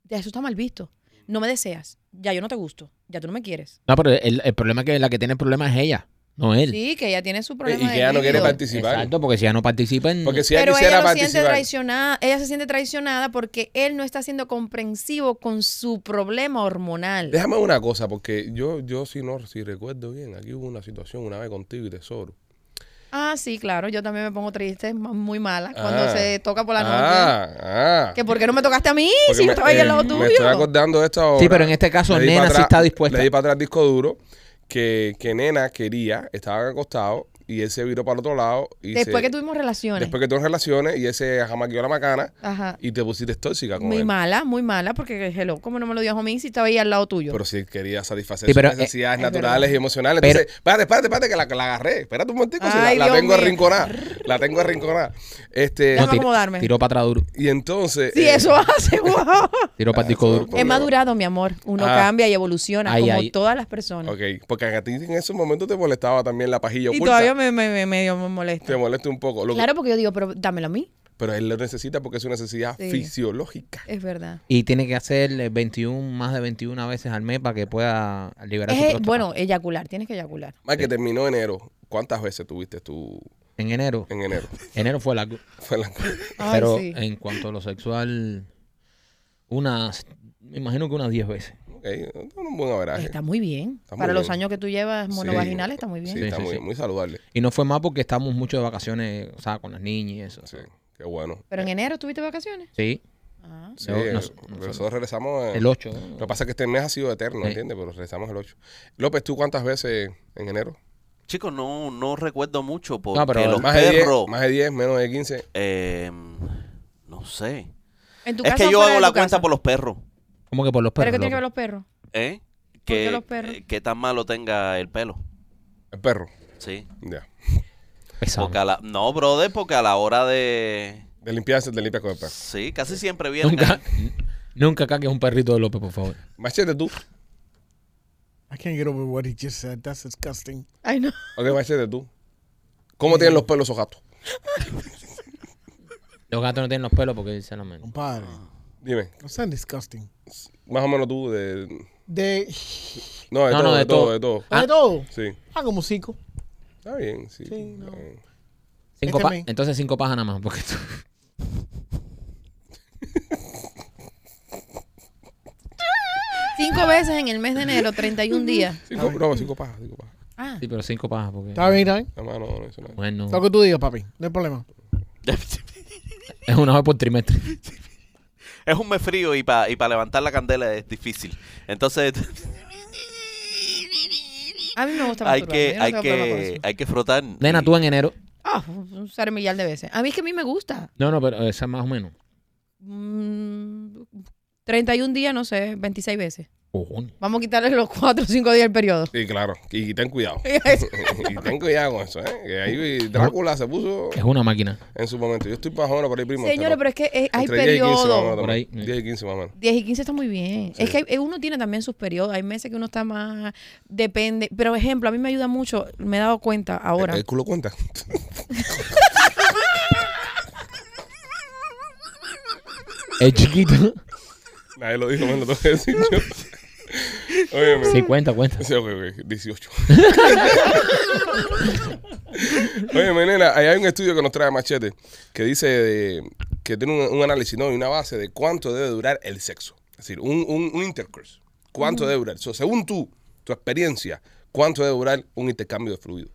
Speaker 5: Ya eso está mal visto. No me deseas. Ya yo no te gusto. Ya tú no me quieres.
Speaker 2: No, pero el, el problema es que la que tiene el problema es ella, no él.
Speaker 5: Sí, que ella tiene su
Speaker 1: Eh, y
Speaker 5: problema.
Speaker 1: que
Speaker 5: de
Speaker 1: ella no quiere
Speaker 5: líbido.
Speaker 1: participar.
Speaker 2: Exacto, porque si ella no participa en...
Speaker 1: Porque si ella
Speaker 5: pero
Speaker 1: quisiera
Speaker 5: ella lo siente
Speaker 1: participar,
Speaker 5: traicionada, ella se siente traicionada porque él no está siendo comprensivo con su problema hormonal.
Speaker 1: déjame una cosa, porque yo, yo si no, si recuerdo bien, aquí hubo una situación una vez contigo y tesoro.
Speaker 5: Ah, sí, claro, yo también me pongo triste, ma- muy mala, cuando
Speaker 1: Ah.
Speaker 5: se toca por la noche.
Speaker 1: Ah, ah.
Speaker 5: Que por qué no me tocaste a mí
Speaker 1: Porque
Speaker 5: si yo
Speaker 1: me-
Speaker 5: estaba ahí al lado
Speaker 1: eh,
Speaker 5: tuyo.
Speaker 1: Me estoy acordando de esta
Speaker 2: Sí, pero en este caso,
Speaker 1: Le di
Speaker 2: nena
Speaker 1: para
Speaker 2: sí
Speaker 1: atrás-
Speaker 2: está dispuesta.
Speaker 1: Le di para atrás disco duro que, que nena quería, estaban acostados y él se viró para el otro lado. Y
Speaker 5: Después
Speaker 1: se-
Speaker 5: que tuvimos relaciones.
Speaker 1: Después que tuvieron relaciones y ese jamaqueó la macana
Speaker 5: Ajá.
Speaker 1: y te pusiste tóxica con
Speaker 5: Muy
Speaker 1: él.
Speaker 5: mala, muy mala, porque hello, ¿cómo no me lo dio a mí si estaba ahí al lado tuyo?
Speaker 1: Pero si quería satisfacer
Speaker 2: Sí, pero, eh,
Speaker 1: sus necesidades
Speaker 5: es
Speaker 1: naturales
Speaker 5: verdad.
Speaker 1: y emocionales.
Speaker 2: Pero-
Speaker 1: Entonces, espérate, espérate, espérate, que la, la agarré. Espérate un momentico, si
Speaker 5: Ay,
Speaker 1: la, la
Speaker 5: Dios
Speaker 1: tengo
Speaker 5: mío.
Speaker 1: arrinconada. La tengo arrinconada. Este,
Speaker 5: Déjame
Speaker 2: tiró-
Speaker 5: acomodarme.
Speaker 2: Tiró para atrás duro.
Speaker 1: y entonces...
Speaker 5: sí,
Speaker 1: eh,
Speaker 5: eso hace, wow.
Speaker 2: Tiró para el disco
Speaker 1: eso-
Speaker 2: duro.
Speaker 5: He madurado, mi amor. Uno
Speaker 1: Ah.
Speaker 5: cambia y evoluciona
Speaker 2: Ay,
Speaker 5: como
Speaker 2: ay.
Speaker 5: todas las personas.
Speaker 1: Ok, porque a ti en ese momento te molestaba también la pajilla
Speaker 5: Y
Speaker 1: oculta.
Speaker 5: todavía me, me, me, medio me molesta.
Speaker 1: Te molesta un poco. Lo que-
Speaker 5: Claro, porque yo digo, pero dámelo a mí.
Speaker 1: Pero él lo necesita porque es una necesidad
Speaker 5: Sí.
Speaker 1: fisiológica.
Speaker 5: Es verdad.
Speaker 2: Y tiene que hacer eh, 21, más de 21 veces al mes para que pueda liberar su
Speaker 5: Es,
Speaker 2: próstata.
Speaker 5: bueno, eyacular, tienes que eyacular.
Speaker 1: Más que terminó enero. ¿Cuántas veces tuviste tú
Speaker 2: En enero.
Speaker 1: en enero?
Speaker 2: Enero fue largo.
Speaker 1: Fue la-
Speaker 5: Ay,
Speaker 2: pero
Speaker 5: sí.
Speaker 2: en cuanto a lo sexual, unas... Me imagino que unas 10 veces.
Speaker 1: Ok, un buen abrazo.
Speaker 5: Está muy bien.
Speaker 1: Está muy
Speaker 5: Para los
Speaker 1: bien.
Speaker 5: años que tú llevas monovaginal está muy bien.
Speaker 1: Sí,
Speaker 2: Sí,
Speaker 1: está
Speaker 2: sí,
Speaker 1: muy,
Speaker 2: sí.
Speaker 1: muy saludable.
Speaker 2: Y no fue más porque estamos mucho de vacaciones, o sea, con las niñas y eso.
Speaker 1: Sí, qué bueno.
Speaker 5: Pero en enero tuviste vacaciones.
Speaker 2: Sí.
Speaker 5: Ah.
Speaker 1: Sí,
Speaker 2: No, nos-
Speaker 1: pero
Speaker 2: nosotros-
Speaker 1: nosotros regresamos. eh,
Speaker 2: El 8.
Speaker 1: Lo que pasa es que este mes ha sido eterno,
Speaker 2: Sí.
Speaker 1: ¿entiendes? Pero regresamos el 8. López, ¿tú cuántas veces en enero?
Speaker 4: Chicos, no, no recuerdo mucho porque
Speaker 2: No, pero
Speaker 4: los
Speaker 1: Más de, 10,
Speaker 4: perros.
Speaker 1: más de 10, menos de 15.
Speaker 4: em, no sé.
Speaker 5: ¿En tu
Speaker 4: Es
Speaker 5: casa
Speaker 4: que
Speaker 5: o
Speaker 4: yo
Speaker 5: fuera
Speaker 4: hago
Speaker 5: de
Speaker 4: la
Speaker 5: tu
Speaker 4: cuenta
Speaker 5: casa?
Speaker 4: por los perros.
Speaker 2: ¿Cómo que por los
Speaker 5: ¿Pero
Speaker 2: perros?
Speaker 5: qué tiene que ver
Speaker 2: loco?
Speaker 5: los perros?
Speaker 4: ¿Eh?
Speaker 5: ¿Por qué
Speaker 4: Que,
Speaker 5: los perros?
Speaker 4: eh, que tan malo tenga el pelo.
Speaker 1: El perro.
Speaker 4: Sí.
Speaker 1: Ya.
Speaker 2: Pesado.
Speaker 4: Porque a la- no, brother, porque a la hora de.
Speaker 1: De limpiarse, te limpias con el perro.
Speaker 4: Sí, casi siempre viene.
Speaker 2: Eh, Nunca, nunca caques un perrito de López, por favor.
Speaker 1: Machete, tú.
Speaker 3: I can't get over what he just said. That's disgusting.
Speaker 5: Ay, no.
Speaker 1: Ok, machete, tú. ¿Cómo tienen los pelos esos gatos?
Speaker 2: Los gatos no tienen los pelos porque se los men-
Speaker 3: Compadre.
Speaker 2: Ah.
Speaker 1: Dime,
Speaker 3: That's not disgusting.
Speaker 1: más o menos tú de...
Speaker 3: De.
Speaker 1: No, de
Speaker 2: No, no,
Speaker 1: todo, de,
Speaker 2: de
Speaker 1: todo,
Speaker 2: todo.
Speaker 1: de todo.
Speaker 2: Ah.
Speaker 3: De todo.
Speaker 1: Sí.
Speaker 3: Ah, como cinco.
Speaker 1: Está bien, sí.
Speaker 3: Sí, no.
Speaker 1: Eh,
Speaker 2: Cinco
Speaker 3: Este
Speaker 2: pa-
Speaker 3: men.
Speaker 2: entonces cinco pajas nada más. Porque tú-
Speaker 5: Cinco veces en el mes de enero, 31 días.
Speaker 1: Cinco, no, cinco pajas, cinco pajas.
Speaker 5: Ah.
Speaker 2: Sí, pero cinco pajas porque...
Speaker 3: ¿Está bien, está bien?
Speaker 1: Nada más no, no hizo nada.
Speaker 2: Mujer no.
Speaker 3: Lo que tú digas, papi. No hay problema.
Speaker 1: Pues
Speaker 2: Es una vez por trimestre.
Speaker 4: Es un mes frío y para y pa levantar la candela es difícil. Entonces
Speaker 5: A mí me gusta
Speaker 4: hay
Speaker 5: masturbarme,
Speaker 4: que,
Speaker 5: yo no
Speaker 4: hay
Speaker 5: tengo problema con
Speaker 4: que,
Speaker 5: eso.
Speaker 4: hay que frotar.
Speaker 2: Nena,
Speaker 4: y-
Speaker 2: tú en enero.
Speaker 5: Ah, un ser millar de veces. A mí es que a mí me gusta.
Speaker 2: No, no, pero esa más o menos.
Speaker 5: Mm, 31 días, no sé, 26 veces.
Speaker 2: Cojones.
Speaker 5: Vamos a quitarle los 4 o 5 días del periodo.
Speaker 1: Sí, claro. Y, y ten cuidado. y ten cuidado con eso, ¿eh? Que ahí Drácula se puso
Speaker 2: Es una máquina.
Speaker 1: en su momento. Yo estoy más o menos por ahí, primo.
Speaker 5: Señores, pero es que eh, hay
Speaker 1: Entre 10 y 15 más o menos
Speaker 5: periodos.
Speaker 2: Por
Speaker 1: también.
Speaker 2: ahí.
Speaker 1: 10 y 15 más o menos.
Speaker 5: 10 y 15 está muy bien.
Speaker 1: Sí.
Speaker 5: Es que hay- eh, uno tiene también sus periodos. Hay meses que uno está más. Depende. Pero, ejemplo, a mí me ayuda mucho. Me he dado cuenta ahora.
Speaker 1: El, el culo cuenta.
Speaker 2: Es chiquito.
Speaker 1: Nadie lo dijo, me lo tengo que decir yo. Óyeme.
Speaker 2: Sí, cuenta, cuenta.
Speaker 1: Sí, ok, ok, 18. Oye, menena, ahí hay un estudio que nos trae Machete que dice de- que tiene un, un análisis ¿no? y una base de cuánto debe durar el sexo. Es decir, un, un, un intercourse. ¿Cuánto debe durar? So, según tú, tu experiencia, ¿cuánto debe durar un intercambio de fluido?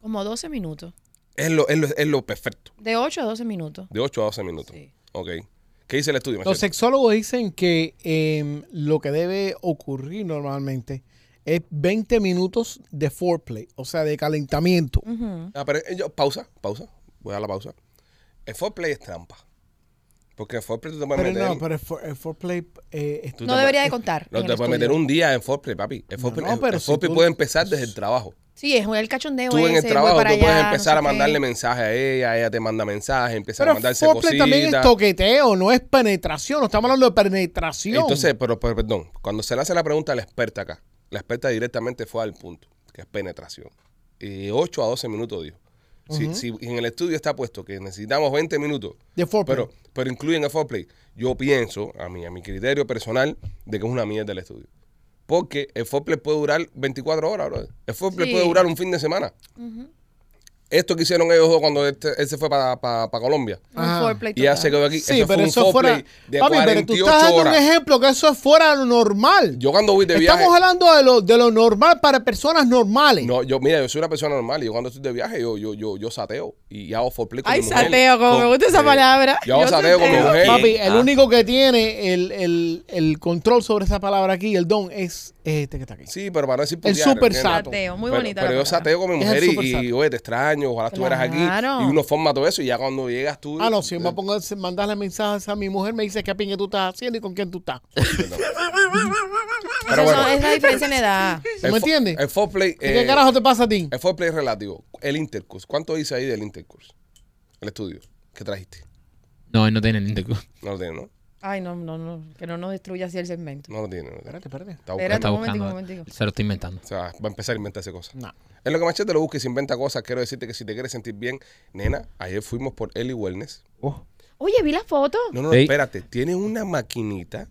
Speaker 5: Como 12 minutos.
Speaker 1: Es lo, es lo, es lo perfecto,
Speaker 5: De 8 a 12 minutos.
Speaker 1: de 8 a 12 minutos.
Speaker 5: Sí.
Speaker 1: Ok. ¿Qué dice el estudio,
Speaker 3: Los
Speaker 1: Machete?
Speaker 3: sexólogos dicen que em, lo que debe ocurrir normalmente es 20 minutos de foreplay, o sea, de calentamiento.
Speaker 5: Ujú.
Speaker 1: Ah, pero, eh, yo- pausa, pausa. Voy a la pausa. El foreplay es trampa. Porque el foreplay tú te puedes
Speaker 3: Pero
Speaker 1: Pues meter...
Speaker 3: no, pero el, fore- el foreplay eh, es-
Speaker 1: Tú
Speaker 5: No
Speaker 1: te-
Speaker 5: debería de contar.
Speaker 1: No
Speaker 5: en
Speaker 1: te
Speaker 5: el
Speaker 1: puedes
Speaker 5: estudio.
Speaker 1: meter un día en Forplay, papi. El Forplay,
Speaker 3: no,
Speaker 1: el-
Speaker 3: pero
Speaker 1: el
Speaker 3: si
Speaker 1: Forplay
Speaker 3: tú-
Speaker 1: puede empezar desde el trabajo.
Speaker 5: Sí, es el cachondeo.
Speaker 1: Tú en el
Speaker 5: ese, voy
Speaker 1: trabajo
Speaker 5: para
Speaker 1: tú puedes
Speaker 5: allá, no
Speaker 1: empezar
Speaker 5: sé
Speaker 1: a mandarle
Speaker 5: qué.
Speaker 1: mensajes a ella, ella te manda mensajes, empiezan
Speaker 3: Pero
Speaker 1: a mandarse
Speaker 3: foreplay también es
Speaker 1: cositas.
Speaker 3: toqueteo, no es penetración. No estamos hablando de penetración.
Speaker 1: Entonces, pero, pero, perdón, cuando se le hace la pregunta a la experta acá, la experta directamente fue al punto, que es penetración. Y 8 a 12 minutos dijo. Si, si en el estudio está puesto que necesitamos 20 minutos,
Speaker 3: de foreplay.
Speaker 1: pero, pero incluyen el foreplay, yo pienso, a mi, a mi criterio personal, de que es una mierda el estudio. Porque el foreplay puede durar 24 horas, brother. El foreplay
Speaker 5: Sí.
Speaker 1: puede durar un fin de semana. Esto que hicieron ellos dos cuando este- él se fue para Colombia.
Speaker 5: Un
Speaker 3: Ajá.
Speaker 5: foreplay
Speaker 1: Y ya se
Speaker 5: total.
Speaker 1: quedó aquí.
Speaker 3: sí,
Speaker 1: eso
Speaker 3: pero
Speaker 1: fue un
Speaker 3: eso fuera.
Speaker 1: foreplay de
Speaker 3: papi, pero tú
Speaker 1: 48
Speaker 3: estás dando
Speaker 1: horas.
Speaker 3: un ejemplo que eso es fuera de lo normal.
Speaker 1: Yo cuando voy de viaje...
Speaker 3: estamos hablando de lo, de lo normal para personas normales.
Speaker 1: No, yo, mira, yo soy una persona normal y yo cuando estoy de viaje, yo, yo, yo, yo sateo y hago foreplay con eh,
Speaker 5: Ay,
Speaker 1: mi mujer.
Speaker 5: sateo, como me gusta esa
Speaker 1: sí.
Speaker 5: palabra.
Speaker 1: Yo hago
Speaker 5: Yo
Speaker 1: sateo con mi
Speaker 5: sateo.
Speaker 1: mujer.
Speaker 3: Papi, el
Speaker 4: Ah.
Speaker 3: único que tiene el, el- el control sobre esa palabra aquí, el don, es este que está aquí.
Speaker 1: Sí, pero para no decir
Speaker 3: El
Speaker 1: putear,
Speaker 3: super
Speaker 1: ¿entiendes?
Speaker 3: sato.
Speaker 5: Sateo, muy
Speaker 1: pero,
Speaker 5: bonita.
Speaker 1: Pero
Speaker 5: la
Speaker 1: yo
Speaker 5: palabra.
Speaker 1: sateo con mi
Speaker 3: Es el
Speaker 1: mujer y,
Speaker 3: super
Speaker 1: y,
Speaker 3: sato.
Speaker 1: oye, te extraño, ojalá estuvieras aquí.
Speaker 5: Claro.
Speaker 1: Y uno forma todo eso y ya cuando llegas tú...
Speaker 3: Ah, no, si me pongo a mandarle mensajes a mi mujer, me dice qué pingue tú estás haciendo y con quién tú estás.
Speaker 5: Eso
Speaker 1: Pero
Speaker 5: no-
Speaker 1: bueno.
Speaker 5: es la diferencia en edad.
Speaker 1: El
Speaker 3: ¿Me
Speaker 1: fo-
Speaker 3: entiendes?
Speaker 1: El foreplay...
Speaker 3: ¿Y ¿Qué
Speaker 1: eh,
Speaker 3: carajo te pasa a ti?
Speaker 1: El foreplay es relativo. El intercourse. ¿Cuánto dice ahí del intercourse? El estudio que trajiste.
Speaker 2: No, él no tiene ni intercu-
Speaker 1: No lo tiene, ¿no?
Speaker 5: Ay, no, no, no. Que no nos destruya así el segmento.
Speaker 1: No lo tiene. No lo tiene.
Speaker 3: Espérate, espérate.
Speaker 1: Está buscando.
Speaker 5: Espérate.
Speaker 2: Está
Speaker 5: un momentico,
Speaker 2: buscando.
Speaker 5: un momentico.
Speaker 2: Se lo está inventando.
Speaker 1: O sea, va a empezar a inventarse cosas.
Speaker 3: No.
Speaker 1: En lo que Machete lo busca y se inventa cosas, quiero decirte que si te quieres sentir bien, nena, ayer fuimos por Eli Wellness.
Speaker 5: Oye, vi la foto.
Speaker 1: No, no,
Speaker 2: Ey.
Speaker 1: espérate. Tiene una maquinita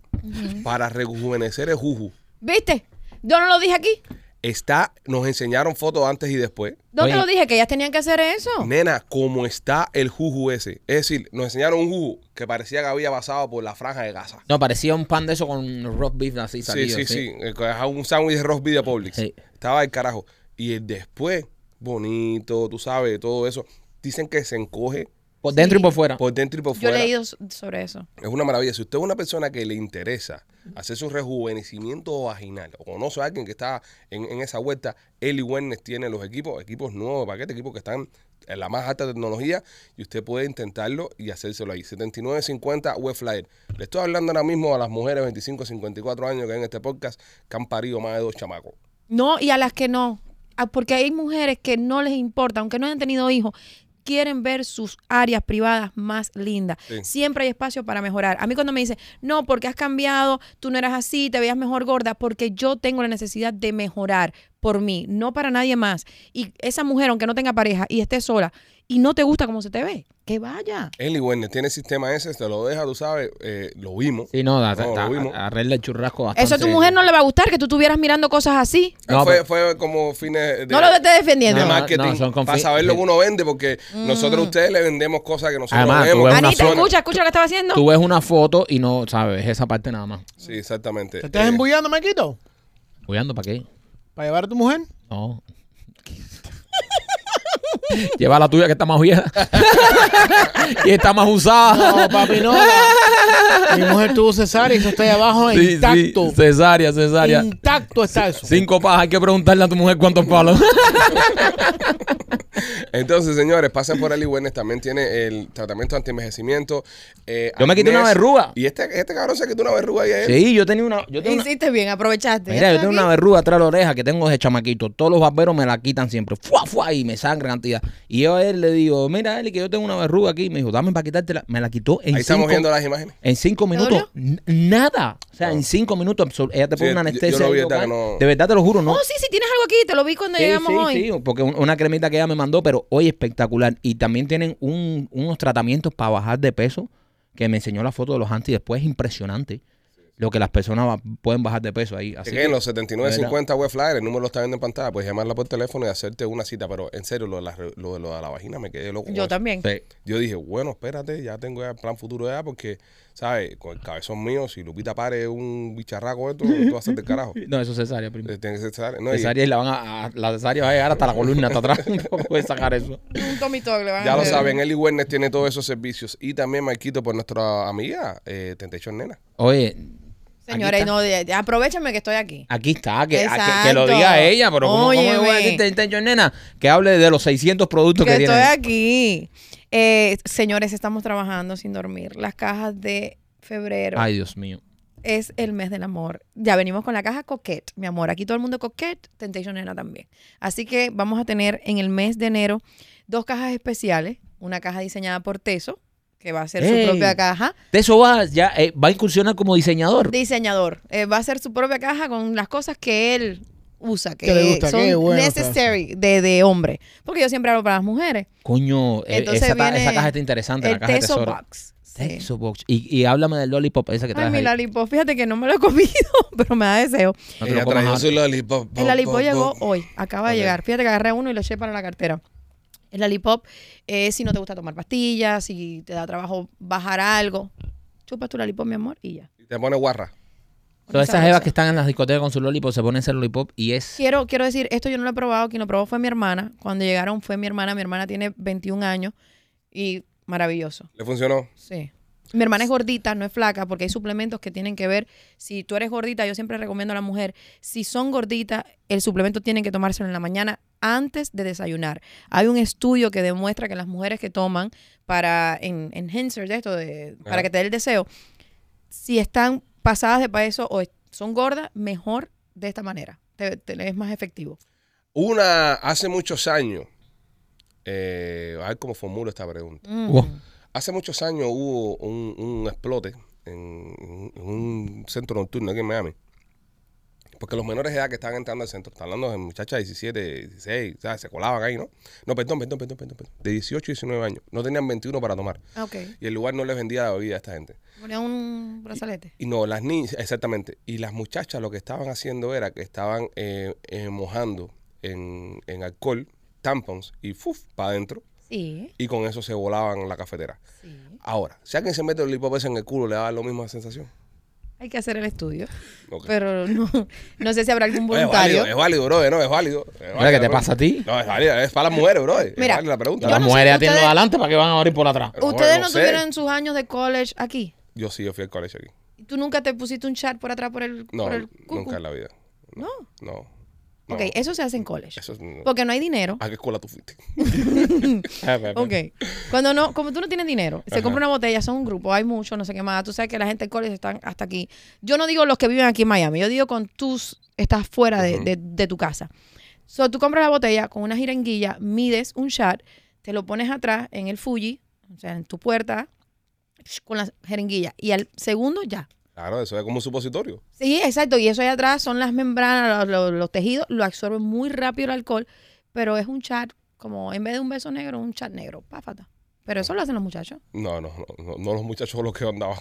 Speaker 1: para rejuvenecer el juju.
Speaker 5: ¿Viste? Yo no lo dije aquí.
Speaker 1: Está, nos enseñaron fotos antes y después.
Speaker 5: ¿Dónde
Speaker 2: Oye.
Speaker 5: lo dije? Que ellas tenían que hacer eso.
Speaker 1: Nena, ¿cómo está el juju ese? Es decir, nos enseñaron un juju que parecía que había pasado por la franja de Gaza.
Speaker 2: No, parecía un pan de eso con roast beef así
Speaker 1: Sí,
Speaker 2: salido.
Speaker 1: sí, sí. Eh, que dejaba Un sándwich de roast beef de Publix.
Speaker 2: Sí.
Speaker 1: Estaba el carajo. Y el después, bonito, tú sabes, todo eso. Dicen que se encoge
Speaker 2: Por dentro
Speaker 5: Sí.
Speaker 2: y por fuera.
Speaker 1: Por dentro y por
Speaker 5: Yo he
Speaker 1: fuera.
Speaker 5: leído so- sobre eso.
Speaker 1: Es una maravilla. Si usted es una persona que le interesa hacer su rejuvenecimiento vaginal o conoce a alguien que está en, en esa vuelta, Eli Wellness tiene los equipos, equipos nuevos de paquete, equipos que están en la más alta tecnología y usted puede intentarlo y hacérselo ahí. 7950 West Flyer. Le estoy hablando ahora mismo a las mujeres 25 54 años que hay en este podcast que han parido más de dos chamacos.
Speaker 5: No, y a las que no. Ah, Porque hay mujeres que no les importa, aunque no hayan tenido hijos, quieren ver sus áreas privadas más lindas.
Speaker 1: Sí.
Speaker 5: Siempre hay espacio para mejorar. A mí cuando me dicen, no, porque has cambiado, tú no eras así, te veías mejor gorda, porque yo tengo la necesidad de mejorar por mí, no para nadie más. Y esa mujer, aunque no tenga pareja y esté sola, y no te gusta cómo se te ve, que vaya.
Speaker 1: Eli Wellness tiene el sistema ese, te lo deja, tú sabes, eh, lo vimos.
Speaker 2: Sí, no, da-
Speaker 1: No, lo
Speaker 2: da-
Speaker 1: vimos.
Speaker 2: arregla el churrasco bastante.
Speaker 5: Eso a tu mujer no le va a gustar, que tú estuvieras mirando cosas así.
Speaker 2: No,
Speaker 1: Ah, fue,
Speaker 2: pero-
Speaker 1: fue como fines de...
Speaker 5: No lo estés defendiendo.
Speaker 1: de
Speaker 2: No, no,
Speaker 1: marketing
Speaker 2: no, son confi- eh,
Speaker 1: para saber lo que
Speaker 2: sí.
Speaker 1: uno vende, porque nosotros a ustedes le vendemos cosas que nosotros
Speaker 2: Además, tú
Speaker 1: vemos.
Speaker 2: ves una
Speaker 5: Mm. Anita,
Speaker 2: zona.
Speaker 5: escucha, escucha lo que estaba haciendo.
Speaker 2: Tú ves una foto y no sabes esa parte nada más.
Speaker 1: Sí, exactamente.
Speaker 3: ¿Te estás
Speaker 1: Eh,
Speaker 3: embullando, Maquito?
Speaker 2: Cuidando, ¿para qué?
Speaker 3: ¿Para llevar a tu mujer?
Speaker 2: No. Lleva la tuya que está más vieja. y está más usada.
Speaker 3: No, papi, no. Mi mujer tuvo cesárea y eso está ahí abajo
Speaker 2: Sí, sí,
Speaker 3: intacto.
Speaker 2: cesárea, cesárea.
Speaker 3: Intacto está eso.
Speaker 2: Cinco pajas, hay que preguntarle a tu mujer cuántos palos.
Speaker 1: Entonces, señores, pasen por Ali Wellness. También tiene el tratamiento anti-envejecimiento. eh,
Speaker 2: Yo me quité una verruga.
Speaker 1: Y este, este cabrón se quitó una verruga ayer.
Speaker 2: sí, yo tenía una. Yo tenía una-
Speaker 5: Hiciste bien, aprovechaste.
Speaker 2: Mira, yo
Speaker 5: Esto
Speaker 2: tengo
Speaker 5: aquí-
Speaker 2: una verruga atrás de la oreja que tengo de chamaquito. Todos los barberos me la quitan siempre. Fuá, fuá, y me sangran cantidad. Y yo a él le digo, mira, Eli, que yo tengo una verruga aquí. Y me dijo, dame para quitártela. Me la quitó en
Speaker 1: Ahí estamos
Speaker 2: cinco
Speaker 1: viendo las imágenes.
Speaker 2: En cinco minutos,
Speaker 5: dolió?
Speaker 2: n- nada. O sea, en cinco minutos, absor- ella te
Speaker 1: Sí,
Speaker 2: pone una
Speaker 1: yo- yo lo
Speaker 2: anestesia.
Speaker 1: vi
Speaker 2: ahí
Speaker 1: hasta que
Speaker 2: local.
Speaker 1: no-
Speaker 2: De verdad te lo juro, ¿no?
Speaker 5: Oh, sí, sí, tienes algo aquí. Te lo vi cuando
Speaker 2: Sí,
Speaker 5: llegamos
Speaker 2: sí,
Speaker 5: hoy.
Speaker 2: sí, porque un- una cremita que ella me mandó, pero hoy espectacular. Y también tienen un- unos tratamientos para bajar de peso, que me enseñó la foto de los antes y después. Es impresionante lo que las personas va- pueden bajar de peso ahí. Así
Speaker 1: Chequen
Speaker 2: que-
Speaker 1: los 7950 Web Flyer, el número lo está viendo en pantalla. Puedes llamarla por teléfono y hacerte una cita. Pero en serio, lo de la, re- lo de, lo de la vagina me quedé loco. con
Speaker 5: Yo
Speaker 1: eso.
Speaker 5: también.
Speaker 2: Sí.
Speaker 1: Yo dije, bueno, espérate, ya tengo ya el plan futuro ya, porque, ¿sabes? Con el cabezón mío, si Lupita pare es un bicharraco, esto, tú vas a hacer del carajo.
Speaker 2: No, eso es cesárea primero.
Speaker 1: Eh, Tiene que ser cesárea. No, y-
Speaker 2: Cesárea y la van a, a- la cesárea va a llegar hasta la columna, hasta atrás. No puede sacar eso.
Speaker 5: Un Tommy Talk le van a
Speaker 2: Eh.
Speaker 1: ya lo
Speaker 5: hacer.
Speaker 1: saben, Eli Wellness tiene todos esos servicios. Y también Marquito por nuestra amiga, eh, Tentation Nena.
Speaker 2: Oye,
Speaker 5: Señores, no, de- de- aprovechenme que estoy aquí.
Speaker 2: Aquí está, que, a- que- que lo
Speaker 5: Exacto.
Speaker 2: diga ella, pero ¿cómo, cómo le voy a
Speaker 5: Óyeme.
Speaker 2: decir, "Ten- ten- nena? Que hable de los 600 productos que,
Speaker 5: Que
Speaker 2: tiene.
Speaker 5: estoy aquí. Eh, señores, estamos trabajando sin dormir. Las cajas de febrero
Speaker 2: Ay, Dios mío.
Speaker 5: es el mes del amor. Ya venimos con la caja coquette, mi amor. Aquí todo el mundo coquette, Temptation Nena también. Así que vamos a tener en el mes de enero dos cajas especiales. Una caja diseñada por Teso, que va a ser
Speaker 2: Ey.
Speaker 5: su propia caja.
Speaker 2: De eso va, ya, eh, va a incursionar como diseñador.
Speaker 5: diseñador. Eh, va a hacer su propia caja con las cosas que él usa, que,
Speaker 3: Que le gusta,
Speaker 5: son
Speaker 3: qué bueno pues. está
Speaker 5: necessary de, de hombre. Porque yo siempre hablo para las mujeres.
Speaker 2: Coño, eh,
Speaker 5: Entonces
Speaker 2: esa, ta-
Speaker 5: viene
Speaker 2: esa caja está interesante, la
Speaker 5: El
Speaker 2: caja de
Speaker 5: Teso
Speaker 2: tesoro.
Speaker 5: Box. Sí.
Speaker 2: Teso Box. Y, y háblame del lollipop, esa que
Speaker 5: Ay,
Speaker 2: traes
Speaker 5: mi
Speaker 2: ahí.
Speaker 5: lollipop, fíjate que no me lo he comido, pero me da deseo.
Speaker 2: No te lo comas ahora.
Speaker 1: lollipop.
Speaker 5: El lollipop llegó hoy, acaba
Speaker 1: Ok.
Speaker 5: de llegar. Fíjate que agarré uno y lo eché para la cartera. El lollipop es si no te gusta tomar pastillas, si te da trabajo bajar algo. Chupas tu lollipop, mi amor, y ya.
Speaker 1: Te pone guarra.
Speaker 2: Todas esas
Speaker 5: Sabroso.
Speaker 2: evas que están en las discotecas con su lollipop se ponen ese lollipop y es...
Speaker 5: Quiero, quiero decir, esto yo no lo he probado, quien lo probó fue mi hermana. Cuando llegaron fue mi hermana, mi hermana tiene 21 años y maravilloso.
Speaker 1: ¿Le funcionó?
Speaker 5: Sí. Mi hermana es gordita, no es flaca, porque hay suplementos que tienen que ver. Si tú eres gordita, yo siempre recomiendo a la mujer, si son gorditas, el suplemento tienen que tomárselo en la mañana antes de desayunar. Hay un estudio que demuestra que las mujeres que toman para en, enhancer de esto, de,
Speaker 1: Ajá.
Speaker 5: para que te dé el deseo, si están pasadas de peso o es- son gordas, mejor de esta manera. Te- te- es más efectivo.
Speaker 1: Una, hace muchos años, eh, a ver cómo formulo esta pregunta.
Speaker 5: Mm.
Speaker 2: Wow.
Speaker 1: Hace muchos años hubo un, un explote en, en un centro nocturno aquí en Miami. Porque los menores de edad que estaban entrando al centro, están hablando de muchachas de 17, 16, o sea, se colaban ahí, ¿no? No, perdón, perdón, perdón, perdón, perdón. De 18 y 19 años. No tenían 21 para tomar.
Speaker 5: Ah, ok.
Speaker 1: Y el lugar no les vendía la bebida a esta gente.
Speaker 5: Ponía un brazalete.
Speaker 1: Y no, las niñas, exactamente. Y las muchachas lo que estaban haciendo era que estaban eh, eh, mojando en, en alcohol, tampons y fuf, para adentro.
Speaker 5: Sí,
Speaker 1: Y con eso se volaban la cafetera.
Speaker 5: sí.
Speaker 1: Ahora, si alguien se mete el lipopeso en el culo, le va a dar lo mismo sensación.
Speaker 5: Hay que hacer el estudio.
Speaker 1: Ok.
Speaker 5: Pero no, no sé si habrá algún
Speaker 1: Oye, es
Speaker 5: voluntario.
Speaker 1: válido, es válido, bro, no, es válido. Es válida,
Speaker 2: ¿qué te
Speaker 1: bro.
Speaker 2: pasa a ti?
Speaker 1: No, es válido, es para las mujeres, bro. Es
Speaker 5: Mira,
Speaker 1: válida la pregunta.
Speaker 5: yo
Speaker 2: Las
Speaker 5: no sé,
Speaker 2: mujeres atienden
Speaker 5: ustedes-
Speaker 2: adelante para que van a abrir por atrás.
Speaker 1: Pero
Speaker 5: Ustedes
Speaker 1: bueno,
Speaker 5: no
Speaker 1: no sé.
Speaker 5: tuvieron sus años de college aquí.
Speaker 1: Yo sí, yo fui al colegio aquí.
Speaker 5: ¿Tú nunca te pusiste un chat por atrás por el,
Speaker 1: No,
Speaker 5: por el cucu?
Speaker 1: nunca en la vida.
Speaker 5: No.
Speaker 1: No. no.
Speaker 5: Ok, eso se hace en college.
Speaker 1: Eso es-
Speaker 5: Porque no hay dinero.
Speaker 1: ¿A qué escuela tú fuiste?
Speaker 5: Ok. Cuando no, como tú no tienes dinero, se compra una botella, son un grupo, hay muchos, no sé qué más. Tú sabes que la gente del college están hasta aquí. Yo no digo los que viven aquí en Miami, yo digo con tus, estás fuera de, de- de tu casa. So, tú compras la botella con una jiranguilla, mides un shot, te lo pones atrás en el Fuji, o sea, en tu puerta, con la jeringuilla. Y al segundo ya.
Speaker 1: Claro, eso es como un supositorio.
Speaker 5: Sí, exacto. Y eso ahí atrás son las membranas, los, los- los tejidos, lo absorben muy rápido el alcohol, pero es un chat, como en vez de un beso negro, un chat negro. Páfata. Pero eso lo hacen los muchachos.
Speaker 1: No, no, no, no, no los muchachos los que andaban.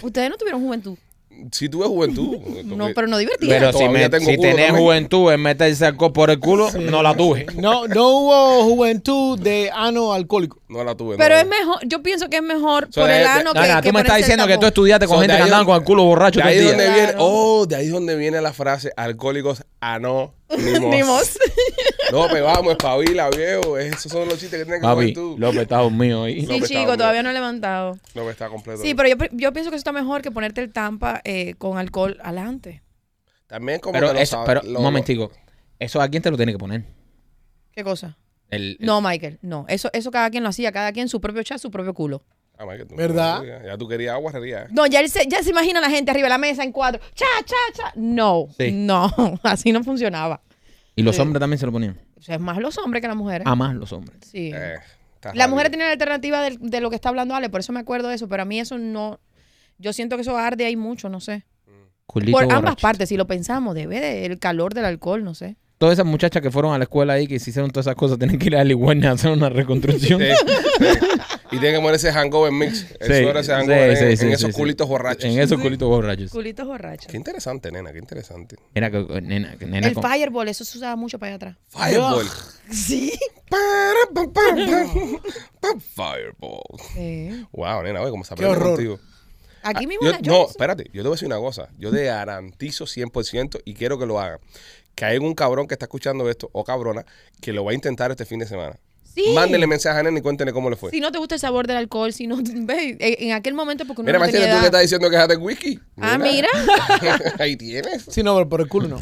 Speaker 5: Ustedes no tuvieron juventud.
Speaker 1: Sí tuve juventud.
Speaker 5: No, pero no divertida.
Speaker 2: Pero si,
Speaker 1: Todavía
Speaker 2: me,
Speaker 1: tengo
Speaker 2: si
Speaker 1: culo
Speaker 2: tenés
Speaker 1: también.
Speaker 2: juventud en meterse alcohol por el culo, no la tuve.
Speaker 3: No, no hubo juventud de ano alcohólico.
Speaker 1: No la tuve.
Speaker 5: Pero
Speaker 1: no.
Speaker 5: es mejor, yo pienso que es mejor
Speaker 1: So,
Speaker 5: por
Speaker 1: de-
Speaker 5: el
Speaker 1: de-
Speaker 5: ano
Speaker 2: No,
Speaker 5: que.
Speaker 2: no, tú
Speaker 5: que
Speaker 2: me estás
Speaker 5: ponerse el
Speaker 2: diciendo que tú
Speaker 5: tapón.
Speaker 2: estudiaste con
Speaker 1: So, de
Speaker 2: gente
Speaker 1: ahí
Speaker 2: que andaban
Speaker 1: donde-
Speaker 2: con el culo borracho
Speaker 1: De
Speaker 2: todo
Speaker 1: ahí
Speaker 2: el día.
Speaker 1: donde
Speaker 5: Claro.
Speaker 1: viene, oh, de ahí donde viene la frase alcohólicos anónimos.
Speaker 5: Anónimos.
Speaker 1: López, vamos, espabila, viejo. Esos son los chistes que tienen que comer
Speaker 2: Papi,
Speaker 1: tú.
Speaker 2: López está dormido ahí.
Speaker 1: No,
Speaker 5: Sí,
Speaker 1: que
Speaker 5: chico,
Speaker 1: estaba
Speaker 5: todavía no he levantado.
Speaker 1: López está completo.
Speaker 5: Sí, pero yo, yo pienso que eso está mejor que ponerte el tampa eh, con alcohol adelante.
Speaker 1: También como
Speaker 2: Pero,
Speaker 1: que lo
Speaker 2: eso,
Speaker 1: sabe-
Speaker 2: pero
Speaker 1: lo-
Speaker 2: un momentico. Eso a quién te lo tiene que poner.
Speaker 5: ¿Qué cosa?
Speaker 2: El,
Speaker 1: Eh.
Speaker 2: el-
Speaker 5: No, Michael, no. Eso, eso cada quien lo hacía, cada quien su propio chat, su propio culo.
Speaker 1: Ah, Michael, tú-
Speaker 3: ¿Verdad?
Speaker 1: Ya, tú querías agua, eh. querías.
Speaker 5: No, ya, él se, ya se imagina la gente arriba de la mesa en cuatro. Cha, cha, cha. No,
Speaker 2: Sí.
Speaker 5: no, así no funcionaba.
Speaker 2: y los
Speaker 5: Sí.
Speaker 2: hombres también se lo ponían.
Speaker 5: O sea, es más los hombres que las mujeres.
Speaker 2: A más los hombres.
Speaker 5: Sí.
Speaker 1: Eh, estás
Speaker 5: La
Speaker 1: mal.
Speaker 5: mujer tiene la alternativa del- de, lo que está hablando Ale, por eso me acuerdo de eso, pero a mí eso no. Yo siento que eso arde ahí mucho, no sé.
Speaker 2: Culito
Speaker 5: Por ambas
Speaker 2: borracho.
Speaker 5: partes, si lo pensamos, debe del calor del alcohol, no sé.
Speaker 2: Todas esas muchachas que fueron a la escuela ahí, que se hicieron todas esas cosas, tienen que ir a Ligüeña a hacer una reconstrucción.
Speaker 1: Sí, sí. Y tiene que poner ese hangover mix. El
Speaker 2: Sí,
Speaker 1: suero ese
Speaker 2: sí,
Speaker 1: hangover
Speaker 2: sí,
Speaker 1: en,
Speaker 2: sí,
Speaker 1: en
Speaker 2: sí,
Speaker 1: esos
Speaker 2: sí.
Speaker 1: culitos borrachos.
Speaker 2: En esos culitos borrachos.
Speaker 5: Culitos borrachos.
Speaker 1: Qué interesante, nena, qué interesante.
Speaker 2: Era que, eh, nena, que- nena
Speaker 5: El
Speaker 2: con-
Speaker 5: fireball, eso se usaba mucho para allá atrás.
Speaker 1: Fireball.
Speaker 5: Sí.
Speaker 1: Para, pa, pa, pa, pa, Fireball. Wow, nena, oye, cómo se aprende
Speaker 3: horror.
Speaker 1: contigo.
Speaker 5: Aquí
Speaker 1: Ah,
Speaker 5: mismo
Speaker 1: yo-
Speaker 5: en la
Speaker 1: no,
Speaker 5: Johnson.
Speaker 1: espérate, yo te voy a decir una cosa. Yo te garantizo 100% y quiero que lo hagan. Que hay un cabrón que está escuchando esto, o cabrona, que lo va a intentar este fin de semana.
Speaker 5: Sí.
Speaker 1: Mándele mensaje a Nena y cuéntenle cómo le fue.
Speaker 5: Si no te gusta el sabor del alcohol, si no. ve, en en aquel momento, porque uno
Speaker 1: Mira,
Speaker 5: no
Speaker 1: Marcela,
Speaker 5: tenía
Speaker 1: tú que
Speaker 5: edad.
Speaker 1: estás diciendo que es de whisky.
Speaker 5: Ah, mira.
Speaker 1: Ahí tienes.
Speaker 3: Sí, no, pero por el culo no.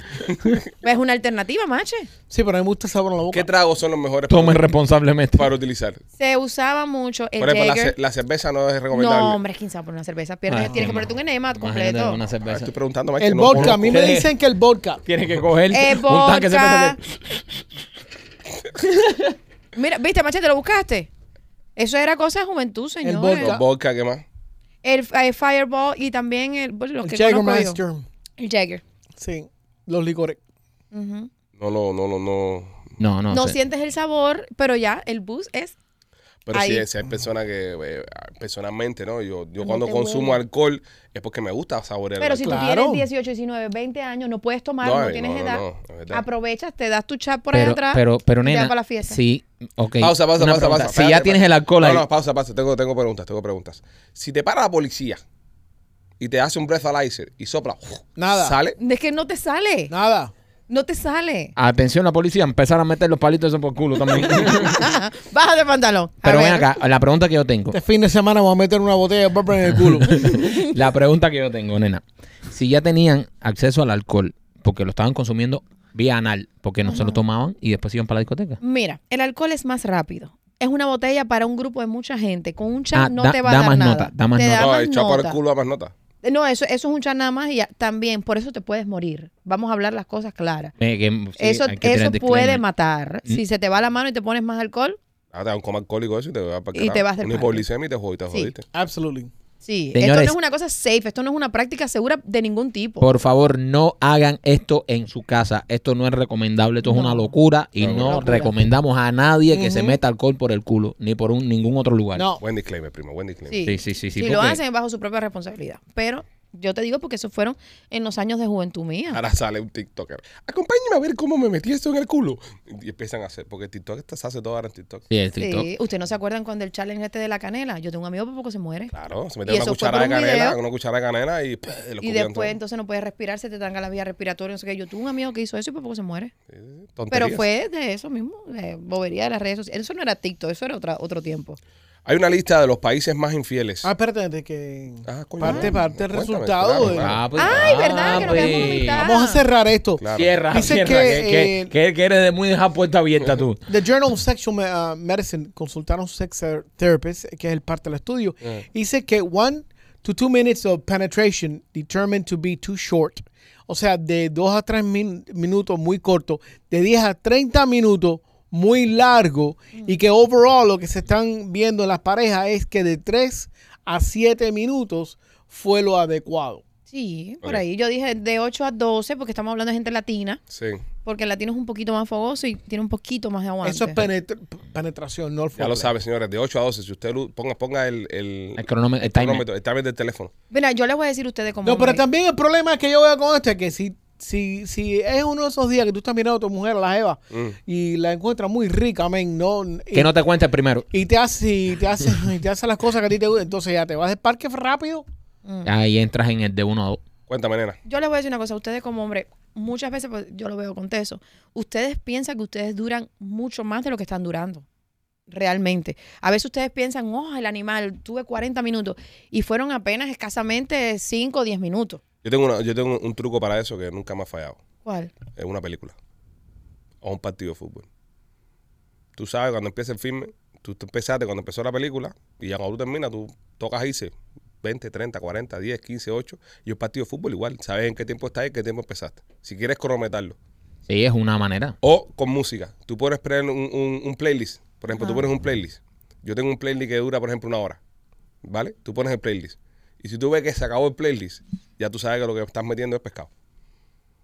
Speaker 5: Es una alternativa, mache.
Speaker 3: Sí, pero a mí me gusta el sabor en la boca.
Speaker 1: ¿Qué tragos son los mejores
Speaker 2: Tomen
Speaker 1: para,
Speaker 2: responsablemente.
Speaker 1: para utilizar?
Speaker 5: Se usaba mucho el
Speaker 1: Por ejemplo, la,
Speaker 5: Jaeger.
Speaker 1: ce- la cerveza no es recomendable.
Speaker 5: No, hombre, es que se va a poner una cerveza. Pierdes,
Speaker 2: Ah,
Speaker 5: tienes
Speaker 2: no.
Speaker 5: que ponerte un enema
Speaker 2: Imagínate
Speaker 5: completo.
Speaker 2: Una
Speaker 1: Ah,
Speaker 2: cerveza.
Speaker 1: estoy preguntando, Mike,
Speaker 3: El
Speaker 1: que no
Speaker 3: vodka, a
Speaker 1: conozco.
Speaker 3: mí me dicen que el vodka.
Speaker 2: Tienes que coger
Speaker 5: Eh,
Speaker 2: un tanque de
Speaker 5: vodka.
Speaker 2: cerveza.
Speaker 5: Mira, viste, Machete, lo buscaste. Eso era cosa de juventud, señor.
Speaker 3: vodka.
Speaker 5: El,
Speaker 1: Los vodka, ¿qué más?
Speaker 5: eh, Fireball y también el, bueno, los
Speaker 3: El
Speaker 5: que
Speaker 3: Jagger
Speaker 5: conozco yo.
Speaker 3: Master.
Speaker 5: El Jagger.
Speaker 3: Sí, los licores.
Speaker 5: Ujú.
Speaker 1: No, no, no, no. no.
Speaker 2: No, no.
Speaker 5: No,
Speaker 2: sé.
Speaker 5: sientes el sabor, pero ya el bus es.
Speaker 1: Pero
Speaker 5: Ahí.
Speaker 1: sí, si hay personas que, eh, personalmente, ¿no? Yo, yo
Speaker 5: No
Speaker 1: cuando
Speaker 5: te
Speaker 1: consumo
Speaker 5: huele.
Speaker 1: alcohol es porque me gusta saborear.
Speaker 5: Pero
Speaker 1: el
Speaker 5: si
Speaker 1: alcohol.
Speaker 3: Claro.
Speaker 5: tú tienes 18, 19, 20 años, no puedes tomar,
Speaker 1: No,
Speaker 5: no,
Speaker 1: no,
Speaker 5: tienes
Speaker 1: no,
Speaker 5: edad.
Speaker 1: no, es verdad.
Speaker 5: Aprovechas, te das tu chat por ahí
Speaker 2: Pero,
Speaker 5: atrás.
Speaker 2: pero, pero,
Speaker 5: y te vas
Speaker 2: nena.
Speaker 5: para la fiesta.
Speaker 2: Sí, ok.
Speaker 1: Pausa, pausa,
Speaker 2: Una
Speaker 1: pausa,
Speaker 2: pregunta.
Speaker 1: pausa.
Speaker 2: Si ya
Speaker 1: Espérate,
Speaker 2: tienes el alcohol
Speaker 1: No,
Speaker 2: ahí.
Speaker 1: no, pausa, pausa. Tengo, tengo preguntas, tengo preguntas. Si te para la policía y te hace un breathalyzer y sopla, uf,
Speaker 3: Nada.
Speaker 1: sale.
Speaker 5: Es que no te sale. No,
Speaker 3: Nada.
Speaker 5: te sale.
Speaker 2: Atención, la policía empezar a meter los palitos esos por culo también.
Speaker 5: Baja de pantalón. A
Speaker 2: Pero ven
Speaker 5: ver.
Speaker 2: acá, la pregunta que yo tengo.
Speaker 3: Este fin de semana vamos a meter una botella de papa en el culo.
Speaker 2: La pregunta que yo tengo, nena. Si ya tenían acceso al alcohol, porque lo estaban consumiendo vía anal, porque no se lo tomaban y después iban para la discoteca.
Speaker 5: Mira, el alcohol es más rápido. Es una botella para un grupo de mucha gente. Con un chat
Speaker 2: Ah,
Speaker 5: no
Speaker 2: da-
Speaker 5: te va a
Speaker 2: da
Speaker 5: dar
Speaker 2: más
Speaker 5: nada.
Speaker 2: nota, da más
Speaker 5: Te
Speaker 2: nota.
Speaker 5: da
Speaker 1: No,
Speaker 5: más
Speaker 1: el chapa el
Speaker 5: nota.
Speaker 1: culo da más nota.
Speaker 5: No, eso, eso es un chat nada más y ya- también, por eso te puedes morir. Vamos a hablar las cosas claras.
Speaker 2: Eh, que, sí,
Speaker 5: eso
Speaker 2: hay que
Speaker 5: eso
Speaker 2: tener
Speaker 5: puede
Speaker 2: disclaimer. Mm.
Speaker 5: matar. Si se te va la mano y te pones más alcohol,
Speaker 1: Ah, te da un coma alcohólico eso y te va para
Speaker 5: Y te vas del
Speaker 1: Una
Speaker 5: parque.
Speaker 1: hipoglicemia y te jodiste. te
Speaker 5: Sí.
Speaker 1: jodiste.
Speaker 3: Absolutely.
Speaker 5: sí. esto
Speaker 2: Señores.
Speaker 5: no es una cosa safe, esto no es una práctica segura de ningún tipo.
Speaker 2: Por favor, no hagan esto en su casa. Esto no es recomendable, esto es
Speaker 5: No.
Speaker 2: una locura y
Speaker 1: No,
Speaker 2: no
Speaker 5: locura.
Speaker 2: recomendamos a nadie que se
Speaker 3: Ujú.
Speaker 2: meta alcohol por el culo ni por un, ningún otro lugar.
Speaker 3: No.
Speaker 1: pues. Buen disclaimer, primo, buen disclaimer.
Speaker 5: Sí.
Speaker 2: Sí, sí, sí, sí,
Speaker 5: si lo
Speaker 2: porque-
Speaker 5: hacen es bajo su propia responsabilidad. Pero Yo te digo porque esos fueron en los años de juventud mía.
Speaker 1: Ahora sale un TikToker. Acompáñenme a ver cómo me metí esto en el culo. Y empiezan a hacer, porque TikTok está- se hace todo ahora en TikTok.
Speaker 2: Sí, el TikTok.
Speaker 5: Sí, ¿ustedes no se acuerdan cuando el challenge este de la canela? Yo tengo un amigo por poco se muere.
Speaker 1: Claro, se
Speaker 5: Y
Speaker 1: meten una
Speaker 5: eso fue
Speaker 1: cucharada de
Speaker 5: por un
Speaker 1: canela,
Speaker 5: video.
Speaker 1: una cucharada de canela y, ¡pah! lo
Speaker 5: Y
Speaker 1: escupían
Speaker 5: después
Speaker 1: todo.
Speaker 5: entonces no puedes respirar, se te tranca la vía respiratoria, no sé qué. Yo tuve un amigo que hizo eso y por poco se muere.
Speaker 1: Eh,
Speaker 5: Pero
Speaker 1: tonterías.
Speaker 5: fue de eso mismo, de bobería de las redes sociales. Eso no era TikTok, eso era otra, otro tiempo.
Speaker 1: Hay una lista de los países más infieles.
Speaker 3: Ah, espérate, antes que
Speaker 1: Ah, coño,
Speaker 3: parte,
Speaker 1: no,
Speaker 3: parte el
Speaker 1: cuéntame,
Speaker 3: resultado.
Speaker 1: claro,
Speaker 3: de-
Speaker 1: claro.
Speaker 2: Ah, pues,
Speaker 5: Ay,
Speaker 2: ah,
Speaker 5: verdad, que nos quedamos
Speaker 2: pues.
Speaker 5: en mitad.
Speaker 3: Vamos a cerrar esto.
Speaker 1: Claro.
Speaker 2: Cierra,
Speaker 3: Dice
Speaker 2: cierra,
Speaker 3: que,
Speaker 2: que, que,
Speaker 3: eh,
Speaker 2: que- que eres de muy dejar puerta abierta tú.
Speaker 3: The Journal of Sexual Me- uh, Medicine consultaron sex ther- therapists, que es el parte del estudio,
Speaker 1: Mm.
Speaker 3: dice que one to two minutes of penetration determined to be too short. O sea, de 2 a 3 minutos muy corto, de 10 a 30 minutos muy largo y que overall lo que se están viendo en las parejas es que de 3 a 7 minutos fue lo adecuado.
Speaker 5: Sí, por
Speaker 1: Ok.
Speaker 5: ahí. Yo dije de 8 a 12, porque estamos hablando de gente latina,
Speaker 1: Sí,
Speaker 5: porque el latino es un poquito más fogoso y tiene un poquito más de aguante.
Speaker 3: Eso es penetra- penetración, no el
Speaker 1: ya lo
Speaker 3: foreplay.
Speaker 1: sabe, señores. De 8 a 12, si usted lu- ponga, ponga el, el,
Speaker 2: El cronómetro, el timer.
Speaker 1: cronómetro, el timer del teléfono.
Speaker 5: Mira, yo les voy a decir a ustedes cómo.
Speaker 3: No, pero también el problema que yo veo con esto es que si, si, si es uno de esos días que tú estás mirando a tu mujer, a la Eva,
Speaker 1: Mm.
Speaker 3: y la encuentras muy rica, men, no, y,
Speaker 2: Que no te cuentes primero.
Speaker 3: y te hace, y te hace, y te hace las cosas que a ti te gustan, entonces ya te vas del parque rápido.
Speaker 5: Mm.
Speaker 2: Ahí entras en el de uno a dos.
Speaker 1: Cuéntame, nena.
Speaker 5: Yo les voy a decir una cosa, ustedes como hombre, muchas veces pues, yo lo veo con teso, ustedes piensan que ustedes duran mucho más de lo que están durando, realmente. A veces ustedes piensan, oh, el animal, tuve 40 minutos y fueron apenas escasamente 5 o 10 minutos.
Speaker 1: Yo tengo, una- yo tengo un truco para eso que nunca me ha fallado.
Speaker 5: ¿Cuál?
Speaker 1: Es una película. O un partido de fútbol. Tú sabes, cuando empieza el filme, tú, tú empezaste cuando empezó la película y ya cuando tú terminas, tú tocas y dices 20, 30, 40, 10, 15, 8. Y un partido de fútbol igual. Sabes en qué tiempo estás y en qué tiempo empezaste. Si quieres cronometrarlo.
Speaker 2: Sí, es una manera.
Speaker 1: O con música. Tú puedes poner un, un- un playlist. Por ejemplo, tú pones un playlist. Yo tengo un playlist que dura, por ejemplo, una hora. ¿Vale? Tú pones el playlist. Y si tú ves que se acabó el playlist, ya tú sabes que lo que estás metiendo es pescado.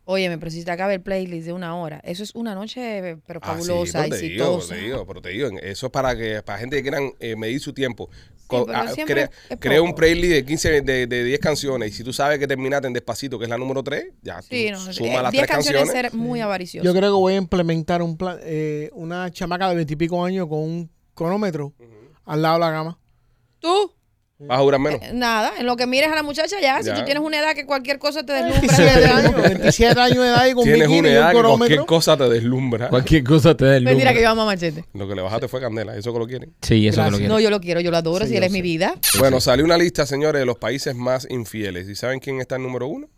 Speaker 5: Óyeme, pero si te acaba el playlist de una hora, eso es una noche eh, pero
Speaker 1: Ah, sí,
Speaker 5: fabulosa,
Speaker 1: pero te digo,
Speaker 5: exitosa.
Speaker 1: te digo, pero te digo, eso es para que para gente que quieran eh, medir su tiempo. ah,
Speaker 5: pero siempre
Speaker 1: crea,
Speaker 5: es- es
Speaker 1: crea un
Speaker 5: poco.
Speaker 1: playlist de 15 de, de 10 canciones y si tú sabes que terminaste en despacito, que es la número 3, ya
Speaker 5: Sí,
Speaker 1: tú
Speaker 5: no,
Speaker 1: suma
Speaker 5: eh,
Speaker 1: las
Speaker 5: 10
Speaker 1: tres
Speaker 5: canciones,
Speaker 1: canciones.
Speaker 5: es ser muy avaricioso.
Speaker 3: Yo creo que voy a implementar un plan, eh, una chamaca de veintipico años con un cronómetro al lado de la cama.
Speaker 5: Tú,
Speaker 1: Vas a durar menos.
Speaker 5: eh, nada, en lo que mires a la muchacha ya, si
Speaker 1: Ya.
Speaker 5: tú tienes una edad que cualquier cosa te deslumbra.
Speaker 3: 27 años, 27 años de edad y con
Speaker 1: Tienes
Speaker 3: bikini
Speaker 1: una
Speaker 3: y un
Speaker 1: edad que cualquier
Speaker 3: cronómetro.
Speaker 1: cosa te deslumbra.
Speaker 2: Cualquier cosa te dé el
Speaker 5: Mentira que yo amo a Machete.
Speaker 1: Lo que le bajaste fue candela, eso que lo quieren.
Speaker 2: Sí, eso es lo que
Speaker 5: No, yo lo quiero, yo lo adoro, si él es mi vida.
Speaker 1: Bueno, salió una lista, señores, de los países más infieles. ¿Y saben quién está el número uno?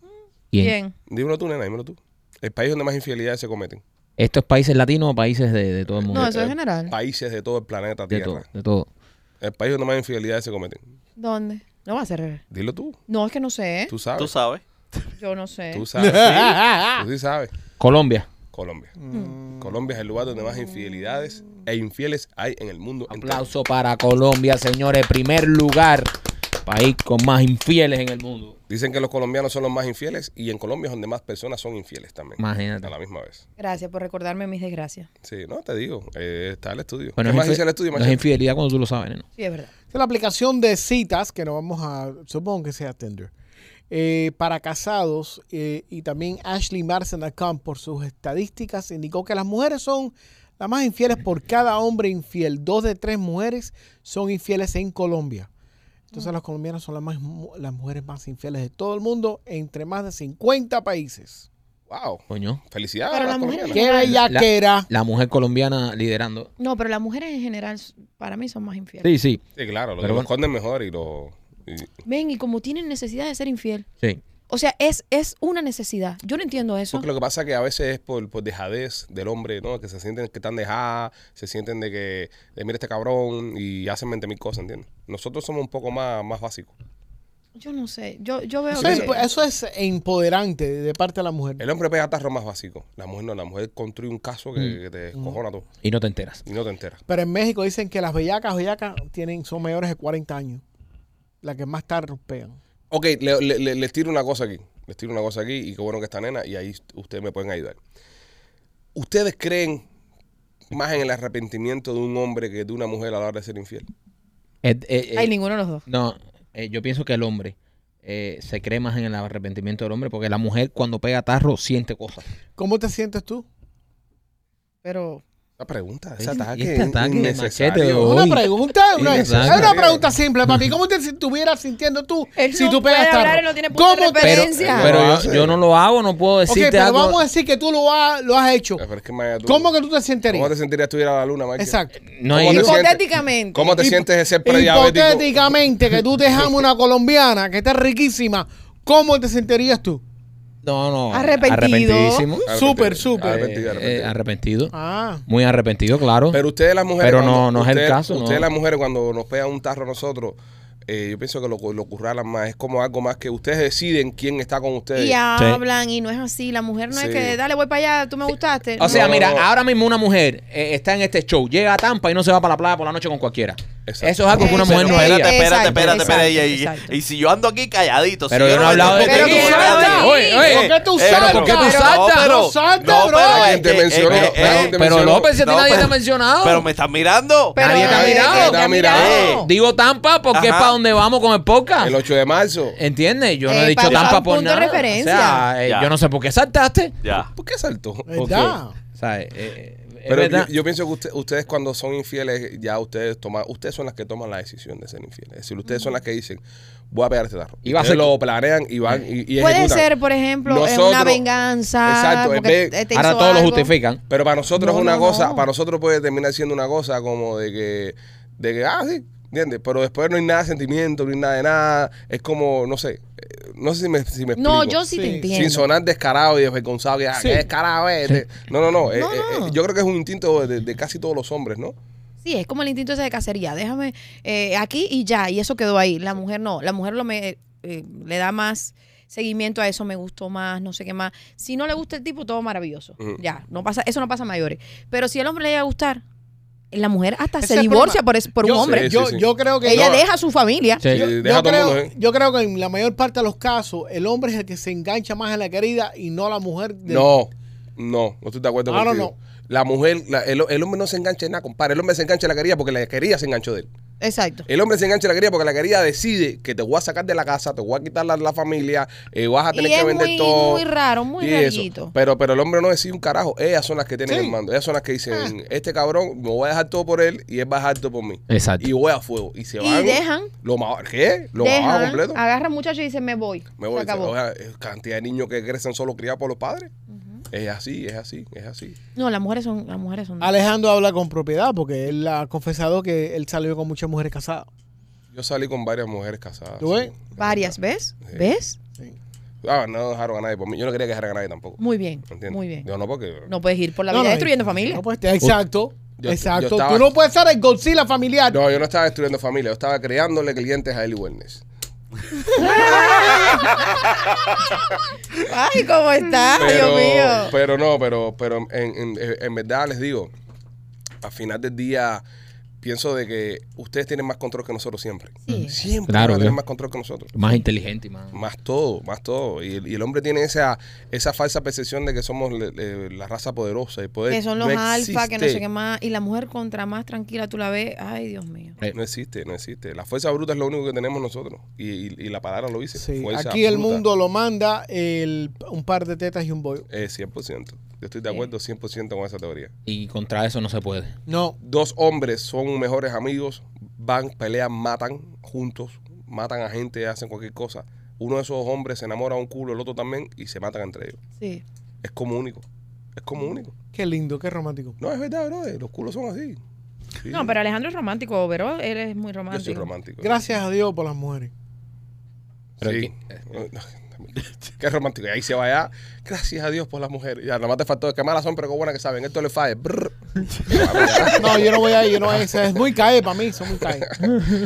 Speaker 2: Bien.
Speaker 5: Bien.
Speaker 1: Dímelo tú, nena, dímelo tú. El país donde más infidelidades se cometen.
Speaker 2: ¿Esto es países latinos o países de, de todo el mundo?
Speaker 5: No, eso es general.
Speaker 1: Países de todo el planeta
Speaker 2: de todo,
Speaker 1: Tierra.
Speaker 2: de todo.
Speaker 1: El país donde más infidelidades se cometen.
Speaker 5: ¿Dónde? No va a ser.
Speaker 1: Dilo tú.
Speaker 5: No, es que no sé. ¿eh?
Speaker 1: Tú sabes.
Speaker 4: Tú sabes.
Speaker 5: Yo no sé.
Speaker 1: Tú sabes. Sí, tú sí sabes.
Speaker 2: Colombia.
Speaker 1: Colombia.
Speaker 5: Mm.
Speaker 1: Colombia es el lugar donde más infidelidades e infieles hay en el mundo. entero.
Speaker 2: Aplauso para Colombia, señores. Primer lugar. País con más infieles en el mundo.
Speaker 1: Dicen que los colombianos son los más infieles y en Colombia es donde más personas son infieles también.
Speaker 2: Imagínate.
Speaker 1: A la misma vez.
Speaker 5: Gracias por recordarme mis desgracias.
Speaker 1: Sí, no, te digo. eh, está el estudio.
Speaker 2: Bueno,
Speaker 1: ¿Qué más
Speaker 2: infi-
Speaker 1: dice el estudio,
Speaker 2: no es
Speaker 1: Machete?
Speaker 2: infidelidad cuando tú lo sabes, ¿no?
Speaker 5: Sí, es verdad.
Speaker 3: Es la aplicación de citas, que no vamos a, supongo que sea Tinder, eh, para casados eh, y también Ashley Marcin Acamp por sus estadísticas indicó que las mujeres son las más infieles por cada hombre infiel. Dos de tres mujeres son infieles en Colombia. Entonces las colombianas son las, más, mu- las mujeres más infieles de todo el mundo entre más de 50 países.
Speaker 1: Wow.
Speaker 2: Coño.
Speaker 1: Felicidades.
Speaker 5: Pero
Speaker 1: a las
Speaker 5: las mujeres-
Speaker 1: colombianas.
Speaker 3: ¡Qué bellaquera!
Speaker 2: La mujer colombiana liderando.
Speaker 5: No, pero las mujeres en general para mí son más infieles.
Speaker 2: Sí, sí.
Speaker 1: Sí, claro. Lo,
Speaker 2: Pero
Speaker 1: lo
Speaker 2: bueno.
Speaker 1: esconden mejor y lo... y-
Speaker 5: Ven, y como tienen necesidad de ser infiel.
Speaker 2: Sí.
Speaker 5: O sea, es, es una necesidad. Yo no entiendo eso.
Speaker 1: Porque lo que pasa es que a veces es por, por dejadez del hombre, ¿no? Que se sienten que están dejadas, se sienten de que, de, mira este cabrón, y hacen 20 mil cosas, ¿entiendes? Nosotros somos un poco más, más básicos.
Speaker 5: Yo no sé. Yo, yo veo
Speaker 3: Eso
Speaker 5: que...
Speaker 3: es, pues, eso es empoderante de parte de la mujer.
Speaker 1: El hombre pega tarro más básico. La mujer no, la mujer construye un caso que, que te escojona todo
Speaker 2: Y no te enteras.
Speaker 1: y no te enteras.
Speaker 3: Pero en México dicen que las bellacas, bellacas tienen, son mayores de 40 años. Las que más tarde pegan.
Speaker 1: Ok, le- le- le- les tiro una cosa aquí. Les tiro una cosa aquí y qué bueno que está nena y ahí ustedes me pueden ayudar. ¿Ustedes creen más en el arrepentimiento de un hombre que de una mujer a la hora de ser infiel?
Speaker 2: Eh, eh, eh,
Speaker 5: Hay ninguno de los dos.
Speaker 2: No, eh, yo pienso que el hombre, eh, eh, se cree más en el arrepentimiento del hombre, porque la mujer cuando pega tarro siente cosas.
Speaker 3: ¿Cómo te sientes tú?
Speaker 5: Pero
Speaker 1: La pregunta,
Speaker 2: Y
Speaker 1: ese ataque,
Speaker 2: este ataque de
Speaker 1: innecesario.
Speaker 2: machete, bro.
Speaker 3: Una
Speaker 2: Uy.
Speaker 3: pregunta, una,
Speaker 2: Sí,
Speaker 3: es
Speaker 2: exacto.
Speaker 3: una pregunta simple, papi. ¿Cómo te estuvieras sintiendo tú
Speaker 5: Él
Speaker 3: si
Speaker 5: no
Speaker 3: tú pegas
Speaker 5: puede hablar,
Speaker 3: tarro?
Speaker 5: él no tiene punto de
Speaker 3: ¿Cómo te-
Speaker 2: Pero, eh,
Speaker 5: Referencia.
Speaker 2: pero
Speaker 1: Lo
Speaker 2: yo,
Speaker 1: hace.
Speaker 2: yo no lo hago, no puedo
Speaker 3: Ok,
Speaker 2: decirte
Speaker 3: pero
Speaker 2: algo.
Speaker 3: vamos a decir que tú lo has, lo has hecho.
Speaker 1: Pero es que imagínate tú.
Speaker 3: ¿Cómo que tú te
Speaker 1: ¿Cómo
Speaker 3: sentirías?
Speaker 1: te sentirías tú ir a la luna, Michael?
Speaker 3: Exacto.
Speaker 1: ¿Cómo
Speaker 2: no hay-
Speaker 1: te sientes?
Speaker 5: Hipotéticamente.
Speaker 1: ¿Cómo te
Speaker 3: Hip-
Speaker 1: sientes de ser prediabético?
Speaker 3: Hipotéticamente, que tú te james una colombiana que está riquísima, ¿cómo te sentirías tú?
Speaker 2: No, no.
Speaker 5: Arrepentido.
Speaker 2: Arrepentidísimo.
Speaker 1: Arrepentido,
Speaker 3: Súper, súper.
Speaker 1: Arrepentido,
Speaker 2: Eh, eh,
Speaker 1: arrepentido.
Speaker 2: arrepentido.
Speaker 3: Ah,
Speaker 2: Muy arrepentido, claro.
Speaker 1: Pero ustedes las mujeres.
Speaker 2: Pero no,
Speaker 1: cuando-
Speaker 2: no es el
Speaker 1: ustedes-
Speaker 2: caso, no.
Speaker 1: Ustedes las mujeres cuando nos pegan un tarro a nosotros, eh, yo pienso que lo, lo curralan más. Es como algo más que ustedes deciden quién está con ustedes.
Speaker 5: Y hablan y no es así. La mujer no
Speaker 1: Sí.
Speaker 5: es que, dale, voy para allá, tú me gustaste.
Speaker 2: O sea,
Speaker 1: No.
Speaker 2: mira, ahora mismo una mujer eh, está en este show, llega a Tampa y no se va para la playa por la noche con cualquiera.
Speaker 1: Exacto.
Speaker 2: Eso es algo que una
Speaker 5: Eso,
Speaker 2: mujer no
Speaker 5: eh,
Speaker 2: haría.
Speaker 4: espérate, espérate,
Speaker 5: Exacto,
Speaker 4: espérate, espérate.
Speaker 5: exacto,
Speaker 4: Y-
Speaker 5: exacto.
Speaker 4: Y, si yo ando aquí calladito, si
Speaker 2: Pero yo no he hablado de
Speaker 5: Pero
Speaker 4: ti.
Speaker 5: tú saltas.
Speaker 2: Oye, oye,
Speaker 3: ¿Por qué tú
Speaker 4: eh,
Speaker 2: pero
Speaker 3: saltas?
Speaker 2: ¿por qué tú
Speaker 5: Pero-
Speaker 2: saltas?
Speaker 4: pero-
Speaker 3: No saltas,
Speaker 4: no,
Speaker 3: bro.
Speaker 4: pero
Speaker 1: Alguien
Speaker 4: es
Speaker 1: te
Speaker 4: que-
Speaker 1: mencionó,
Speaker 4: es que-
Speaker 1: pero-
Speaker 4: eh,
Speaker 1: te
Speaker 2: Pero
Speaker 1: mencionó.
Speaker 2: López, si a ti
Speaker 4: No,
Speaker 2: nadie te
Speaker 4: pero-
Speaker 2: ha mencionado.
Speaker 4: Pero me estás mirando.
Speaker 5: Pero-
Speaker 2: Nadie te ha
Speaker 5: eh,
Speaker 2: mirado.
Speaker 5: eh, te ha
Speaker 1: Nadie te ha mirado.
Speaker 5: mirado.
Speaker 2: Digo Tampa porque es
Speaker 4: Ajá.
Speaker 2: para donde vamos con el podcast.
Speaker 1: El 8 de marzo.
Speaker 2: ¿Entiendes? Yo no he
Speaker 5: Eh,
Speaker 2: dicho
Speaker 5: para
Speaker 2: Tampa
Speaker 5: usar un
Speaker 2: por
Speaker 5: punto de
Speaker 2: nada.
Speaker 5: referencia.
Speaker 2: O sea, eh,
Speaker 4: Ya.
Speaker 2: yo no sé por qué saltaste.
Speaker 4: Ya.
Speaker 1: ¿Por qué saltó?
Speaker 3: Eh, ¿verdad?
Speaker 2: Porque, o sea, eh, eh, es
Speaker 1: Pero yo,
Speaker 2: verdad.
Speaker 1: yo pienso que usted- ustedes cuando son infieles, ya ustedes toman, ustedes son las que toman la decisión de ser infieles. Es decir, ustedes son las que dicen, voy a pegar este tarro.
Speaker 2: Y va a
Speaker 1: Ustedes
Speaker 2: ser-
Speaker 1: lo planean y van y, y
Speaker 5: Puede
Speaker 1: ejecutan.
Speaker 5: ser, por ejemplo, eh, una
Speaker 1: Nosotros-
Speaker 5: venganza.
Speaker 1: Exacto, en
Speaker 5: porque
Speaker 1: vez-
Speaker 5: te- te
Speaker 2: Ahora
Speaker 5: hizo
Speaker 2: todos lo
Speaker 5: algo.
Speaker 2: justifican.
Speaker 1: Pero para nosotros
Speaker 5: No,
Speaker 1: es una
Speaker 5: no,
Speaker 1: cosa,
Speaker 5: no.
Speaker 1: para nosotros puede terminar siendo una cosa como de que, de que, ah, sí, ¿entiendes? Pero después no hay nada de sentimiento, no hay nada de nada. Es como, no sé, eh, no sé si me, si me explico.
Speaker 5: No, yo sí,
Speaker 3: Sí.
Speaker 5: te
Speaker 3: Sin
Speaker 5: entiendo.
Speaker 1: Sin sonar descarado y desvergonzado, que ah,
Speaker 3: Sí.
Speaker 1: qué descarado es. este. No, no, no. eh,
Speaker 5: No,
Speaker 1: eh,
Speaker 5: no.
Speaker 1: eh, yo creo que es un instinto de, de casi todos los hombres, ¿no?
Speaker 5: Sí, es como el instinto ese de cacería. Déjame eh, aquí y ya. Y eso quedó ahí. La mujer no. La mujer lo me, eh, le da más seguimiento a eso. Me gustó más, no sé qué más. Si no le gusta el tipo, todo maravilloso.
Speaker 1: Ujú.
Speaker 5: Ya, no pasa, eso no pasa a mayores. Pero si al hombre le llega a gustar, la mujer hasta
Speaker 3: Ese
Speaker 5: se
Speaker 3: es el
Speaker 5: divorcia
Speaker 3: problema.
Speaker 5: por, es- por un
Speaker 3: Yo-
Speaker 5: hombre.
Speaker 1: Sí,
Speaker 3: Yo,
Speaker 1: sí, sí.
Speaker 3: yo creo que
Speaker 5: Ella
Speaker 1: No.
Speaker 5: deja a su familia.
Speaker 2: Sí.
Speaker 1: Eh,
Speaker 3: yo,
Speaker 1: deja a todo el
Speaker 3: creo,
Speaker 1: mundo, ¿eh?
Speaker 3: yo creo que en la mayor parte de los casos el hombre es el que se engancha más en la querida y no la mujer. del-
Speaker 1: No, no, no estoy de acuerdo
Speaker 3: I don't
Speaker 1: contigo. La mujer, la- el, el hombre no se engancha en nada, compadre. El hombre se engancha en la querida porque la querida se enganchó de él.
Speaker 5: Exacto.
Speaker 1: El hombre se engancha en la querida porque la querida decide que te voy a sacar de la casa, te voy a quitar la, la familia, eh, vas a
Speaker 5: Y
Speaker 1: tener que
Speaker 5: es
Speaker 1: vender
Speaker 5: muy,
Speaker 1: todo.
Speaker 5: muy raro, muy
Speaker 1: Y eso.
Speaker 5: rarito.
Speaker 1: Pero, pero el hombre no decide un carajo. Ellas son las que tienen
Speaker 3: Sí.
Speaker 1: el mando. Ellas son las que dicen,
Speaker 5: Ah.
Speaker 1: este cabrón me voy a dejar todo por él y él va a dejar todo por mí.
Speaker 2: Exacto.
Speaker 1: Y voy a fuego. Y se
Speaker 5: Y
Speaker 1: van.
Speaker 5: dejan.
Speaker 1: Lo ma- ¿Qué? Lo
Speaker 5: Deja,
Speaker 1: bajan completo.
Speaker 5: agarra al muchacho y dice, me voy.
Speaker 1: Me voy.
Speaker 5: Se acabó.
Speaker 1: O sea, eh, cantidad de niños que crecen solo criados por los padres. Es así, es así, es así.
Speaker 5: No, las mujeres son... Las mujeres son
Speaker 3: Alejandro habla con propiedad porque él ha confesado que él salió con muchas mujeres casadas.
Speaker 1: Yo salí con varias mujeres casadas.
Speaker 3: ¿Tú ves?
Speaker 1: sí.
Speaker 5: varias, ¿ves?
Speaker 1: Sí.
Speaker 5: ¿Ves?
Speaker 1: Ah, no dejaron a nadie por mí. Yo no quería que dejaran a nadie tampoco.
Speaker 5: Muy bien,
Speaker 1: ¿Entiendes?
Speaker 5: muy bien.
Speaker 1: Yo no, porque.
Speaker 5: No puedes ir por la
Speaker 3: No, no,
Speaker 5: vida destruyendo
Speaker 3: no,
Speaker 5: familia.
Speaker 3: no puedes- exacto,
Speaker 1: Yo- yo
Speaker 3: exacto.
Speaker 1: estaba-
Speaker 3: Tú no puedes ser el Godzilla familiar.
Speaker 1: No, yo no estaba destruyendo familia. Yo estaba creándole clientes a Eli Wellness.
Speaker 5: Ay, ¿cómo está?
Speaker 1: pero,
Speaker 5: Dios mío.
Speaker 1: pero no, pero, pero en, en- en verdad les digo, al final del día pienso de que ustedes tienen más control que nosotros siempre.
Speaker 5: Sí.
Speaker 1: Siempre
Speaker 2: Claro,
Speaker 1: van a tener
Speaker 2: claro.
Speaker 1: más control que nosotros.
Speaker 2: Más inteligente y más.
Speaker 1: Más todo, más todo. Y el, y el hombre tiene esa, esa falsa percepción de que somos le- le- la raza poderosa y poder.
Speaker 5: que son los
Speaker 1: no
Speaker 5: alfa, que no sé
Speaker 1: existe.
Speaker 5: qué más. Y la mujer contra más tranquila tú la ves. Ay, Dios mío.
Speaker 1: No existe, no existe. La fuerza bruta es lo único que tenemos nosotros. Y, y- y la palabra lo dice.
Speaker 3: Sí,
Speaker 1: fuerza
Speaker 3: Aquí el
Speaker 1: bruta.
Speaker 3: mundo lo manda el, un par de tetas y un bollo.
Speaker 1: Eh, 100%. Yo estoy de acuerdo 100% con esa teoría.
Speaker 2: Y contra eso no se puede.
Speaker 3: No,
Speaker 1: dos hombres son mejores amigos, van, pelean, matan juntos, matan a gente, hacen cualquier cosa. Uno de esos hombres se enamora de un culo, el otro también, y se matan entre ellos.
Speaker 5: Sí.
Speaker 1: Es como único. Es como
Speaker 5: Mm.
Speaker 1: único.
Speaker 3: qué lindo, qué romántico.
Speaker 1: No, es verdad, bro. Los culos son así. Sí.
Speaker 5: No, pero Alejandro es romántico, pero él es muy
Speaker 1: Yo
Speaker 5: romántico.
Speaker 1: soy romántico.
Speaker 3: Gracias a Dios por las mujeres.
Speaker 2: Pero
Speaker 1: Sí. Eh,
Speaker 2: aquí-
Speaker 1: Qué romántico. Y ahí se va allá. Gracias a Dios por las mujeres. Ya, nada más te faltó. Qué malas son, pero qué buenas que saben. Esto le falla. Brr.
Speaker 3: No, yo no voy a ir, yo no voy a ir. Es muy cae para mí, son muy cae.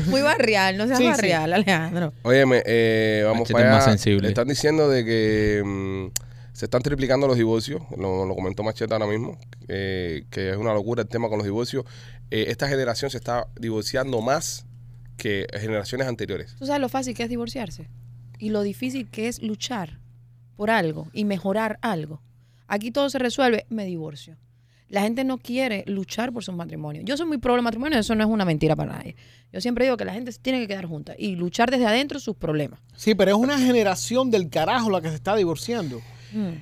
Speaker 5: Muy barrial, no seas
Speaker 3: Sí, sí.
Speaker 5: barrial, Alejandro.
Speaker 1: Óyeme, eh, vamos
Speaker 2: Machete
Speaker 1: para
Speaker 2: es
Speaker 1: allá.
Speaker 2: más sensible.
Speaker 1: Están diciendo de que mm, se están triplicando los divorcios. Lo, lo comentó Machete ahora mismo, eh, que es una locura el tema con los divorcios. Eh, esta generación se está divorciando más que generaciones anteriores.
Speaker 5: Tú sabes lo fácil que es divorciarse y lo difícil que es luchar por algo y mejorar algo. Aquí todo se resuelve, me divorcio. La gente no quiere luchar por sus matrimonios. Yo soy muy pro del matrimonio, eso no es una mentira para nadie. Yo siempre digo que la gente se tiene que quedar junta y luchar desde adentro sus problemas.
Speaker 3: Sí, pero es una generación del carajo la que se está divorciando.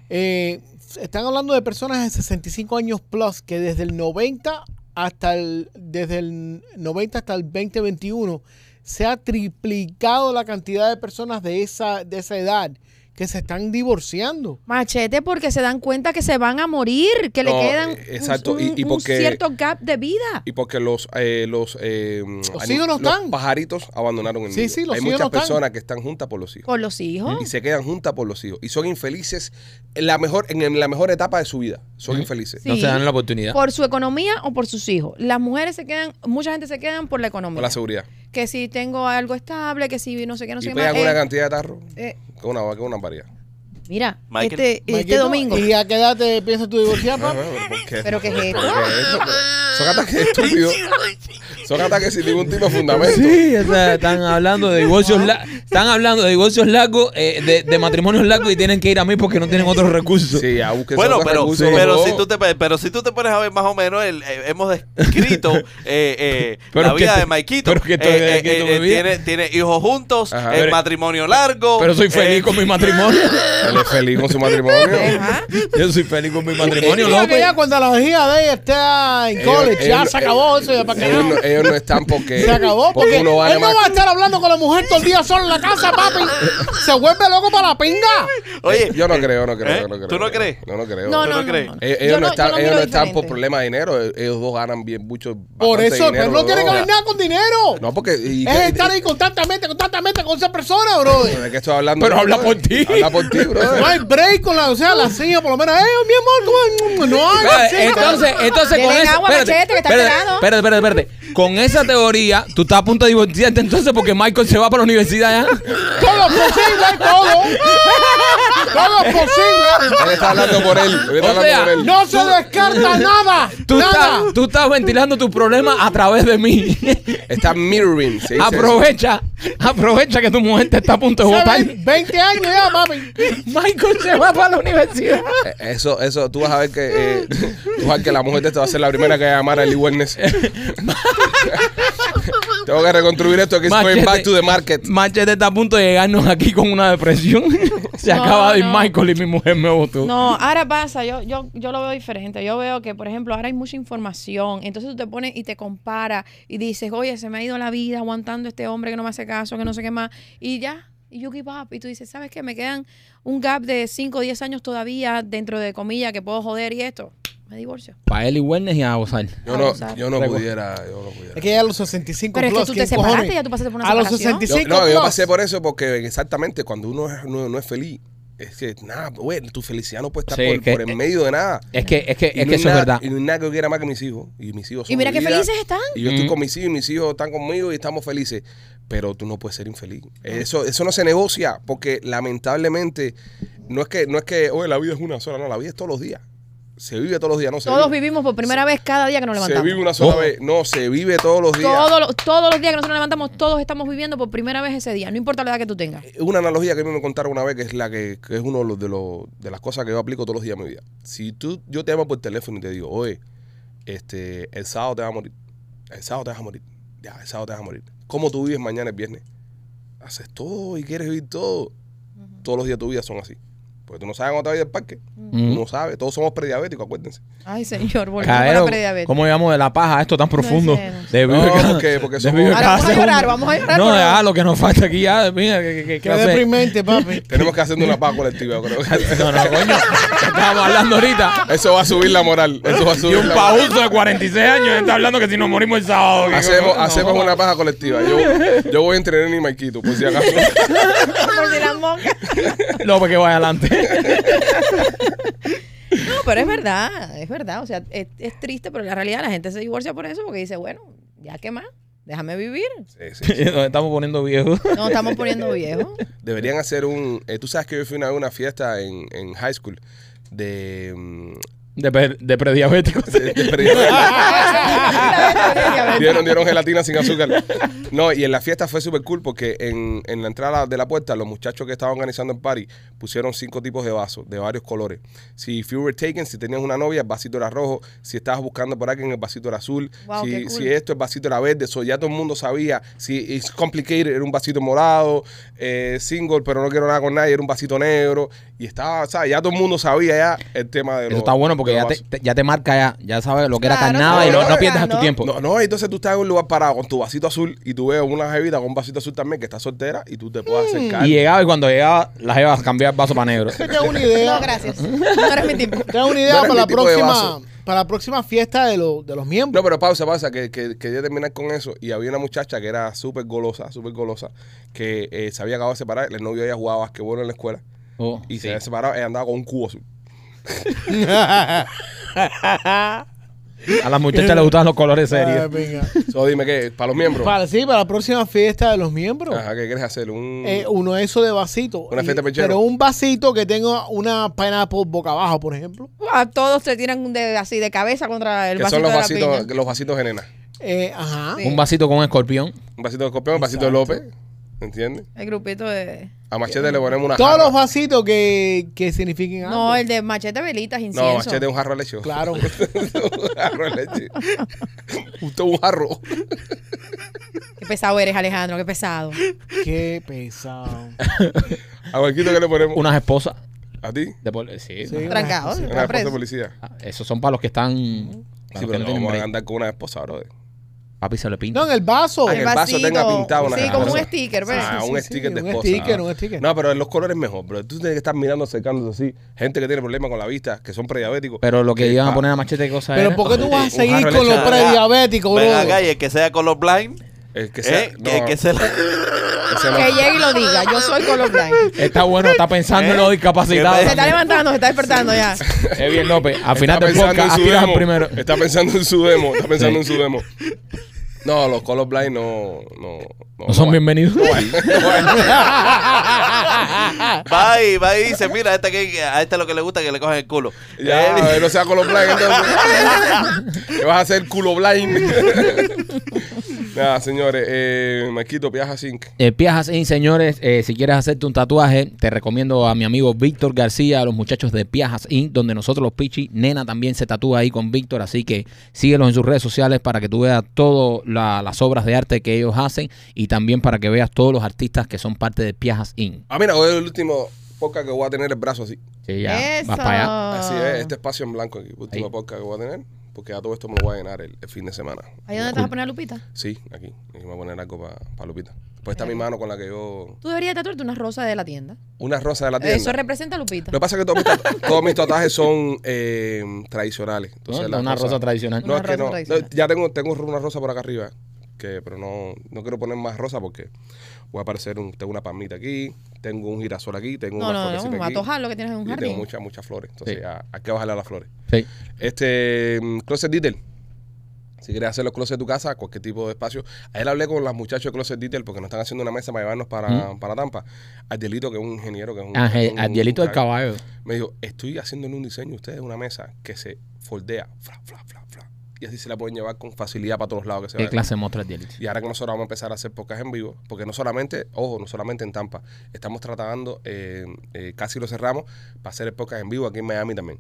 Speaker 3: Eh, están hablando de personas de 65 años plus que desde el 90 hasta el desde el 90 hasta el 2021 se ha triplicado la cantidad de personas de esa de esa edad que se están divorciando.
Speaker 5: Machete porque se dan cuenta que se van a morir, que le
Speaker 1: No,
Speaker 5: quedan
Speaker 1: eh,
Speaker 5: un-
Speaker 1: exacto, y-
Speaker 5: un-
Speaker 1: y
Speaker 5: un
Speaker 1: porque-
Speaker 5: cierto gap de vida.
Speaker 1: Y porque los eh, los, eh, ani-
Speaker 3: hijos no están.
Speaker 1: pajaritos abandonaron el
Speaker 3: Sí,
Speaker 1: nido.
Speaker 3: sí, los
Speaker 1: Hay
Speaker 3: hijos
Speaker 1: muchas
Speaker 3: no están.
Speaker 1: personas que están juntas por los hijos.
Speaker 5: Con los hijos.
Speaker 1: Y se quedan juntas por los hijos. Y son infelices en la mejor, en la mejor etapa de su vida. Son infelices.
Speaker 5: Sí.
Speaker 2: No se dan la oportunidad.
Speaker 5: Por su economía o por sus hijos. Las mujeres se quedan, mucha gente se quedan por la economía.
Speaker 1: Por la seguridad.
Speaker 5: que si tengo algo estable, que si no sé qué, no sé
Speaker 1: y
Speaker 5: qué
Speaker 1: pegan
Speaker 5: más.
Speaker 1: una
Speaker 5: Eh,
Speaker 1: cantidad de tarro.
Speaker 5: eh,
Speaker 1: Que una, que una variedad.
Speaker 5: mira,
Speaker 4: Michael.
Speaker 5: este, este
Speaker 3: Maquito,
Speaker 5: domingo.
Speaker 3: ¿Y a qué edad te piensas tú divorciar,
Speaker 1: Ah.
Speaker 3: papá?
Speaker 5: Pero que es esto.
Speaker 1: Son ataques estúpidos. Son ataques sin ningún tipo de fundamento.
Speaker 2: Sí, o sea, están hablando de divorcios, la- están hablando de divorcios largos, eh, de, de matrimonios largos y tienen que ir a mí porque no tienen otros recursos.
Speaker 1: Sí, ya busquen
Speaker 4: Bueno,
Speaker 1: otros
Speaker 4: pero,
Speaker 1: recursos,
Speaker 4: pero,
Speaker 1: ¿no?
Speaker 4: si tú te, pe- pero si tú te pones a ver más o menos, el- eh, hemos descrito eh, eh,
Speaker 2: Pero
Speaker 4: la
Speaker 2: que
Speaker 4: vida
Speaker 2: te-
Speaker 4: de Maikito.
Speaker 2: pero que estoy de aquí, tú me miras.
Speaker 4: eh, tiene, tiene hijos juntos,
Speaker 1: Ajá.
Speaker 4: el
Speaker 1: Pero-
Speaker 4: matrimonio largo.
Speaker 2: Pero soy feliz
Speaker 4: eh,
Speaker 2: con mi matrimonio.
Speaker 1: Él es feliz con su matrimonio.
Speaker 5: Ajá.
Speaker 2: Yo soy feliz con mi
Speaker 3: Yo
Speaker 2: matrimonio,
Speaker 5: Eh,
Speaker 3: creo Eh, que
Speaker 2: López.
Speaker 3: ya cuando la vejiga de ella está en
Speaker 1: Ellos-
Speaker 3: college, ya
Speaker 1: ellos-
Speaker 3: se acabó eso, ya para
Speaker 1: ellos,
Speaker 3: carajo.
Speaker 1: no, ellos no están porque.
Speaker 3: Se acabó porque él
Speaker 1: eh, uno
Speaker 3: no
Speaker 1: vale más.
Speaker 3: va a estar hablando con la mujer todo el día solo en la casa, papi. Se vuelve loco para la pinga.
Speaker 4: Oye,
Speaker 1: Yo no creo, no creo,
Speaker 4: ¿Eh?
Speaker 1: yo no creo.
Speaker 4: ¿Tú no crees?
Speaker 1: No, no creo.
Speaker 5: No,
Speaker 4: ¿Tú
Speaker 5: no,
Speaker 4: no
Speaker 5: no,
Speaker 4: crees?
Speaker 5: no, no.
Speaker 1: Eh,
Speaker 5: Yo
Speaker 1: Ellos no están,
Speaker 5: yo
Speaker 1: ellos no
Speaker 5: miro
Speaker 1: están por
Speaker 5: diferente.
Speaker 1: problemas de dinero. eh, Ellos dos ganan bien mucho.
Speaker 3: Por
Speaker 1: bastante
Speaker 3: eso,
Speaker 1: dinero
Speaker 3: pero no
Speaker 1: los
Speaker 3: tiene que
Speaker 1: dos.
Speaker 3: ver nada con dinero.
Speaker 1: No, porque. y-
Speaker 3: es
Speaker 1: y-
Speaker 3: estar ahí constantemente, constantemente con esa persona, bro.
Speaker 1: Pero ¿De qué estoy hablando?
Speaker 2: Pero
Speaker 1: yo,
Speaker 2: habla
Speaker 1: brother?
Speaker 2: por ti.
Speaker 1: Habla por ti, bro.
Speaker 3: No hay break con la, o sea, la silla, por lo menos. Eh, mi amor, tú- no hay
Speaker 2: Ah,
Speaker 3: así.
Speaker 2: Entonces, entonces con
Speaker 5: Denle
Speaker 2: eso.
Speaker 5: agua,
Speaker 2: Espérate,
Speaker 5: machete, que está
Speaker 2: espérate,
Speaker 5: pelado.
Speaker 2: espérate, espérate, espérate. Con esa teoría, tú estás a punto de divorciarte entonces porque Michael se va para la universidad ya.
Speaker 3: Todo es posible, todo. Todo es posible.
Speaker 1: Él está hablando por él. Él está
Speaker 2: O
Speaker 1: hablando
Speaker 2: sea,
Speaker 1: por él.
Speaker 3: No se descarta nada.
Speaker 2: Tú
Speaker 3: nada.
Speaker 2: estás, tú estás ventilando tus problemas a través de mí.
Speaker 1: Está mirroring. se dice
Speaker 2: Aprovecha, aprovecha que tu mujer te está a punto de
Speaker 3: Se
Speaker 2: votar.
Speaker 3: ve 20 años ya, papi.
Speaker 2: Michael se va para la universidad.
Speaker 1: eso. Eh, Eso, eso, tú vas a ver que. eh, tú vas a ver que la mujer de esta va a ser la primera que va a llamar a Lee Wellness. Tengo que reconstruir esto que es going
Speaker 2: Machete.
Speaker 1: back to the market.
Speaker 2: Machete está a punto de llegarnos aquí con una depresión. Se
Speaker 5: No,
Speaker 2: acaba de ir
Speaker 5: no.
Speaker 2: Michael y mi mujer me votó.
Speaker 5: No, ahora pasa, yo, yo, yo lo veo diferente. Yo veo que, por ejemplo, ahora hay mucha información. Entonces tú te pones y te comparas y dices, oye, se me ha ido la vida aguantando este hombre que no me hace caso, que no sé qué más. Y ya, y you give up. Y tú dices, ¿sabes qué? Me quedan un gap de 5 o 10 años todavía dentro de comillas que puedo joder y esto. Me divorcio.
Speaker 2: Para él y Wellness y a gozar.
Speaker 1: Yo no,
Speaker 5: Abusar.
Speaker 1: yo no pudiera. Yo no pudiera.
Speaker 3: Es que ya a los 65
Speaker 5: Pero es que
Speaker 3: plus,
Speaker 5: tú te
Speaker 3: ¿quién
Speaker 5: separaste,
Speaker 3: cojones?
Speaker 5: ya tú pasaste por una
Speaker 3: A los
Speaker 5: separación.
Speaker 3: 65
Speaker 1: Yo- no, yo
Speaker 3: plus.
Speaker 1: pasé por eso porque exactamente cuando uno es- no, no es feliz, es que nada, güey, tu felicidad no puede estar
Speaker 2: Sí,
Speaker 1: por,
Speaker 2: es que-
Speaker 1: por en medio de nada.
Speaker 2: Es que, es que,
Speaker 1: Y
Speaker 2: es
Speaker 1: no
Speaker 2: que
Speaker 1: hay
Speaker 2: eso es
Speaker 1: nada-
Speaker 2: verdad.
Speaker 1: Y no hay nada que yo quiera más que mis hijos. Y mis hijos
Speaker 5: Y mira
Speaker 1: mi
Speaker 5: qué
Speaker 1: vida,
Speaker 5: felices están.
Speaker 1: Y yo estoy
Speaker 2: Mm.
Speaker 1: con mis hijos y mis hijos están conmigo y estamos felices. Pero tú no puedes ser infeliz. Eso, eso no se negocia porque lamentablemente no es que, no es que, oye, la vida es una sola, no, la vida es todos los días. Se vive todos los días, no se
Speaker 5: Todos
Speaker 1: vive.
Speaker 5: vivimos por primera vez cada día que nos
Speaker 1: Se
Speaker 5: levantamos.
Speaker 1: vive una sola
Speaker 2: Oh.
Speaker 1: vez. No, se vive todos los días.
Speaker 5: Todos los, todos los días que nosotros nos levantamos, todos estamos viviendo por primera vez ese día, no importa la edad que tú tengas.
Speaker 1: Eh, una analogía que a mí me contaron una vez que es la que, que es uno de, los, de, los- de las cosas que yo aplico todos los días de mi vida. Si tú yo te llamo por teléfono y te digo, oye, este, el sábado te vas a morir, el sábado te vas a morir, ya, el sábado te vas a morir. ¿Cómo tú vives mañana el viernes? Haces todo y quieres vivir todo. Todos los días de tu vida son así. Porque tú no sabes cuándo te vas a ir al parque.
Speaker 2: Mm.
Speaker 1: Tú no sabes. Todos somos prediabéticos, acuérdense.
Speaker 5: Ay, señor, volvemos a
Speaker 2: Cabero,
Speaker 5: la prediabetes.
Speaker 2: ¿Cómo llegamos de la paja a esto tan profundo?
Speaker 5: sé, no sé.
Speaker 2: De
Speaker 1: No,
Speaker 2: cada-
Speaker 1: porque- porque
Speaker 2: de
Speaker 1: somos-
Speaker 2: vive
Speaker 1: Ahora
Speaker 2: cada
Speaker 5: vamos a llorar,
Speaker 2: segundo.
Speaker 5: vamos a llorar
Speaker 2: No,
Speaker 5: por
Speaker 2: ya,
Speaker 5: algo.
Speaker 2: lo que nos falta aquí ya. Mira, que, que, que,
Speaker 3: Qué
Speaker 2: hacer.
Speaker 3: deprimente, papi.
Speaker 1: Tenemos que hacer una paz colectiva, yo creo.
Speaker 2: No, no, coño. que Estábamos hablando ahorita.
Speaker 1: Eso va a subir la moral. Eso va a subir
Speaker 2: Y un
Speaker 1: la moral.
Speaker 2: pauso de 46 años está hablando que si nos morimos el sábado. que-
Speaker 1: Hacemos,
Speaker 2: no,
Speaker 1: hacemos
Speaker 2: no.
Speaker 1: una paja colectiva. Yo, yo voy a entrenar y Maikito, por si acaso.
Speaker 5: Por si las moscas.
Speaker 2: López que vaya adelante.
Speaker 5: No, pero es verdad, es verdad. O sea, es, es triste, pero la realidad la gente se divorcia por eso porque dice, bueno, ya qué más, déjame vivir.
Speaker 1: Sí, sí.
Speaker 2: Nos estamos poniendo viejos.
Speaker 5: Nos estamos poniendo viejos.
Speaker 1: Deberían hacer un. eh, Tú sabes que yo fui una vez a una fiesta en, en high school de. mm,
Speaker 2: De, pre- de prediabético.
Speaker 1: De- de prediabético.
Speaker 5: Exactamente.
Speaker 1: dieron, dieron gelatina sin azúcar. No, y en la fiesta fue súper cool porque en, en la entrada de la puerta, los muchachos que estaban organizando el party pusieron cinco tipos de vasos de varios colores. Si if you were taken, si tenías una novia, el vasito era rojo. Si estabas buscando por alguien, el vasito era azul.
Speaker 5: Wow,
Speaker 1: si,
Speaker 5: qué cool.
Speaker 1: si esto, el vasito era verde. So, ya todo el mundo sabía. Si it's complicated, era un vasito morado. Eh, single, pero no quiero nada con nadie, era un vasito negro. Y estaba, o sea, ya todo el mundo sabía ya el tema de los
Speaker 2: Eso está bueno porque
Speaker 1: de los
Speaker 2: ya te,
Speaker 1: vasos.
Speaker 2: te- ya te marca ya. Ya sabes lo que era
Speaker 5: Claro,
Speaker 2: carnada y
Speaker 1: claro,
Speaker 2: no, no pierdas
Speaker 5: claro.
Speaker 2: tu tiempo.
Speaker 1: No, no, entonces tú estás en un lugar parado con tu vasito azul y tú ves una jevita con un vasito azul también que está soltera y tú te
Speaker 5: Mm.
Speaker 1: puedes acercar.
Speaker 2: Y llegaba y cuando llegaba, la jeva cambiaba el vaso para negro.
Speaker 3: Yo tengo una
Speaker 5: No,
Speaker 3: idea.
Speaker 5: gracias. No eres mi tipo.
Speaker 3: tengo una
Speaker 1: No
Speaker 3: idea
Speaker 1: eres
Speaker 3: para
Speaker 1: mi
Speaker 3: la
Speaker 1: tipo de
Speaker 3: próxima
Speaker 1: vaso.
Speaker 3: para la próxima fiesta de, lo- de los miembros.
Speaker 1: No, pero pausa, pausa, que, que quería terminar con eso. Y había una muchacha que era súper golosa, súper golosa, que eh, se había acabado de separar. El novio había jugado basquetbol en la escuela
Speaker 2: Oh,
Speaker 1: y se había separado y andaba con un cubo azul.
Speaker 2: A las muchachas les gustaban los colores
Speaker 3: Ah,
Speaker 2: serios.
Speaker 3: venga.
Speaker 1: So, dime que para los miembros.
Speaker 3: Para, sí, para la próxima fiesta de los miembros.
Speaker 1: Ajá, ¿qué quieres hacer? Un,
Speaker 3: Eh, uno eso de vasito.
Speaker 1: Una fiesta pechero.
Speaker 3: Pero un vasito que tenga una pineapple boca abajo, por ejemplo.
Speaker 5: A todos se tiran de, así de cabeza contra el
Speaker 1: que son
Speaker 5: vasito
Speaker 1: los
Speaker 5: de la
Speaker 1: vasitos,
Speaker 5: piña.
Speaker 1: los vasitos de nena.
Speaker 3: Eh, ajá.
Speaker 5: Sí.
Speaker 2: Un vasito con un escorpión.
Speaker 1: Un vasito de escorpión, un vasito de López. ¿Entiendes?
Speaker 5: El grupito de...
Speaker 1: A Machete le ponemos una.
Speaker 3: Todos
Speaker 1: jarra.
Speaker 3: los vasitos que, que signifiquen algo.
Speaker 5: No, el de machete, velitas, incienso.
Speaker 1: No, Machete un jarro de leche.
Speaker 3: Claro.
Speaker 1: un jarro de leche. Usted un jarro.
Speaker 5: Qué pesado eres, Alejandro, qué pesado.
Speaker 3: Qué pesado.
Speaker 1: ¿A Marquito qué le ponemos?
Speaker 2: Unas esposas.
Speaker 1: ¿A ti?
Speaker 2: De pol- sí.
Speaker 3: Sí.
Speaker 5: Trancado.
Speaker 3: Una
Speaker 1: Una
Speaker 5: está
Speaker 1: esposa de
Speaker 5: preso.
Speaker 1: policía.
Speaker 2: Ah, Esos son para los que están. para
Speaker 1: Sí,
Speaker 2: los que
Speaker 1: pero
Speaker 2: no
Speaker 1: no
Speaker 2: tienen
Speaker 1: vamos a
Speaker 2: break.
Speaker 1: andar con una esposa, brother.
Speaker 2: Papi se le pinta.
Speaker 3: No, en el vaso.
Speaker 1: Ah, que el vaso tenga pintado una
Speaker 5: Sí, como un
Speaker 1: cosa.
Speaker 5: sticker, ¿ves?
Speaker 1: Ah,
Speaker 3: pues. sí,
Speaker 1: un
Speaker 3: sí,
Speaker 1: sticker de
Speaker 3: un
Speaker 1: esposa.
Speaker 3: sticker,
Speaker 1: ah.
Speaker 3: un sticker.
Speaker 1: No, pero en los colores mejor, pero tú tienes que estar mirando, acercándose así. Gente que tiene problemas con la vista, que son prediabéticos.
Speaker 2: Pero lo que
Speaker 1: Sí,
Speaker 2: iban a
Speaker 1: pa-
Speaker 2: poner a machete, ¿qué cosa
Speaker 3: eh. Pero
Speaker 2: era?
Speaker 3: ¿por qué tú vas a
Speaker 1: Un
Speaker 3: seguir
Speaker 1: jarro de
Speaker 3: con
Speaker 1: leche.
Speaker 3: los prediabéticos,
Speaker 4: Ven acá
Speaker 3: bro?
Speaker 4: y el que sea colorblind.
Speaker 1: El que
Speaker 4: Que
Speaker 1: sea. no,
Speaker 4: Eh, que, se la-
Speaker 1: ese no.
Speaker 5: Que llegue y lo diga. Yo soy colorblind.
Speaker 2: Está bueno, está
Speaker 3: ¿Eh?
Speaker 2: pensando en los discapacitados.
Speaker 5: Se está levantando, se está despertando ya.
Speaker 2: Es bien López. Al
Speaker 1: Está
Speaker 2: final del
Speaker 1: pensando
Speaker 2: podcast,
Speaker 1: en su
Speaker 2: aspiras
Speaker 1: demo.
Speaker 2: primero.
Speaker 1: Está pensando en su demo, está pensando en su demo. No, los colorblind no. No, no,
Speaker 2: No
Speaker 1: no
Speaker 2: son
Speaker 1: va.
Speaker 2: bienvenidos.
Speaker 4: va y va y dice, mira, a este, que, a este lo que le gusta que le cogen el culo.
Speaker 1: Ya,
Speaker 4: Eh,
Speaker 1: no sea color blind entonces. Te vas a hacer culo blind. Nada, señores, eh, Maquito Piaja Zinc.
Speaker 2: Eh, Piajas Inc, señores, eh, si quieres hacerte un tatuaje, te recomiendo a mi amigo Víctor García, a los muchachos de Piajas Inc, donde nosotros los Pichi, Nena también se tatúa ahí con Víctor, así que síguelos en sus redes sociales para que tú veas todas las obras de arte que ellos hacen y también para que veas todos los artistas que son parte de Piajas Inc.
Speaker 1: Ah, mira, hoy es el último podcast que voy a tener el brazo así.
Speaker 2: Sí, ya,
Speaker 5: Eso.
Speaker 2: vas para allá.
Speaker 1: Así es, este espacio en blanco aquí. Último
Speaker 2: Ah. Ahí.
Speaker 1: podcast que voy a tener. Porque a todo esto me lo voy a llenar el, el fin de semana.
Speaker 5: ¿Ahí dónde te vas a poner a Lupita?
Speaker 1: Sí, aquí. Y me voy a poner algo para Lupita. Pues está mi mano con la que yo.
Speaker 5: Tú deberías tatuarte una rosa de la tienda.
Speaker 1: Una rosa de la tienda.
Speaker 5: Eso representa a Lupita.
Speaker 1: Lo que pasa es que todos mis, tatu- todos mis tatuajes son eh, tradicionales. Entonces,
Speaker 2: No,
Speaker 1: la
Speaker 2: una rosa tradicional.
Speaker 1: No,
Speaker 5: Una
Speaker 1: es que
Speaker 5: rosa
Speaker 1: no.
Speaker 5: tradicional.
Speaker 1: No, Ya tengo, tengo una rosa por acá arriba. Que, pero no, no quiero poner más rosa porque voy a aparecer un, tengo una palmita aquí, tengo un girasol aquí, tengo
Speaker 5: No,
Speaker 1: una
Speaker 5: no, no,
Speaker 1: florecita
Speaker 5: un
Speaker 1: aquí.
Speaker 5: matojal lo que tienes en un
Speaker 1: y tengo
Speaker 5: jardín.
Speaker 1: muchas, muchas flores. Entonces,
Speaker 2: Sí.
Speaker 1: ya, hay que bajarle a las flores.
Speaker 2: Sí.
Speaker 1: Este, mm, Closet Detail. Si quieres hacer los closets de tu casa, cualquier tipo de espacio. Ayer hablé con las muchachos de Closet Detail porque nos están haciendo una mesa para llevarnos para, para Tampa. Adielito, que es un ingeniero, que es un.
Speaker 2: Ángel,
Speaker 1: un-
Speaker 2: Adielito
Speaker 1: un
Speaker 2: del
Speaker 1: crack,
Speaker 2: Caballo.
Speaker 1: Me dijo, estoy haciéndole un diseño a ustedes, una mesa que se foldea, fla, fla, fla, fla. Y así se la pueden llevar con facilidad para todos lados que se
Speaker 2: ¿Qué
Speaker 1: vayan.
Speaker 2: clase de monstruo Adielito?
Speaker 1: Y ahora que nosotros vamos a empezar a hacer podcast en vivo, porque no solamente, ojo, no solamente en Tampa, estamos tratando, eh, eh, casi lo cerramos, para hacer el podcast en vivo aquí en Miami también.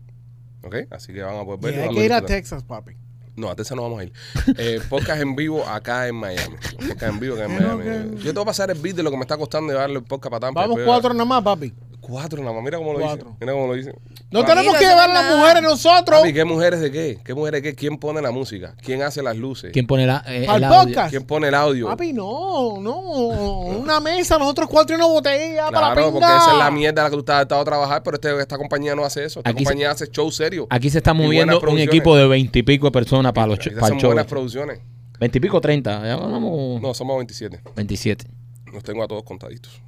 Speaker 1: ¿Ok? Así que van a poder ver.
Speaker 3: Y
Speaker 1: y
Speaker 3: hay
Speaker 1: van
Speaker 3: que ir a
Speaker 1: disfrutar.
Speaker 3: Texas, papi.
Speaker 1: No, a Texas no vamos a ir. Eh, podcast en vivo acá en Miami. Podcast en vivo acá en Miami. Yo te voy a pasar el beat de lo que me está costando llevarle el podcast para Tampa.
Speaker 3: Vamos
Speaker 1: Después-
Speaker 3: cuatro nada más, papi.
Speaker 1: Cuatro nada más. Mira cómo lo
Speaker 3: Cuatro.
Speaker 1: dice. Mira cómo lo dice.
Speaker 3: No
Speaker 1: Papi,
Speaker 3: tenemos que
Speaker 5: no
Speaker 3: llevar a
Speaker 5: somos
Speaker 3: las
Speaker 5: nada.
Speaker 3: mujeres nosotros.
Speaker 1: Papi, ¿qué mujeres de qué? ¿Qué mujeres de qué? ¿Quién pone la música? ¿Quién hace las luces?
Speaker 2: ¿Quién pone la, eh,
Speaker 3: Al
Speaker 2: el audio?
Speaker 3: podcast.
Speaker 1: ¿Quién pone el audio?
Speaker 3: Papi, no, no. Una mesa, nosotros cuatro y una botella para
Speaker 1: Claro,
Speaker 3: pingar.
Speaker 1: porque esa es la mierda a la que tú estás estado a trabajar, pero este- esta compañía no hace eso. Esta
Speaker 2: Aquí se-
Speaker 1: compañía hace show serio.
Speaker 2: Aquí se está
Speaker 1: Y buenas
Speaker 2: moviendo un
Speaker 1: producciones.
Speaker 2: equipo de veintipico de personas para los
Speaker 1: Aquí
Speaker 2: cho-
Speaker 1: se
Speaker 2: para
Speaker 1: hacen
Speaker 2: el show.
Speaker 1: buenas producciones.
Speaker 2: Veintipico, treinta. Ya vamos como
Speaker 1: No, somos 27.
Speaker 2: 27.
Speaker 1: Los tengo a todos contaditos.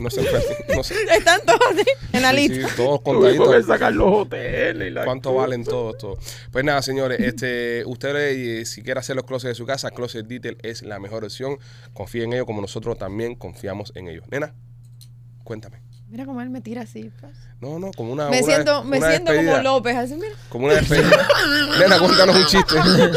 Speaker 1: No se enfermen. No se...
Speaker 5: Están todos así, en la
Speaker 1: Sí,
Speaker 5: lista.
Speaker 1: sí, todos contaditos.
Speaker 2: sacar los hoteles.
Speaker 1: ¿Cuánto valen todo esto? Pues nada, señores, este, ustedes eh, si quieren hacer los closets de su casa, Closet Detail es la mejor opción. Confíen en ellos como nosotros también confiamos en ellos. Nena, cuéntame.
Speaker 5: Mira cómo él me tira así. pa.
Speaker 1: No, no, como Ah, una.
Speaker 5: me
Speaker 1: una-
Speaker 5: siento, me
Speaker 1: una
Speaker 5: siento como
Speaker 1: despedida.
Speaker 5: López, así, mira.
Speaker 1: Como una despedida. Nena, cuéntanos un chiste.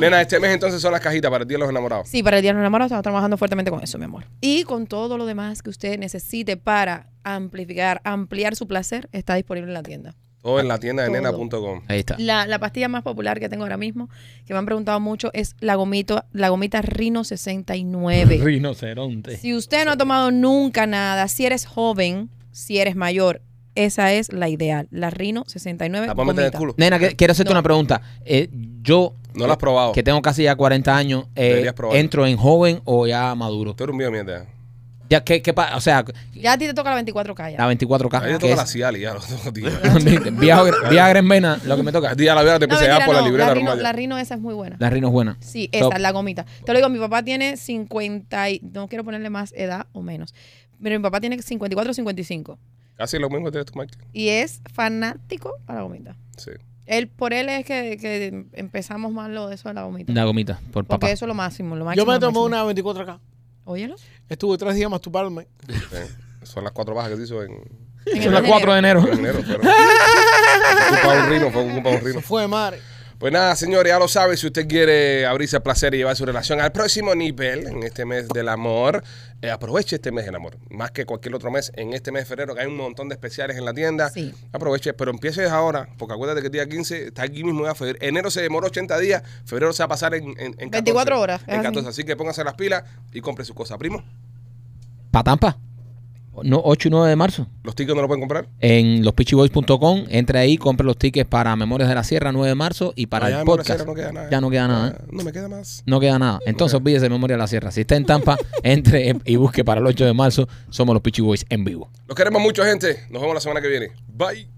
Speaker 1: Nena, este mes entonces son las cajitas para el Día de los Enamorados.
Speaker 5: Sí, para el Día de los Enamorados estamos trabajando fuertemente con eso, mi amor. Y con todo lo demás que usted necesite para amplificar, ampliar su placer, está disponible en la tienda.
Speaker 1: Todo en la tienda de
Speaker 5: Todo.
Speaker 1: nena.com.
Speaker 2: Ahí está.
Speaker 5: La, la pastilla más popular que tengo ahora mismo, que me han preguntado mucho, es la gomita, la gomita Rino 69.
Speaker 2: Rinoceronte.
Speaker 5: Si usted no ha tomado nunca nada, si eres joven, si eres mayor, esa es la ideal. La Rino 69.
Speaker 1: La puedes meter en el
Speaker 5: gomita.
Speaker 1: culo.
Speaker 2: Nena, que- quiero hacerte
Speaker 5: No.
Speaker 2: una pregunta. Eh, yo,
Speaker 1: No la has probado.
Speaker 2: que tengo casi ya 40 años, eh,
Speaker 1: Deberías probarlo.
Speaker 2: ¿entro en joven o ya maduro?
Speaker 1: Tú eres un viejo mierda.
Speaker 2: Ya, ¿qué, qué pa- o sea,
Speaker 5: Ya a ti te toca la 24K. ya.
Speaker 2: la 24K.
Speaker 1: Ahí te
Speaker 2: que
Speaker 1: toca la
Speaker 2: es-
Speaker 1: Cialis ya los dos días.
Speaker 2: Viagra, Viagra en vena, lo que me toca.
Speaker 1: Cada día a la vida te
Speaker 5: No,
Speaker 1: empecé a
Speaker 5: mentira,
Speaker 1: dar por la
Speaker 5: no,
Speaker 1: libreta.
Speaker 5: Rino,
Speaker 1: normal.
Speaker 5: la Rino esa es muy buena.
Speaker 2: La Rino es buena.
Speaker 5: Sí,
Speaker 2: Top.
Speaker 5: esa, la gomita. Te lo digo, mi papá tiene 50 y, no quiero ponerle más edad o menos, pero mi papá tiene 54 o 55
Speaker 1: Casi lo mismo que tienes tú, Michael.
Speaker 5: y es fanático a la gomita.
Speaker 1: Sí.
Speaker 5: Él, por él es que, que empezamos más lo de eso de la gomita.
Speaker 2: La gomita, por
Speaker 5: porque
Speaker 2: papá.
Speaker 5: eso es lo máximo, lo
Speaker 3: Yo
Speaker 5: máximo.
Speaker 3: me
Speaker 5: lo
Speaker 3: tomé
Speaker 5: máximo.
Speaker 3: una 24K.
Speaker 5: Óyelo.
Speaker 3: Estuve tres días masturbarme.
Speaker 1: Sí. Son las cuatro bajas que se hizo en,
Speaker 5: En el
Speaker 2: Son
Speaker 5: mes
Speaker 2: las 4 de enero.
Speaker 1: en enero. Pero... Ocupa un rino, fue ocupa un
Speaker 3: Se
Speaker 1: rino.
Speaker 3: fue de madre.
Speaker 1: Pues nada, señores, ya lo sabe. Si usted quiere abrirse al placer y llevar su relación al próximo nivel en este mes del amor, eh, aproveche este mes del amor. Más que cualquier otro mes, en este mes de febrero, que hay un montón de especiales en la tienda.
Speaker 5: Sí.
Speaker 1: Aproveche, pero empieces ahora, porque acuérdate que el día 15 está aquí mismo. Ya febrero. Enero se demoró 80 días, febrero se va a pasar en, en, en
Speaker 5: 24 horas, es
Speaker 1: En
Speaker 5: así.
Speaker 1: 14, así que póngase las pilas y compre su cosa. Primo,
Speaker 2: Pa' Tampa. No, 8 y 9 de marzo.
Speaker 1: los tickets no lo pueden comprar.
Speaker 2: En lospitchyboys.com. Entre ahí, compre los tickets para Memorias de la Sierra, 9 de marzo. Y para
Speaker 1: Ah, ya
Speaker 2: el
Speaker 1: en
Speaker 2: podcast.
Speaker 1: Borrachera no queda nada.
Speaker 2: Ya no queda nada. ¿eh?
Speaker 1: Ah, No me queda más.
Speaker 2: No queda nada. Entonces, olvídese de Memorias de la Sierra. Si está en Tampa, entre y busque para el 8 de marzo. Somos los Pitchy Boys en vivo.
Speaker 1: Los queremos mucho, gente. Nos vemos la semana que viene. Bye.